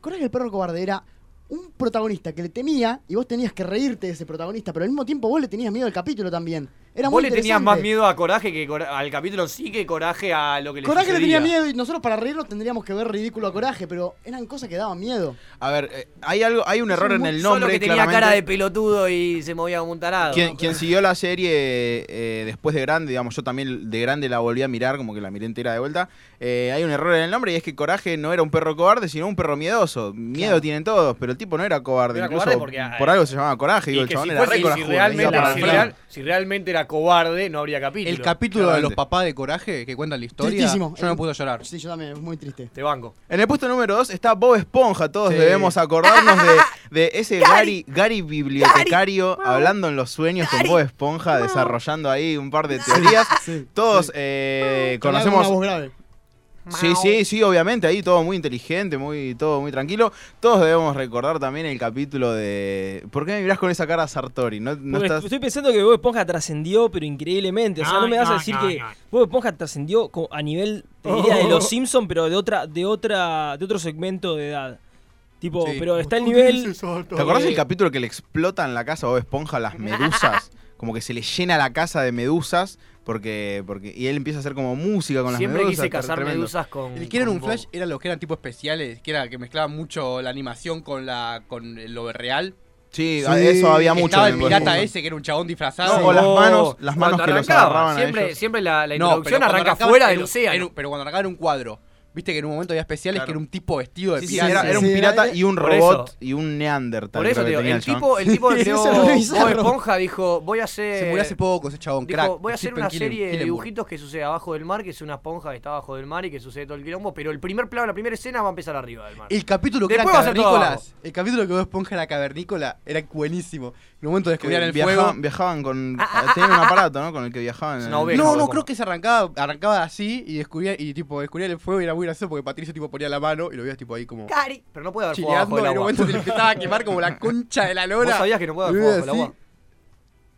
Coraje el perro cobarde era un protagonista que le temía y vos tenías que reírte de ese protagonista, pero al mismo tiempo vos le tenías miedo al capítulo también. Era Vos muy le tenías interesante. más miedo a Coraje que cora- al capítulo en sí que Coraje a lo que le Coraje le tenía sucedía. miedo y nosotros para reírnos tendríamos que ver ridículo a Coraje, pero eran cosas que daban miedo. A ver, eh, hay algo, hay un error en el nombre. Solo que tenía claramente. cara de pelotudo y se movía como un tarado. [LAUGHS] Quien, quien siguió la serie eh, después de grande, digamos, yo también de grande la volví a mirar, como que la miré entera de vuelta. eh, hay un error en el nombre y es que Coraje no era un perro cobarde, sino un perro miedoso. Miedo tienen todos, pero el tipo no era cobarde. No era incluso cobarde porque, ah, por algo se llamaba Coraje. Y Digo, el que chabón si era fuese- re si corajudo, iba realmente, para si, el frente. real- si realmente era cobarde, no habría capítulo. El capítulo de los papás de Coraje que cuentan la historia, Tristísimo. yo me puse a llorar. Sí, yo también, es muy triste. Te banco. En el puesto número 2 está Bob Esponja. Todos Sí. [LAUGHS] debemos acordarnos de, de ese Gary, Gary bibliotecario hablando en los sueños con Bob Esponja, desarrollando ahí un par de teorías. Todos eh, conocemos. Una voz grave. Sí, sí, sí, obviamente, ahí todo muy inteligente, muy, todo muy tranquilo. Todos debemos recordar también el capítulo de. ¿Por qué me mirás con esa cara Sartori? No, no Porque estás. Estoy pensando que Bob Esponja trascendió, pero increíblemente. O sea, no, No, me vas a no, decir no, que no. Bob Esponja trascendió co- a nivel te diría, de los Simpsons, pero de otra, de otra, de otro segmento de edad. Tipo, Sí. pero está el nivel. eh, ¿Te acordás del capítulo que le explotan la casa a Bob Esponja las medusas? como que se le llena la casa de medusas. Porque, porque, y él empieza a hacer como música con Siempre las medusas. quise cazar tremendo. medusas con- El El que que era eran un flash eran los que eran tipo especiales, que era que mezclaban mucho la animación con la con lo real. Sí, Sí. eso había mucho Estaba en el el pirata Bob. ese que era un chabón disfrazado. No, o las manos- las manos Cuando que los agarraban a Siempre- ellos. siempre la- la No, pero introducción cuando arranca arrancaba fuera era del un- océano. era un- pero cuando arrancaban un cuadro, viste que en un momento había especiales que era un tipo vestido de Sí, sí, pirata. era, era un pirata y un Por robot eso. y un neandertal. Por creo que eso, te digo, tenía el chabón. tipo, el tipo que creó Eso es lo bizarro. Bob Esponja dijo, voy a hacer... Se murió hace poco ese chabón, dijo, crack, voy a hacer Stephen una Killen- serie de Killenburg. dibujitos que sucede abajo del mar, que es una esponja que está abajo del mar y que sucede todo el quilombo, pero el primer plano, la primera escena va a empezar arriba del mar. El capítulo que Después va era a ser todo cavernícolas, el capítulo que Bob Esponja era cavernícola, era buenísimo. En un momento descubrían el viajaban, fuego. viajaban con. Ah, eh, tenían un aparato, ¿no? Con el que viajaban. en- no, no, creo que se arrancaba, arrancaba así y descubría, y tipo, descubría el fuego y era muy gracioso porque Patricio tipo ponía la mano y lo veías tipo ahí como Cari. Pero no puede haber fuego abajo chileando del y en un agua. momento te empezaba a quemar como la concha de la lora. ¿Vos sabías que no puede Y haber veías fuego bajo el así. agua?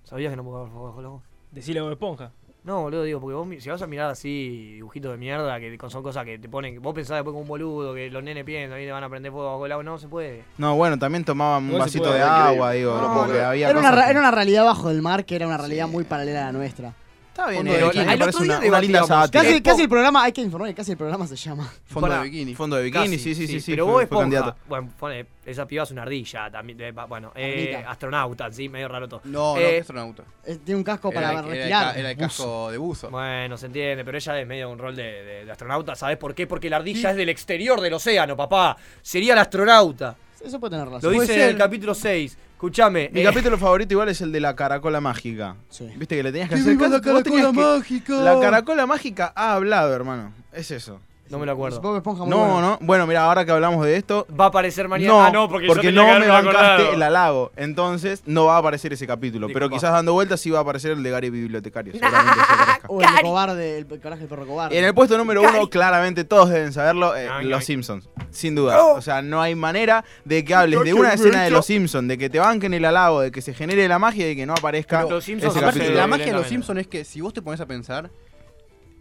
¿Sabías que no puede haber fuego bajo el agua? Decirle a Bob Esponja. No, boludo, digo, porque vos mi- si vas a mirar así dibujitos de mierda, que con- son cosas que te ponen, vos pensás después como un boludo, que los nenes piensan, ahí te van a prender fuego bajo el agua, no se puede. No, bueno, también tomaban un Igual se vasito puede, de increíble. agua, digo. No, como no. que había Era una, cosas ra- que- era una realidad bajo el mar que era una realidad muy paralela a la nuestra. Está bien, eh, Fondo de me bikini. parece una- una linda sátira. Casi, Eh, casi el programa, hay que informar que casi el programa se llama. Fondo de Pará. bikini. Fondo de bikini, Casi, sí, sí, sí, sí, Pero fue- vos fue esponja, candidato. bueno, pone- esa piba es una ardilla también, de- va- bueno, eh, Ardita. astronauta, sí, medio raro todo. No, no, Eh, que astronauta. Eh, Tiene un casco Era para el- retirar. ca- era el casco de buzo. Bueno, se entiende, pero ella es medio un rol de, de- de astronauta, ¿sabes por qué? Porque la ardilla es del exterior del océano, papá. Sería la astronauta. Eso puede Ah, tener Lo razón. dice en el capítulo 6. Escuchame. Mi eh, capítulo favorito igual es el de la caracola mágica. Viste que le tenías que hacer viva la caso, vos tenías caracola que- mágica. La caracola mágica ha hablado, hermano. Es eso. No me lo acuerdo. Bob Esponja muy No, bueno. no. Bueno, mira, ahora que hablamos de esto. Va a aparecer mañana. Ah, no, porque yo tenía no que me haberme acordado. bancaste el halago. Entonces, no va a aparecer ese capítulo. Pero Disculpa. quizás dando vueltas sí va a aparecer el de Gary Bibliotecario. seguramente se aparezca. O el cobarde, el coraje del perro cobarde. En el puesto número uno, claramente todos deben saberlo, eh, Ah, Ay, Los ay. Simpsons. Sin duda. Oh. O sea, no hay manera de que hables de una escena de Los Simpsons, de que te banquen el halago, de que se genere la magia y de que no aparezca Pero- ese Aparte, capítulo. la magia de los Simpsons es que si vos te pones a pensar,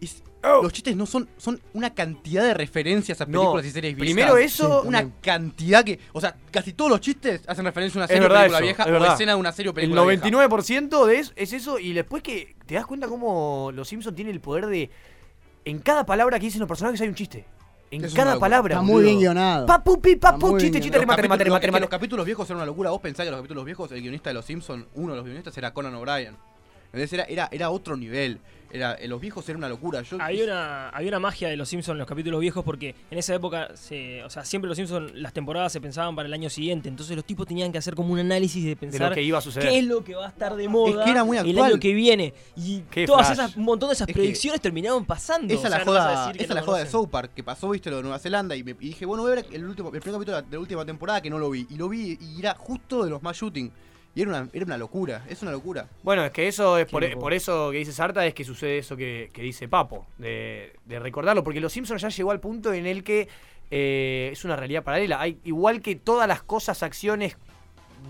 es- los chistes no son, son una cantidad de referencias a No. películas y series viejas. Primero eso- una cantidad que, o sea, casi todos los chistes hacen referencia a una Es serie o verdad película eso, vieja es o verdad. escena de una serie o El película vieja. 99% de es, es eso y después que te das cuenta cómo los Simpsons tienen el poder de... En cada palabra que dicen los personajes hay un chiste. En Eso es cada una locura. palabra. Está muy bien guionado. Papu, pi, papu, muy chiste, bien chiste, Los remate, capítulos- remate, remate, es que remate. Los capítulos viejos eran una locura. Vos pensás que los capítulos viejos, el guionista de Los Simpsons, uno de los guionistas era Conan O'Brien. Entonces era, era, era otro nivel. Era, eh, los viejos era una locura. Yo, Había una, había una magia de los Simpsons en los capítulos viejos porque en esa época, se, o sea, siempre los Simpsons, las temporadas se pensaban para el año siguiente. Entonces los tipos tenían que hacer como un análisis de pensar que iba a suceder. qué es lo que va a estar de moda que era muy el actual. año que viene. Y Qué todas flash. esas, un montón de esas Es que- predicciones terminaron pasando. O Esa es la sea, no vas a joda, decir que esa no la joda de conocen. South Park, que pasó, viste, lo de Nueva Zelanda, y, me, y dije, bueno, voy a ver el, último, el primer capítulo de la, de la última temporada que no lo vi. Y lo vi y era justo de los más shooting. Y era una, era una locura, es una locura. Bueno, es que eso es por, loco. por eso que dice Sarta es que sucede eso que, que dice Papo, de, de recordarlo, porque Los Simpsons ya llegó al punto en el que eh, es una realidad paralela. Hay, igual que todas las cosas, acciones,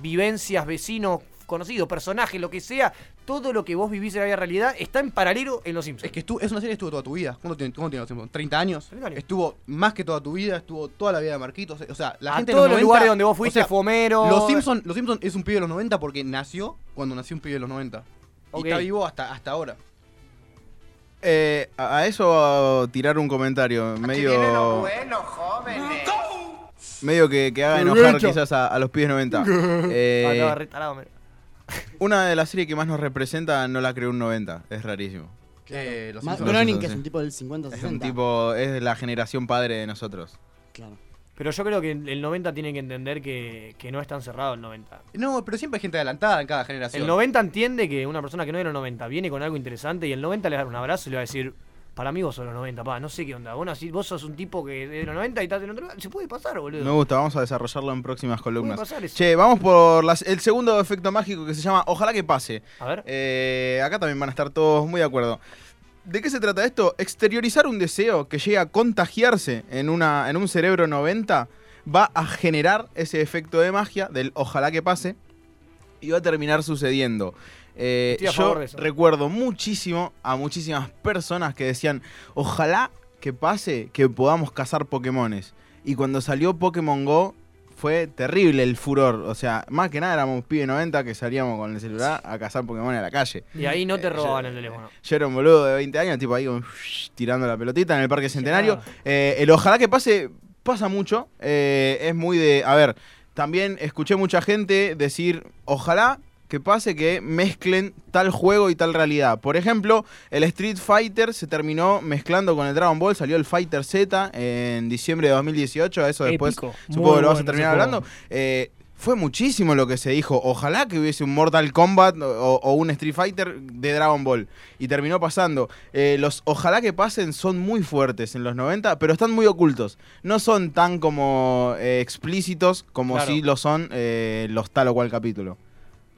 vivencias, vecinos, conocidos, personajes, lo que sea, todo lo que vos vivís en la vida realidad está en paralelo en Los Simpsons. Es que estu- es una serie que estuvo toda tu vida. ¿Cuánto tiene, cuánto tiene los Simpsons? ¿30 años? Estuvo más que toda tu vida, estuvo toda la vida de Marquitos. O sea, la A gente todos de los, 90, los lugares donde vos fuiste, o sea, fue Homero. Los Simpsons los Simpson es un pibe de los 90 porque nació cuando nació un pibe de los 90. Ok. Y está vivo hasta, hasta ahora. Eh, a a eso tirar un comentario medio, jóvenes. medio que, que haga Derecho. enojar quizás a, a los pibes 90. Eh, Ah, estaba retarado, Homero. una de las series que más nos representa no la creó un 90, es rarísimo. Eh, los Ma- Simpsons. Groening, que es sí. un tipo del 50, 60. Es un tipo, es la generación padre de nosotros. Claro. Pero yo creo que el 90 tiene que entender que, que no es tan cerrado el 90. No, pero siempre hay gente adelantada en cada generación. El 90 entiende que una persona que no era 90 viene con algo interesante y el 90 le va a dar un abrazo y le va a decir, para mí vos sos los 90, pa, no sé qué onda. Vos, nací- vos sos un tipo que es de los 90 y estás en otro lado. Se puede pasar, boludo. Me gusta, vamos a desarrollarlo en próximas columnas. Puede pasar eso. Che, vamos por las- el segundo efecto mágico que se llama Ojalá que pase. Eh, A ver. acá también van a estar todos muy de acuerdo. ¿De qué se trata esto? Exteriorizar un deseo que llega a contagiarse en, una, en un cerebro 90 va a generar ese efecto de magia del ojalá que pase y va a terminar sucediendo. Eh, Estoy a yo favor de eso. recuerdo muchísimo a muchísimas personas que decían, ojalá que pase que podamos cazar Pokémones. Y cuando salió Pokémon Go, fue terrible el furor. O sea, más que nada éramos pibe 90 que salíamos con el celular a cazar Pokémon en la calle. Y ahí Eh, no te robaban el teléfono. Yo era un boludo de 20 años, tipo ahí como, tirando la pelotita en el Parque Centenario. Eh, el ojalá que pase, pasa mucho. Eh, es muy de. A ver, también escuché mucha gente decir, ojalá que pase que mezclen tal juego y tal realidad. Por ejemplo, el Street Fighter se terminó mezclando con el Dragon Ball, salió el Fighter Z en diciembre de 2018, eso después Épico, muy supongo que lo vas a bueno terminar ese juego. hablando. Eh, fue muchísimo lo que se dijo. Ojalá que hubiese un Mortal Kombat o, o un Street Fighter de Dragon Ball. Y terminó pasando. Eh, los ojalá que pasen son muy fuertes en los 90, pero están muy ocultos. No son tan como eh, explícitos como Claro. sí lo son eh, los tal o cual capítulo.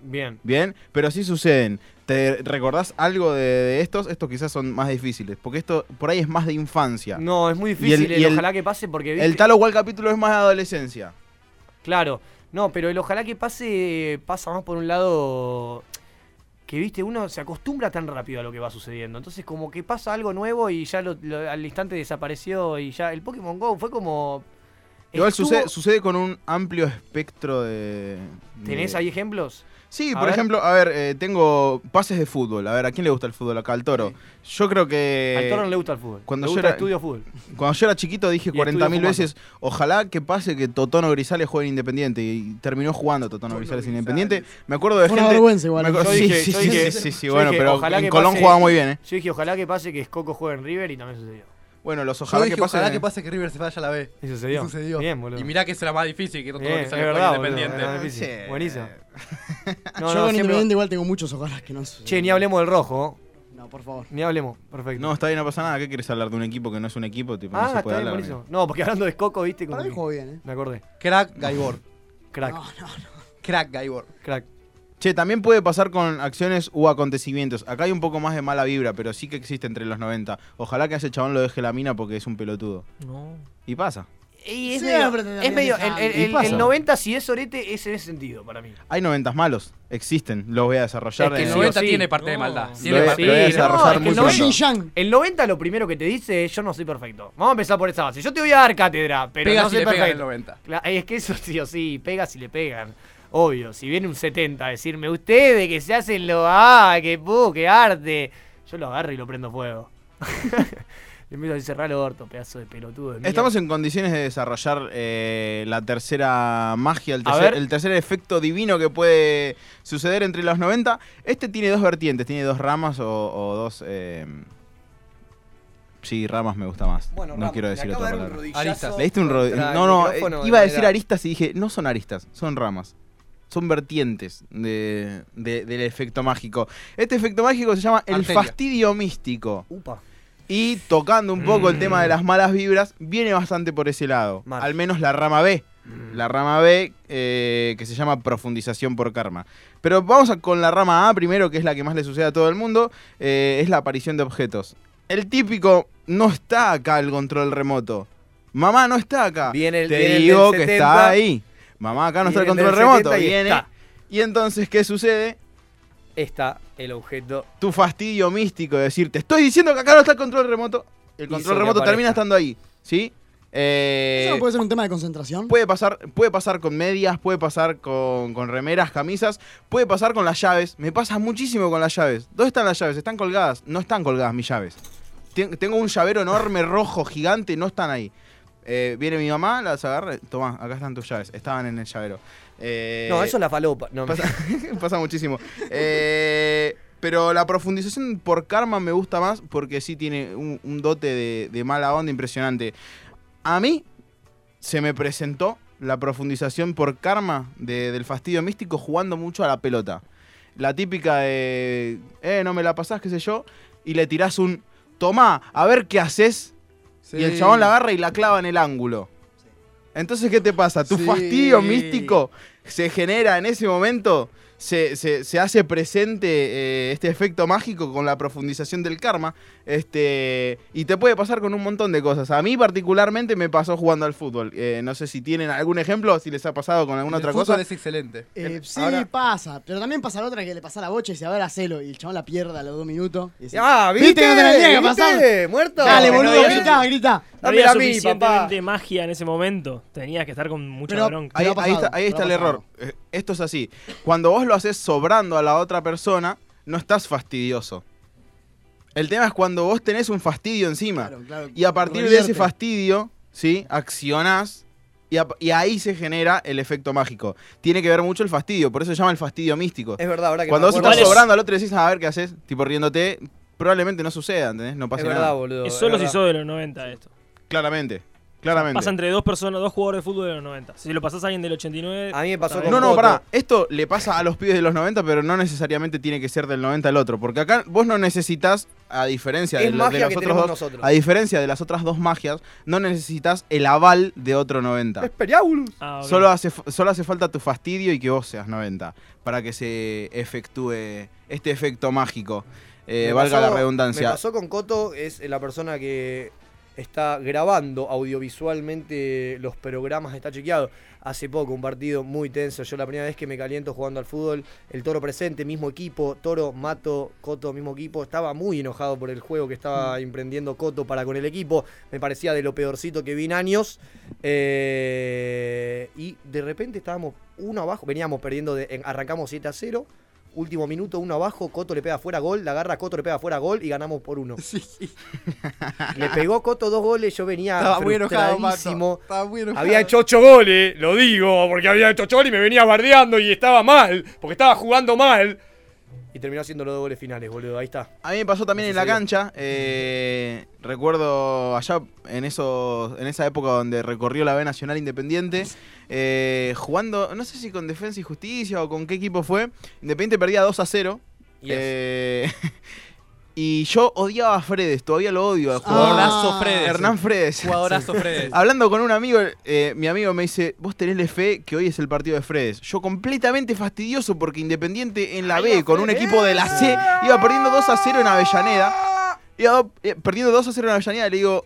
Bien. Bien, pero sí suceden. ¿Te recordás algo de, de estos? Estos quizás son más difíciles, porque esto por ahí es más de infancia. No, es muy Y el- difícil. el y el- ojalá que pase porque viste- El tal o cual capítulo es más de adolescencia. Claro, no, pero el ojalá que pase pasa más por un lado que, viste, uno se acostumbra tan rápido a lo que va sucediendo. Entonces como que pasa algo nuevo y ya lo- lo- al instante desapareció y ya el Pokémon Go fue como... Igual estuvo- sucede, sucede con un amplio espectro de. ¿Tenés de- ahí ejemplos? Eh, Sí, A por ver. ejemplo, a ver, eh, tengo pases de fútbol. A ver, ¿a quién le gusta el fútbol acá? Al toro. Yo creo que. Al Toro no le gusta el fútbol. eh, Cuando Le yo gusta era, estudio fútbol. Cuando yo era chiquito dije estudio 40.000 fumando. veces, ojalá que pase que Totono Grisales juegue en Independiente. Y terminó jugando Totono Grisales en Independiente. Me acuerdo de Fue una gente... vergüenza igual. me acuerdo- Yo sí, dije- sí, yo sí, dije- sí, sí, sí, yo bueno, dije, pero ojalá en que Colón pase- jugaba muy bien, ¿eh? Yo dije ojalá que pase que Coco juegue en River y también sucedió. Bueno, los Yo ojalá dije, que pase... ojalá que pase que River se vaya a la B. Y sucedió. Y Bien, boludo. Y mirá que es la más difícil que todo Bien, lo que es sale juega verdad, boludo, independiente. era difícil. [LAUGHS] Buenísimo. Yo Ah, con Independiente igual tengo muchos ojalá que no sucedan. Che, ni hablemos del rojo. No, por favor. Ni hablemos, perfecto. No, está bien, no pasa nada. ¿Qué quieres hablar de un equipo que no es un equipo? Tipo, Ah, no se puede está bien, hablar. buenísimo. No, porque hablando de Coco, viste, como Para mí que- jugó bien, ¿eh? Me acordé. Crack Gaibor. Crack. Crack Gaibor. Crack. Che, también puede pasar con acciones u acontecimientos. Acá hay un poco más de mala vibra, pero sí que existe entre los 90. Ojalá que a ese chabón lo deje la mina porque es un pelotudo. No. Y pasa. Y es Siempre medio, te es medio- el, el- terminan dejando. Y el- pasa. el 90 si es orete es en ese sentido para mí. Hay 90 malos. Existen. Los voy a desarrollar. Es que en- el 90 tiene parte de maldad. Tiene parte de- voy a desarrollar es que muy el 90 pronto. El 90 lo primero que te dice es yo no soy perfecto. Vamos a empezar por esa base. Yo te voy a dar cátedra, pero Pega no si soy le pegan perfecto. el 90. Cla- eh, Es que eso sí o sí, pega si le pegan. Obvio, si viene un 70 a decirme, ustedes que se hacen lo... ¡Ah, qué pu, qué arte! Yo lo agarro y lo prendo fuego. [LAUGHS] Le empiezo a cerrar el orto, pedazo de pelotudo de mierda". Estamos en condiciones de desarrollar eh, la tercera magia, el A tercer, ver. el tercer efecto divino que puede suceder entre los 90. Este tiene dos vertientes, tiene dos ramas o, o dos... eh, sí, ramas me gusta más. no ramas. quiero Le decir acabo otra de dar un palabra. rodillazo Aristas. Le diste un rodi- contra el No, no, eh, micrófono de iba a decir manera- aristas y dije, no son aristas, son ramas. Son vertientes de- de- del efecto mágico. Este efecto mágico se llama el Arteria. fastidio místico. Upa. Y tocando un poco Mm. el tema de las malas vibras, viene bastante por ese lado. Al menos la rama B. Mm. La rama B eh, que se llama profundización por karma. Pero vamos a- con la rama A primero, que es la que más le sucede a todo el mundo, eh, es la aparición de objetos. El típico, no está acá el control remoto. Mamá, no está acá. Viene el- Te viene el digo del que 70. está ahí. Mamá, acá no está el Viene el control del remoto. 70 y Viene. está. Y entonces, ¿qué sucede? Está el objeto tu fastidio místico de decir, te estoy diciendo que acá no está el control remoto. El Hizo control que remoto termina aparezca. estando ahí, ¿sí? Eh, ¿Eso no puede ser un tema de concentración? puede pasar, puede pasar con medias, puede pasar con, con remeras, camisas, puede pasar con las llaves. Me pasa muchísimo con las llaves. ¿Dónde están las llaves? ¿Están colgadas? No están colgadas mis llaves. Ten- tengo un llavero enorme, rojo, gigante, no están ahí. Eh, viene mi mamá, las agarra. Tomá, acá están tus llaves. Estaban en el llavero. Eh, No, eso es la falopa. No, Pasa, [LAUGHS] pasa muchísimo. Eh, pero la profundización por karma me gusta más porque sí tiene un, un dote de, de mala onda impresionante. A mí se me presentó la profundización por karma de- del fastidio místico jugando mucho a la pelota. La típica de, eh, no me la pasás, qué sé yo, y le tirás un, tomá, a ver qué haces. Y el Sí. chabón la agarra y la clava en el ángulo. Entonces, ¿qué te pasa? Tu Sí. fastidio místico se genera en ese momento, se, se- se hace presente eh, este efecto mágico con la profundización del karma. Este, y te puede pasar con un montón de cosas. A mí, particularmente, me pasó jugando al fútbol. Eh, no sé si tienen algún ejemplo, si les ha pasado con alguna El otra fútbol cosa. es excelente. Eh, sí, Ahora- pasa. Pero también pasa la otra que le pasa la bocha y se va a la celo y el chabón la pierda a los dos minutos. y dice, Ah, ¿viste? que no te la tenía que ¿Viste? pasar? Muerto. Dale, Que no boludo, digas- grita, grita. No Dámela había a mí, suficientemente magia en ese momento. Tenías que estar con mucha Pero bronca. ahí, ahí está, ahí está el error. Eh, Esto es así. Cuando vos lo haces sobrando a la otra persona, no estás fastidioso. El tema es cuando vos tenés un fastidio encima. y a partir de ese revierte. fastidio, ¿sí? Accionás y, a- y ahí se genera el efecto mágico. Tiene que ver mucho el fastidio, por eso se llama el fastidio místico. Es verdad, ahora que Cuando me vos acuerdo- estás ¿Cuál es? sobrando al otro y decís, a ver qué haces, tipo riéndote, probablemente no suceda, ¿entendés? No pasa verdad, nada. boludo, Es es solo si verdad. sos de los 90 esto. Claramente, claramente. Pasa entre dos personas, dos jugadores de fútbol de los 90. Si lo pasás a alguien del 89. A mí me pasó No, no, pará. Esto le pasa a los pibes de los 90, pero no necesariamente tiene que ser del 90 al otro. Porque acá vos no necesitas, a diferencia de, Es lo- magia de los que otros tenemos dos, nosotros. a diferencia de las otras dos magias, no necesitas el aval de otro 90. Ah, Solo, hace, fa- solo hace falta tu fastidio y que vos seas 90 para que se efectúe este efecto mágico. Eh, Me valga pasó- la redundancia. Me pasó con Coto, es la persona que está grabando audiovisualmente los programas, de está chequeado. Hace poco, un partido muy tenso. Yo la primera vez que me caliento jugando al fútbol, el toro presente, mismo equipo, toro, mato, Coto, mismo equipo. Estaba muy enojado por el juego que Mm. estaba emprendiendo Coto para con el equipo. Me parecía de lo peorcito que vi en años. Eh, y de repente estábamos uno abajo, veníamos perdiendo, de- en- arrancamos 7 a 0. Último minuto, uno abajo, Coto le pega fuera gol, la agarra Coto, le pega fuera gol y ganamos por uno. Le pegó Coto dos goles, yo venía Estaba muy enojado, frustradísimo. Pato. Estaba muy enojado. Había hecho ocho goles, lo digo, porque había hecho ocho goles y me venía bardeando y estaba mal, porque estaba jugando mal. Y terminó haciendo los dos goles finales, boludo, ahí está. A mí me pasó también en la cancha. eh, recuerdo allá en esos, en esa época donde recorrió la B Nacional Independiente, eh, jugando, no sé si con Defensa y Justicia o con qué equipo fue. Independiente perdía 2 a 0. Eh, [LAUGHS] y yo odiaba a Fredes, todavía lo odio al jugador. Jugadorazo Fredes. Hernán Fredes. Jugadorazo Fredes. Hablando con un amigo, eh, mi amigo me dice, vos tenés fe que hoy es el partido de Fredes. Yo completamente fastidioso porque Independiente en la B con un equipo de la C iba perdiendo 2 a 0 en Avellaneda. Iba eh, perdiendo 2 a 0 en Avellaneda, le digo,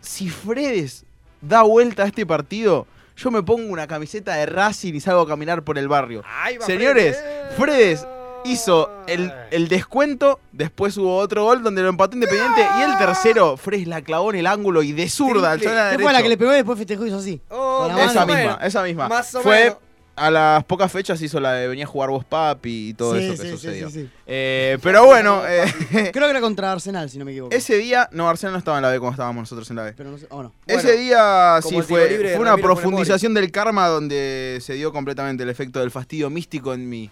si Fredes da vuelta a este partido, yo me pongo una camiseta de Racing y salgo a caminar por el barrio. Señores, Fredes hizo el, el descuento, después hubo otro gol donde lo empató Independiente y el tercero, Fredes la clavó en el ángulo y de zurda al ¿Qué zona fue la derecho. que le pegó y después festejó y hizo así? Con la Oh, Esa mano. misma, esa misma. Más o Fue menos. a las pocas fechas hizo la de venía a jugar vos papi y todo Sí, eso que sí, sí, sucedió. sí, sí. Eh, pero bueno, eh, [LAUGHS] E-, Creo que era contra Arsenal, si no me equivoco. ese día, no, Arsenal no estaba en la B como estábamos nosotros en la B. Pero no sé- o no. Ese día como sí el tiro fue, libre de fue una Ramiro Funes profundización del karma donde se dio completamente el efecto del fastidio místico en mí.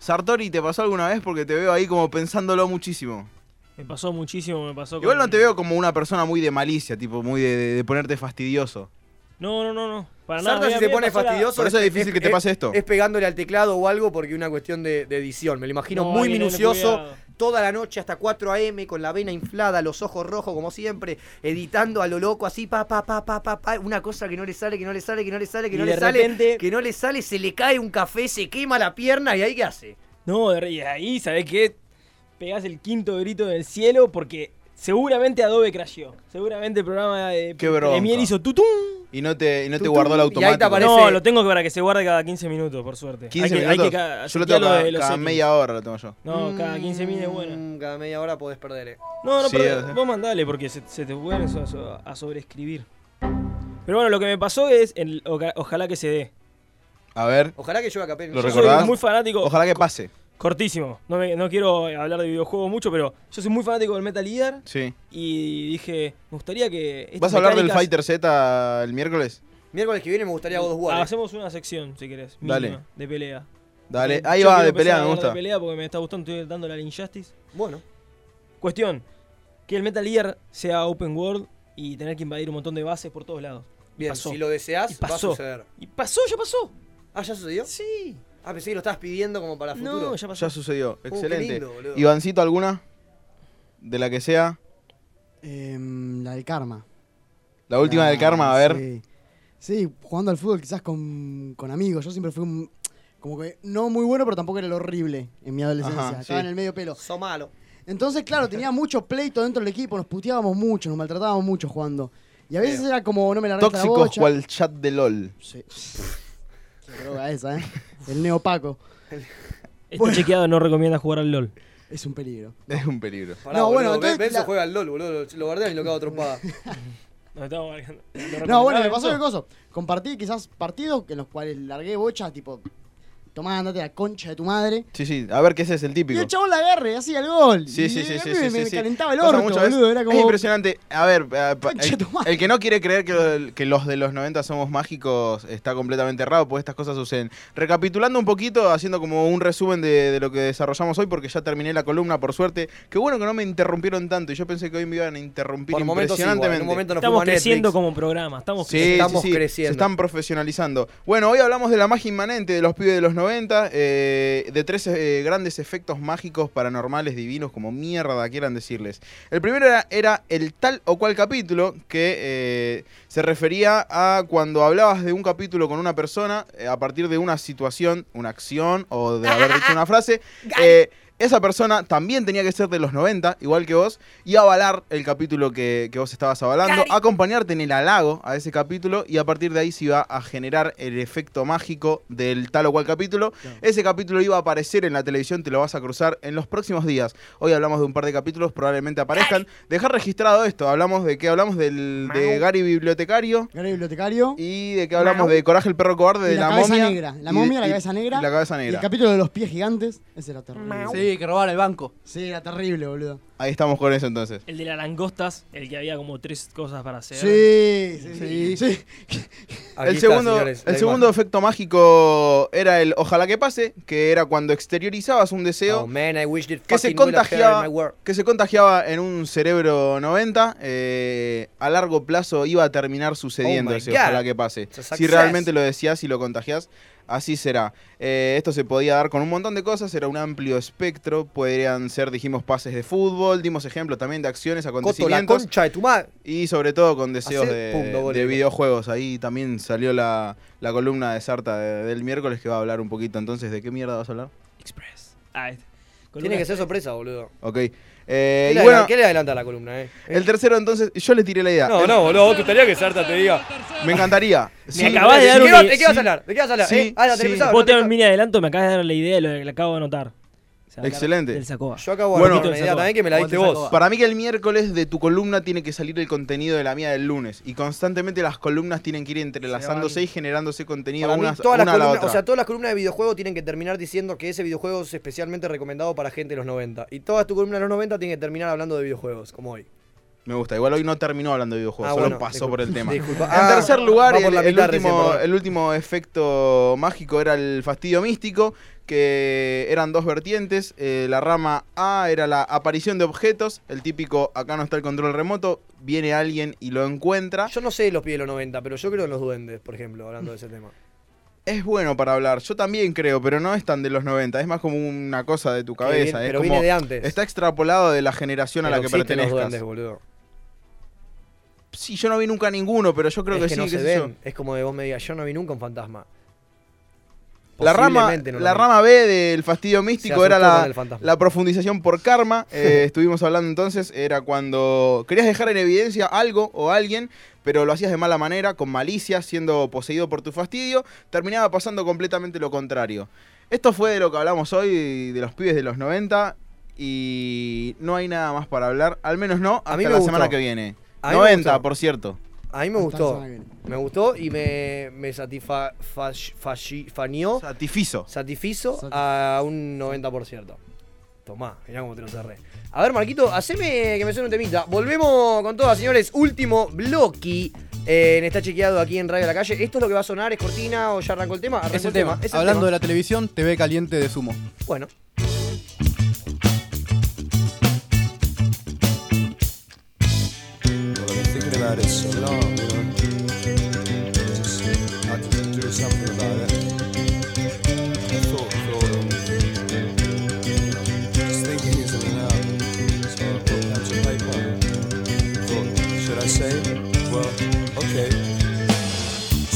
Sartori, ¿te pasó alguna vez? Porque te veo ahí como pensándolo muchísimo. Me pasó muchísimo, me pasó. Igual con- no te veo como una persona muy de malicia, tipo muy de, de- de ponerte fastidioso. No, no, no, no. Para nada. Sarta, si Mira, se mira, pone pasó la- fastidioso. Por eso es difícil que te pase esto. Es pegándole al teclado o algo porque una cuestión de, de edición. Me lo imagino No, muy hay que tener minucioso. cuidado. Toda la noche hasta 4 a.m. con la vena inflada, los ojos rojos como siempre, editando a lo loco así, pa, pa, pa, pa, pa, pa, una cosa que no le sale, que no le sale, que no le sale, que Y no de le sale, repente- que no le sale, se le cae un café, se quema la pierna y ahí qué hace. No, de- y ahí, ¿sabés qué? Pegás el quinto grito del cielo porque seguramente Adobe crasheó. Seguramente el programa de Qué bronca. Premiere hizo tutum. Y no te, y no te guardó el automático. No, lo tengo para que se guarde cada 15 minutos, por suerte. 15 hay que, minutos. Hay que ca- yo lo chequear tengo de cada, los cada settings. media hora, lo tengo yo. No, cada 15 mil es bueno. Mm, Cada media hora podés perder, eh. No, no, Sí, pero o sea. vos mandale porque se, se te vuelven so- so- a sobreescribir. Pero bueno, lo que me pasó es, el- oca- ojalá que se dé. A ver. Ojalá que yo acá ¿Lo Yo recordás? soy muy fanático. Ojalá que pase. Cortísimo. No, me- no quiero hablar de videojuegos mucho, pero yo soy muy fanático del Metal Gear. Sí. Y dije, me gustaría que. estas ¿Vas a hablar del mecánicas- Fighter Z el miércoles? Miércoles que viene me gustaría God of War. eh. Hacemos una sección, si querés. Dale. mínima, De pelea. Dale. Eh, Ahí yo va, quiero de pelea, empezar a me hablar gusta. De pelea porque me está gustando, estoy dando la Injustice. Bueno. Cuestión: que el Metal Gear sea open world y tener que invadir un montón de bases por todos lados. Y Bien, pasó. si lo deseas, va a pasó. suceder. Y pasó, ya pasó. ¿Ah, ya sucedió? Sí. Ah, pensé que lo estabas pidiendo como para No, futuro. ya pasó. Ya sucedió. Uh, qué Excelente. lindo, boludo. Ivancito, ¿alguna? De la que sea. Em, la del karma. La última Ah, del karma, a ver. Sí. Sí, jugando al fútbol quizás con, con amigos. Yo siempre fui un- como que no muy bueno, pero tampoco era el horrible en mi adolescencia. Ajá, Estaba sí. en el medio pelo. So malo. Entonces, claro, tenía mucho pleito dentro del equipo. Nos puteábamos mucho, nos maltratábamos mucho jugando. Y a veces era como, no me la renta la Tóxicos bocha. cual chat de LOL. Sí. Qué droga esa, ¿eh? El neopaco. Este chequeado no recomienda jugar al LOL. Es un peligro. Es un peligro. Pará, No, boludo, bueno, entonces Ben- Benzo la- juega al LOL, boludo. Lo guardan y lo cago a trompada. [LAUGHS] Nos estamos [LAUGHS] marcando. Lo No, recomendaba bueno, me en pasó eso. el cosa. Compartí quizás partidos en los cuales largué bochas, tipo, tomá, andate a la concha de tu madre. Sí, sí, a ver que ese es el típico. Y el chabón la agarre, hacía el gol. Sí, sí, Y sí, a sí, mí sí, me, me sí. calentaba el Pasa orto, muchas veces. boludo. Era Es como. impresionante. A ver, a- pa- Concha el, tu madre. el que no quiere creer que, que los de los 90 somos mágicos está completamente errado, porque estas cosas suceden. Recapitulando un poquito, haciendo como un resumen de, de lo que desarrollamos hoy, porque ya terminé la columna, por suerte. Qué bueno que no me interrumpieron tanto, y yo pensé que hoy me iban a interrumpir Por momentos sí, impresionantemente. bueno, en un momento nos Estamos fuimos a Netflix. creciendo como programa. Estamos Sí, creciendo. sí, sí, Se están profesionalizando. Bueno, hoy hablamos de la magia inmanente de los pibes de los 90, eh, de tres eh, grandes efectos mágicos, paranormales, divinos, como mierda quieran decirles. El primero era, era el tal o cual capítulo que eh, se refería a cuando hablabas de un capítulo con una persona eh, a partir de una situación, una acción o de haber dicho una [LAUGHS] frase. eh, esa persona también tenía que ser de los 90, igual que vos, y avalar el capítulo que, que vos estabas avalando, acompañarte en el halago a ese capítulo, y a partir de ahí se iba a generar el efecto mágico del tal o cual capítulo. Ese capítulo iba a aparecer en la televisión, te lo vas a cruzar en los próximos días. Hoy hablamos de un par de capítulos, probablemente aparezcan. Dejar registrado esto, hablamos de qué hablamos del, de Gary Bibliotecario. Gary Bibliotecario. Y de qué hablamos de Coraje el Perro Cobarde, Y de la, la, cabeza momia. negra. La y- momia, la y- cabeza negra. y la cabeza Y negra. el capítulo de los pies gigantes. Ese era terrible. Sí, que robaron el banco. Sí, era terrible, boludo. Ahí estamos con eso entonces. El de las langostas, el que había como tres cosas para hacer. Sí, sí, sí. el segundo, el segundo efecto mágico era el ojalá que pase, que era cuando exteriorizabas un Oh, deseo que, se contagiaba, que se contagiaba en un cerebro 90, eh, a largo plazo iba a terminar sucediendo Oh my ese God. ojalá que pase. It's a Si success. realmente lo decías y lo contagias, así será. Eh, esto se podía dar con un montón de cosas, era un amplio espectro, podrían ser, dijimos, pases de fútbol, dimos ejemplo también de acciones, Coto, la acontecimientos. concha de tu madre. Y sobre todo con deseos Hacer de, punto, de boludo. videojuegos. Ahí también salió la, la columna de Sarta de- del miércoles que va a hablar un poquito. Entonces, ¿de qué mierda vas a hablar? Express. Ah, es- con Tiene una- que ser sorpresa, boludo. Ok. Eh, ¿Qué, y le bueno, adela- qué le adelanta a la columna, eh? el tercero entonces, yo les tiré la idea. No, El- no, boludo, vos te gustaría que Sarta te diga. Me encantaría. Sí, acabás de dar ¿De qué, una- vas- de qué vas a hablar? ¿De qué vas a hablar? Sí, eh? Ah, la tenés sí. pensado, Vos no te- tenés un mini adelanto, me acabas de dar la idea de lo que le acabo de anotar. O sea, hablar Excelente. Del Sacoa. Yo acabo de Bueno, anotar una idea también que me la diste vos. Para mí que el miércoles de tu columna tiene que salir el contenido de la mía del lunes. Y constantemente las columnas tienen que ir entrelazándose y generándose contenido Para mí, una, todas las una a la columnas- otra. o sea, todas las columnas de videojuego tienen que terminar diciendo que ese videojuego es especialmente recomendado para gente de los 90. Y todas tus columnas de los 90 tienen que terminar hablando de videojuegos, como hoy. Me gusta, igual hoy no terminó hablando de videojuegos, Ah, solo bueno, pasó disculpa. por el tema. [LAUGHS] Disculpa. en Ah, tercer lugar, va por el, la el mitad recién, último, perdón. el último efecto mágico era el fastidio místico, que eran dos vertientes. eh, la rama A era la aparición de objetos, el típico acá no está el control remoto, viene alguien y lo encuentra. Yo no sé de los pies de los 90, pero yo creo en los duendes, por ejemplo, hablando de ese tema. Es bueno para hablar, yo también creo, pero no es tan de los 90, es más como una cosa de tu Que viene- cabeza. es pero como- viene de antes. Está extrapolado de la generación a la Pero que existen los pertenezcas. duendes, boludo. Sí, yo no vi nunca ninguno, pero yo creo es que, que, sí, no qué se sé yo. ven. Es como de vos me digas, yo no vi nunca un fantasma. La rama, Posiblemente no lo la vi. rama B del fastidio Se místico asustó era con la, el fantasma. la profundización por [LAUGHS] karma. Eh, estuvimos hablando entonces, era cuando querías dejar en evidencia algo o alguien, pero lo hacías de mala manera, con malicia, siendo poseído por tu fastidio, terminaba pasando completamente lo contrario. Esto fue de lo que hablamos hoy, de los pibes de los 90, y no hay nada más para hablar, al menos no hasta mí me la gustó. semana que viene. A mí me 90, gustó. por cierto. A mí me Hasta la gustó. semana que viene. Me gustó y me, me satisfa, fash- fashi- faneó, Satifizo. satisfizo a un 90%. Tomá, mirá cómo te lo cerré. A ver, Marquito, haceme que me suene un temita. Volvemos con todas, señores. Último bloque. Eh, en está chequeado aquí en Radio La Calle. ¿Esto es lo que va a sonar? ¿Es cortina o ya arrancó el tema? Arrancó Es el tema. Es el Hablando tema. de la televisión, TV caliente de sumo. Bueno. Well, I'm thinking about it so long, you know. Just had to do something about it. I thought, thought, um, you know, just thinking isn't enough. So I put down some paper. Thought, should I say? it? Well, okay.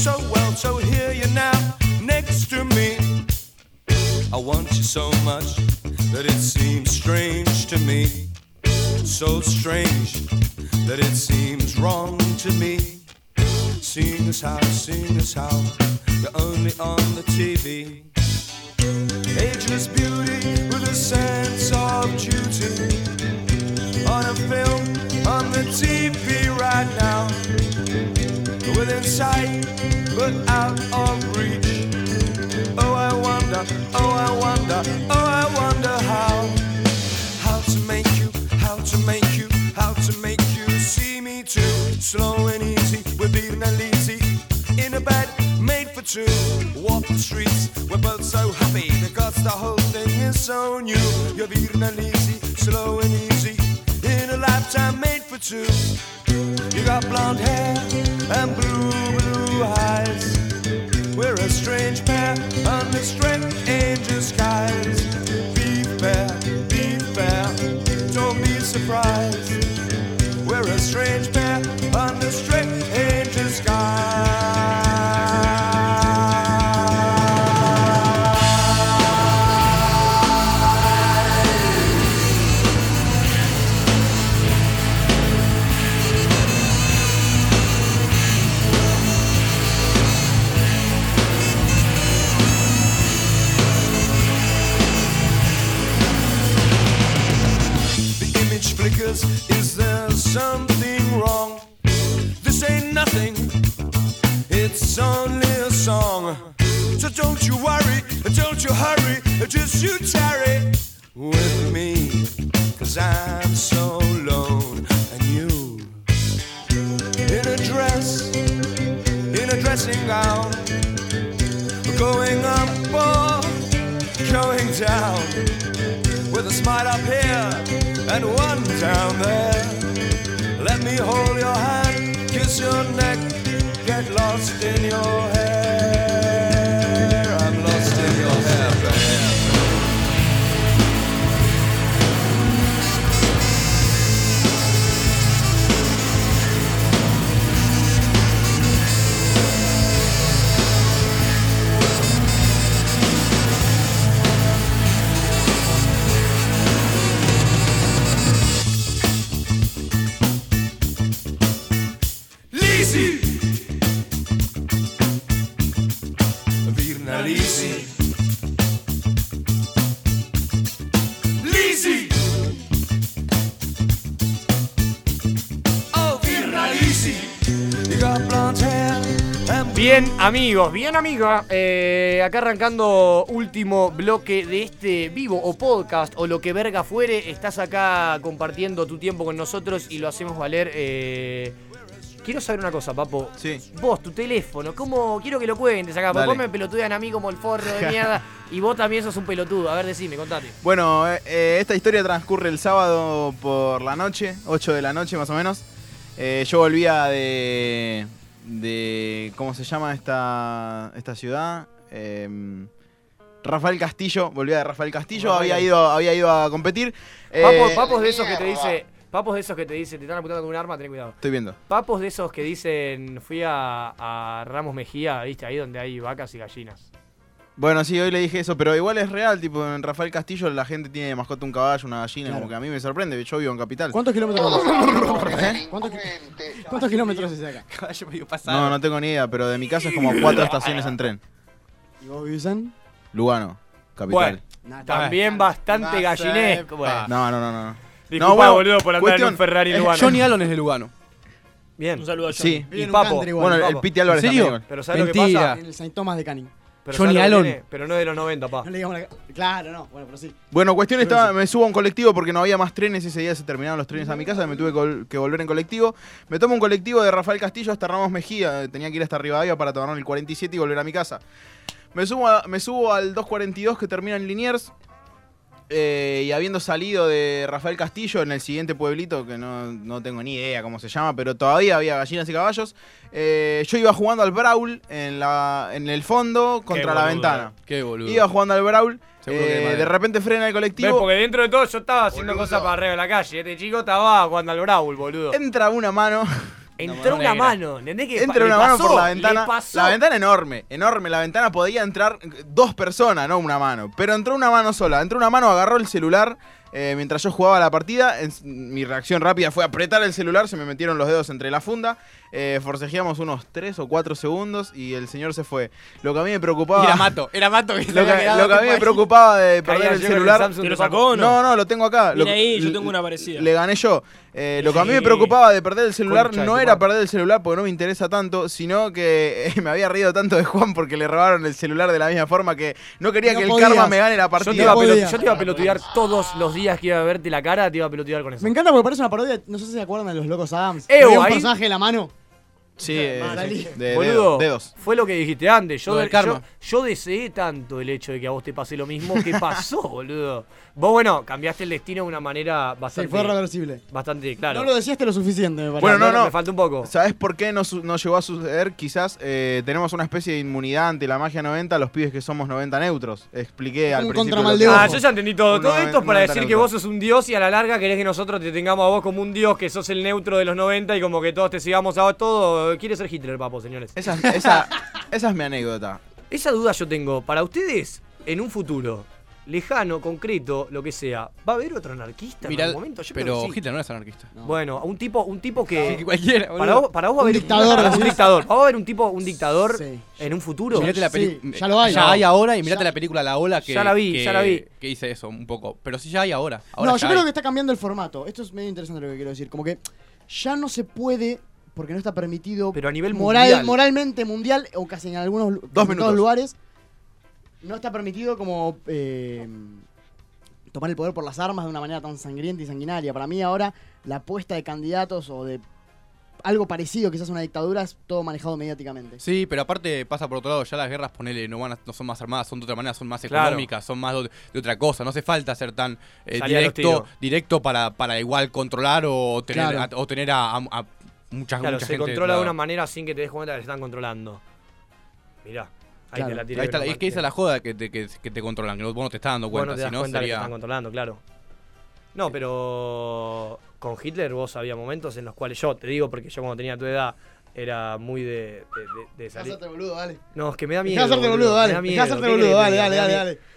So well, so here you now, next to me. I want you so much that it seems strange to me. So strange that it seems wrong to me. Seeing as how, seeing as how, you're only on the TV. Ageless beauty with a sense of duty. On a film, on the TV right now. sight, but out of reach. Oh, I wonder, oh, I wonder, oh, I wonder how, how to make you, how to make you, how to make you see me too. Slow and easy, we're leaving and easy. In a bed made for two, walk the streets, we're both so happy because the whole thing is so new. You're leaving and easy, slow and easy. In a lifetime made for two. You got blonde hair and blue, blue eyes. We're a strange pair under strange angel skies. Be fair, be fair, don't be surprised. We're a strange pair under strange angel skies. The image flickers, is there something wrong? This ain't nothing, it's only a song. So don't you worry, don't you hurry, just you tarry with me. Cause I'm so alone, and you in a dress, in a dressing gown, going up or going down with a smile up here and one down there. Let me hold your hand, kiss your neck, get lost in your hair. I'm lost in your hair, babe. Lisi. Virna Lisi. Lisi. Oh, Virna Lisi. You got blonde hair and Bien amigos, bien amiga, Eh, acá arrancando último bloque de este vivo o podcast o lo que verga fuere, estás acá compartiendo tu tiempo con nosotros y lo hacemos valer. eh. Quiero saber una cosa, papo. Vos, tu teléfono, ¿cómo? Quiero que lo cuentes acá, porque Dale. vos me pelotudean a mí como el forro de [LAUGHS] mierda y vos también sos un pelotudo. A ver, decime, contate. Bueno, eh, eh, esta historia transcurre el sábado por la noche, 8 de la noche más o menos. Eh, yo volvía de, de. ¿Cómo se llama esta, esta ciudad? Em, Rafael Castillo, volvía de Rafael Castillo, Rafael. había ido, había ido a competir. Papo- Eh, papos de esos que te dice, papos de esos que te dice, te están apuntando con un arma, ten cuidado. Estoy viendo. Papos de esos que dicen, fui a, a Ramos Mejía, viste, ahí donde hay vacas y gallinas. Bueno, sí, hoy le dije eso, pero igual es real, tipo, en Rafael Castillo la gente tiene de mascota un caballo, una gallina, Claro. como que a mí me sorprende, yo vivo en Capital. ¿Cuántos [LAUGHS] kilómetros más? ¿Eh? ¿Cuántos, ki- cuántos kilómetros es de acá? Caballo medio No, no tengo ni idea, pero de mi casa es como cuatro estaciones en tren. ¿Y vos vivís en? Lugano, capital. Bueno, también bastante Nada, gallinesco. bueno. No, no, no, no. no. Disculpa, No, bueno, boludo, por andar en cuestión- un Ferrari es- Lugano. Johnny Allen es de Lugano. Bien. Un saludo a Johnny. Sí. Y Papo. Bueno, el Piti Álvarez ¿En serio? también, igual. Pero ¿sabes lo que Mentira. pasa? En el Saint Thomas de Canning. Pero Johnny ¿sabes lo que Allen. tiene? Pero no de los 90, pa. No le digamos la... Claro, no. Bueno, pero sí. Bueno, cuestión estaba, me subo a un colectivo porque no había más trenes, ese día se terminaron los trenes a mi casa, me tuve que vol- que volver en colectivo. Me tomo un colectivo de Rafael Castillo hasta Ramos Mejía, eh, tenía que ir hasta Rivadavia para tomar el 47 y volver a mi casa. Me subo, a- me subo al 242 que termina en Liniers. eh, y habiendo salido de Rafael Castillo en el siguiente pueblito, que no, no tengo ni idea cómo se llama, pero todavía había gallinas y caballos, eh, yo iba jugando al Brawl en, la, en el fondo contra la boludo, ventana. Qué boludo. Iba jugando al Brawl, Seguro que eh, de madera. de repente frena el ¿Ves? colectivo. Porque dentro de todo yo estaba haciendo cosas para arriba de la calle. Este chico estaba jugando al Brawl, boludo. Entra una mano. Entró una negra. mano, ¿entendés que Entra le una mano pasó? por la Le ventana. pasó. La ventana enorme, enorme. La ventana podía entrar dos personas, no una mano. Pero entró una mano sola. Entró una mano, agarró el celular, Eh, mientras yo jugaba la partida, en- mi reacción rápida fue apretar el celular, se me metieron los dedos entre la funda, eh, forcejeamos unos 3 o 4 segundos y el señor se fue. Lo que a mí me preocupaba... Era Mato, era Mato que se lo, había que, quedado lo que a mí tipo me ahí. preocupaba de perder Caía el ayer con el celular... Samsung ¿Te lo sacó o No, no? no, lo tengo acá. Mira Lo- ahí, yo l- tengo una parecida. Le gané yo. Eh, lo que a mí me Sí. preocupaba de perder el celular Concha de no tu era madre. perder el celular porque no me interesa tanto, sino que eh, [LAUGHS] me había reído tanto de Juan porque le robaron el celular de la misma forma que no quería No que el podías. karma me gane la Yo partida. te, iba a pelo- yo te iba a pelotudear todos los días que iba a verte la cara, te iba a pelotudear con eso. Me encanta porque parece una parodia. No sé si se acuerdan de los locos Adams. Ew, Que había un ahí- personaje de la mano. Sí, eh, Salí. de Boludo, dedos, dedos. fue lo que dijiste antes. Yo, Lo del karma. yo, yo deseé tanto el hecho de que a vos te pase lo mismo que pasó, boludo. Vos, bueno, cambiaste el destino de una manera bastante. Sí, fue reversible. Bastante, claro. No lo decíaste lo suficiente, me parece. Bueno, no, no. Me falta un poco. ¿Sabes por qué no, su- no llegó a suceder? Quizás eh, tenemos una especie de inmunidad ante la magia 90, los pibes que somos 90 neutros. Expliqué al Un principio. contramal lo que- de ojo. Ah, yo ya entendí todo. Un Todo noven- esto es para 90 decir que neutros. vos sos un dios y a la larga querés que nosotros te tengamos a vos como un dios que sos el neutro de los 90 y como que todos te sigamos a vos todo. Quiere ser Hitler, papo, señores. Esa, esa, esa es mi anécdota. Esa duda yo tengo. Para ustedes, en un futuro lejano, concreto, lo que sea, ¿va a haber otro anarquista Mirá, en algún momento? Yo creo pero que sí. Hitler no es anarquista. Bueno, un tipo, un tipo que. Sí, [LAUGHS] cualquiera, boludo. para vos, para vos va a Un haber dictador, [LAUGHS] Un, decís. dictador. ¿Va a haber un tipo, un dictador en un futuro? Mirate la peli- eh, Ya hay ahora y mirate la película La Ola que. Ya la vi, que- ya la vi. Que dice eso un poco. Pero sí ya hay ahora. ahora no, ya yo creo hay. que está cambiando el formato. Esto es medio interesante lo que quiero decir. Como que ya no se puede, porque no está permitido. Pero a nivel moral- mundial. Moralmente mundial, o casi en algunos lu- en todos minutos. lugares, no está permitido como eh, tomar el poder por las armas de una manera tan sangrienta y sanguinaria. Para mí ahora la apuesta de candidatos o de algo parecido, quizás a una dictadura, es todo manejado mediáticamente. Sí, pero aparte pasa por otro lado, ya las guerras, ponele, no, van a- no son más armadas, son de otra manera, son más Claro. económicas, son más de, de otra cosa. No hace falta ser tan eh, Salir a los directo, tiros. directo para, para igual controlar o tener, a, Claro. o tener a, a- a mucha, Claro, mucha se gente. controla de claro. una manera sin que te des cuenta que te están controlando. Mirá, ahí Claro. te la tiré. Ahí está, pero es que esa es la joda que te, que, que te controlan, que no- vos no te estás dando Vos cuenta, no te das si no cuenta que te sería- están controlando, claro. No, pero con Hitler vos había momentos en los cuales yo, te digo porque yo cuando tenía tu edad era muy de, de, de- de salir. Hacerte boludo, dale. No, es que me da miedo. Dejá hacerte boludo, me dale. da Dejá miedo, hacerte ¿qué boludo, querés que te dale, diga? dale, Me da dale, miedo.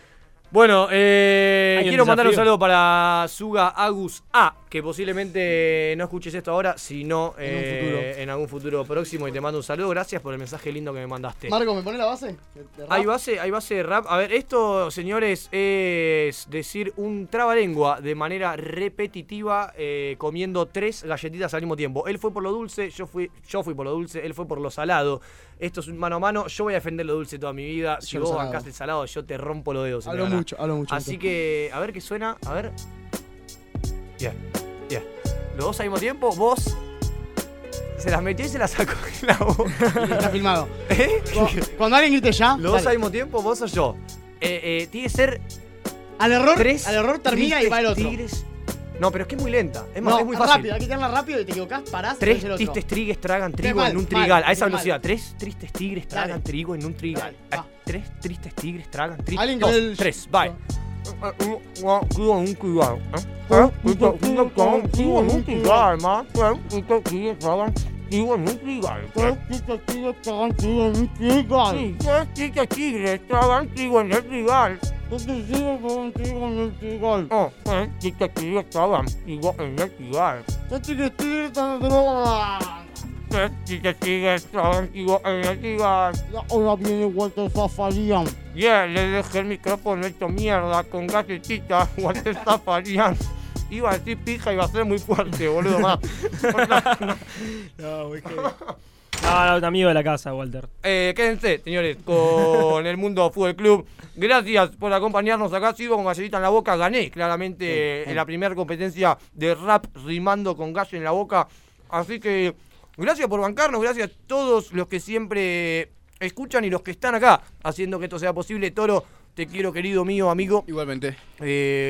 Bueno, eh, Hay un quiero mandar un desafío. saludo para Suga Agus A, que posiblemente no escuches esto ahora, sino En un eh, futuro. en algún futuro próximo y te mando un saludo. Gracias por el mensaje lindo que me mandaste. Marco, ¿me pone la base? de- de rap? Hay base, hay base de rap. A ver, esto, señores, es decir un trabalengua de manera repetitiva, eh, comiendo tres galletitas al mismo tiempo. Él fue por lo dulce, yo fui, yo fui por lo dulce, él fue por lo salado. Esto es un mano a mano, yo voy a defender lo dulce toda mi vida. Si Yo lo vos salado. bancaste el salado, yo te rompo los dedos. Hablo Adriana. mucho, hablo mucho, Así mucho. que, a ver qué suena, a ver. Yeah, yeah. Los dos al mismo tiempo, vos. Se las metió y se las sacó en la [LAUGHS] boca. ¿Eh? Está filmado. [LAUGHS] Cuando alguien grite ya. Los dos Ah, dale. al mismo tiempo, vos o yo. Eh, eh, tiene que ser. Al error, tres al error termina y tristes va el otro. tigres. No, pero es que es muy lenta. Es, más, no, es muy fácil. rápido, hay que tirarla rápido y te equivocás, parás y Tres es el otro. tristes trigues tragan Qué trigo mal, en un mal, trigal. A esa qué mal. velocidad. Tres tristes tigres Dale. tragan trigo en un trigal. Dale, va. Eh, Tres tristes tigres tragan trigo. Alguien que Dos, ve el- tres, bye. ¿eh? ¿Eh? ¿eh? Ahora viene Walter Zafarian. Yeah, le dejé el micrófono hecho mierda con [LAUGHS] galletita, guantes taparían. Iba a decir pija, iba a ser muy fuerte, boludo. va. No, muy heavy. Ah, no, amigo de la casa, Walter. Eh, quédense, señores, con [LAUGHS] el Mundo Fútbol Club. Gracias por acompañarnos acá. Sigo con galletita en la boca. Gané claramente en la primera competencia de rap rimando con gallo en la boca. Así que gracias por bancarnos. Gracias a todos los que siempre escuchan y los que están acá haciendo que esto sea posible. Toro, te quiero, querido mío, amigo. Eh, Igualmente.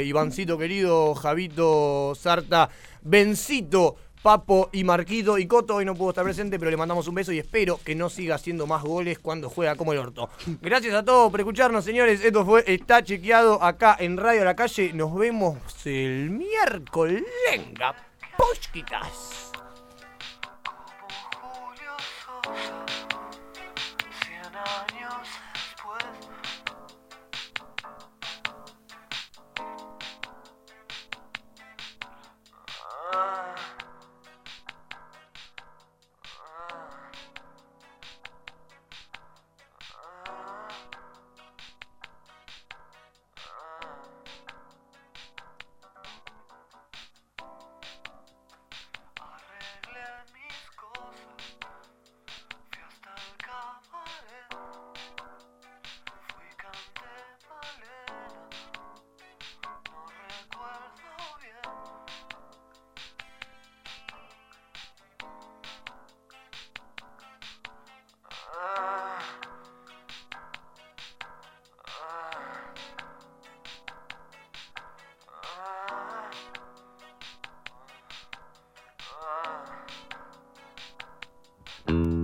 Ivancito, querido. Javito, Sarta, Bencito. Papo y Marquito y Coto hoy no pudo estar presente, pero le mandamos un beso y espero que no siga haciendo más goles cuando juega como el orto. Gracias a todos por escucharnos, señores. Esto fue Está Chequeado acá en Radio La Calle. Nos vemos el miércoles. Lenga, posquitas. Mm. eh.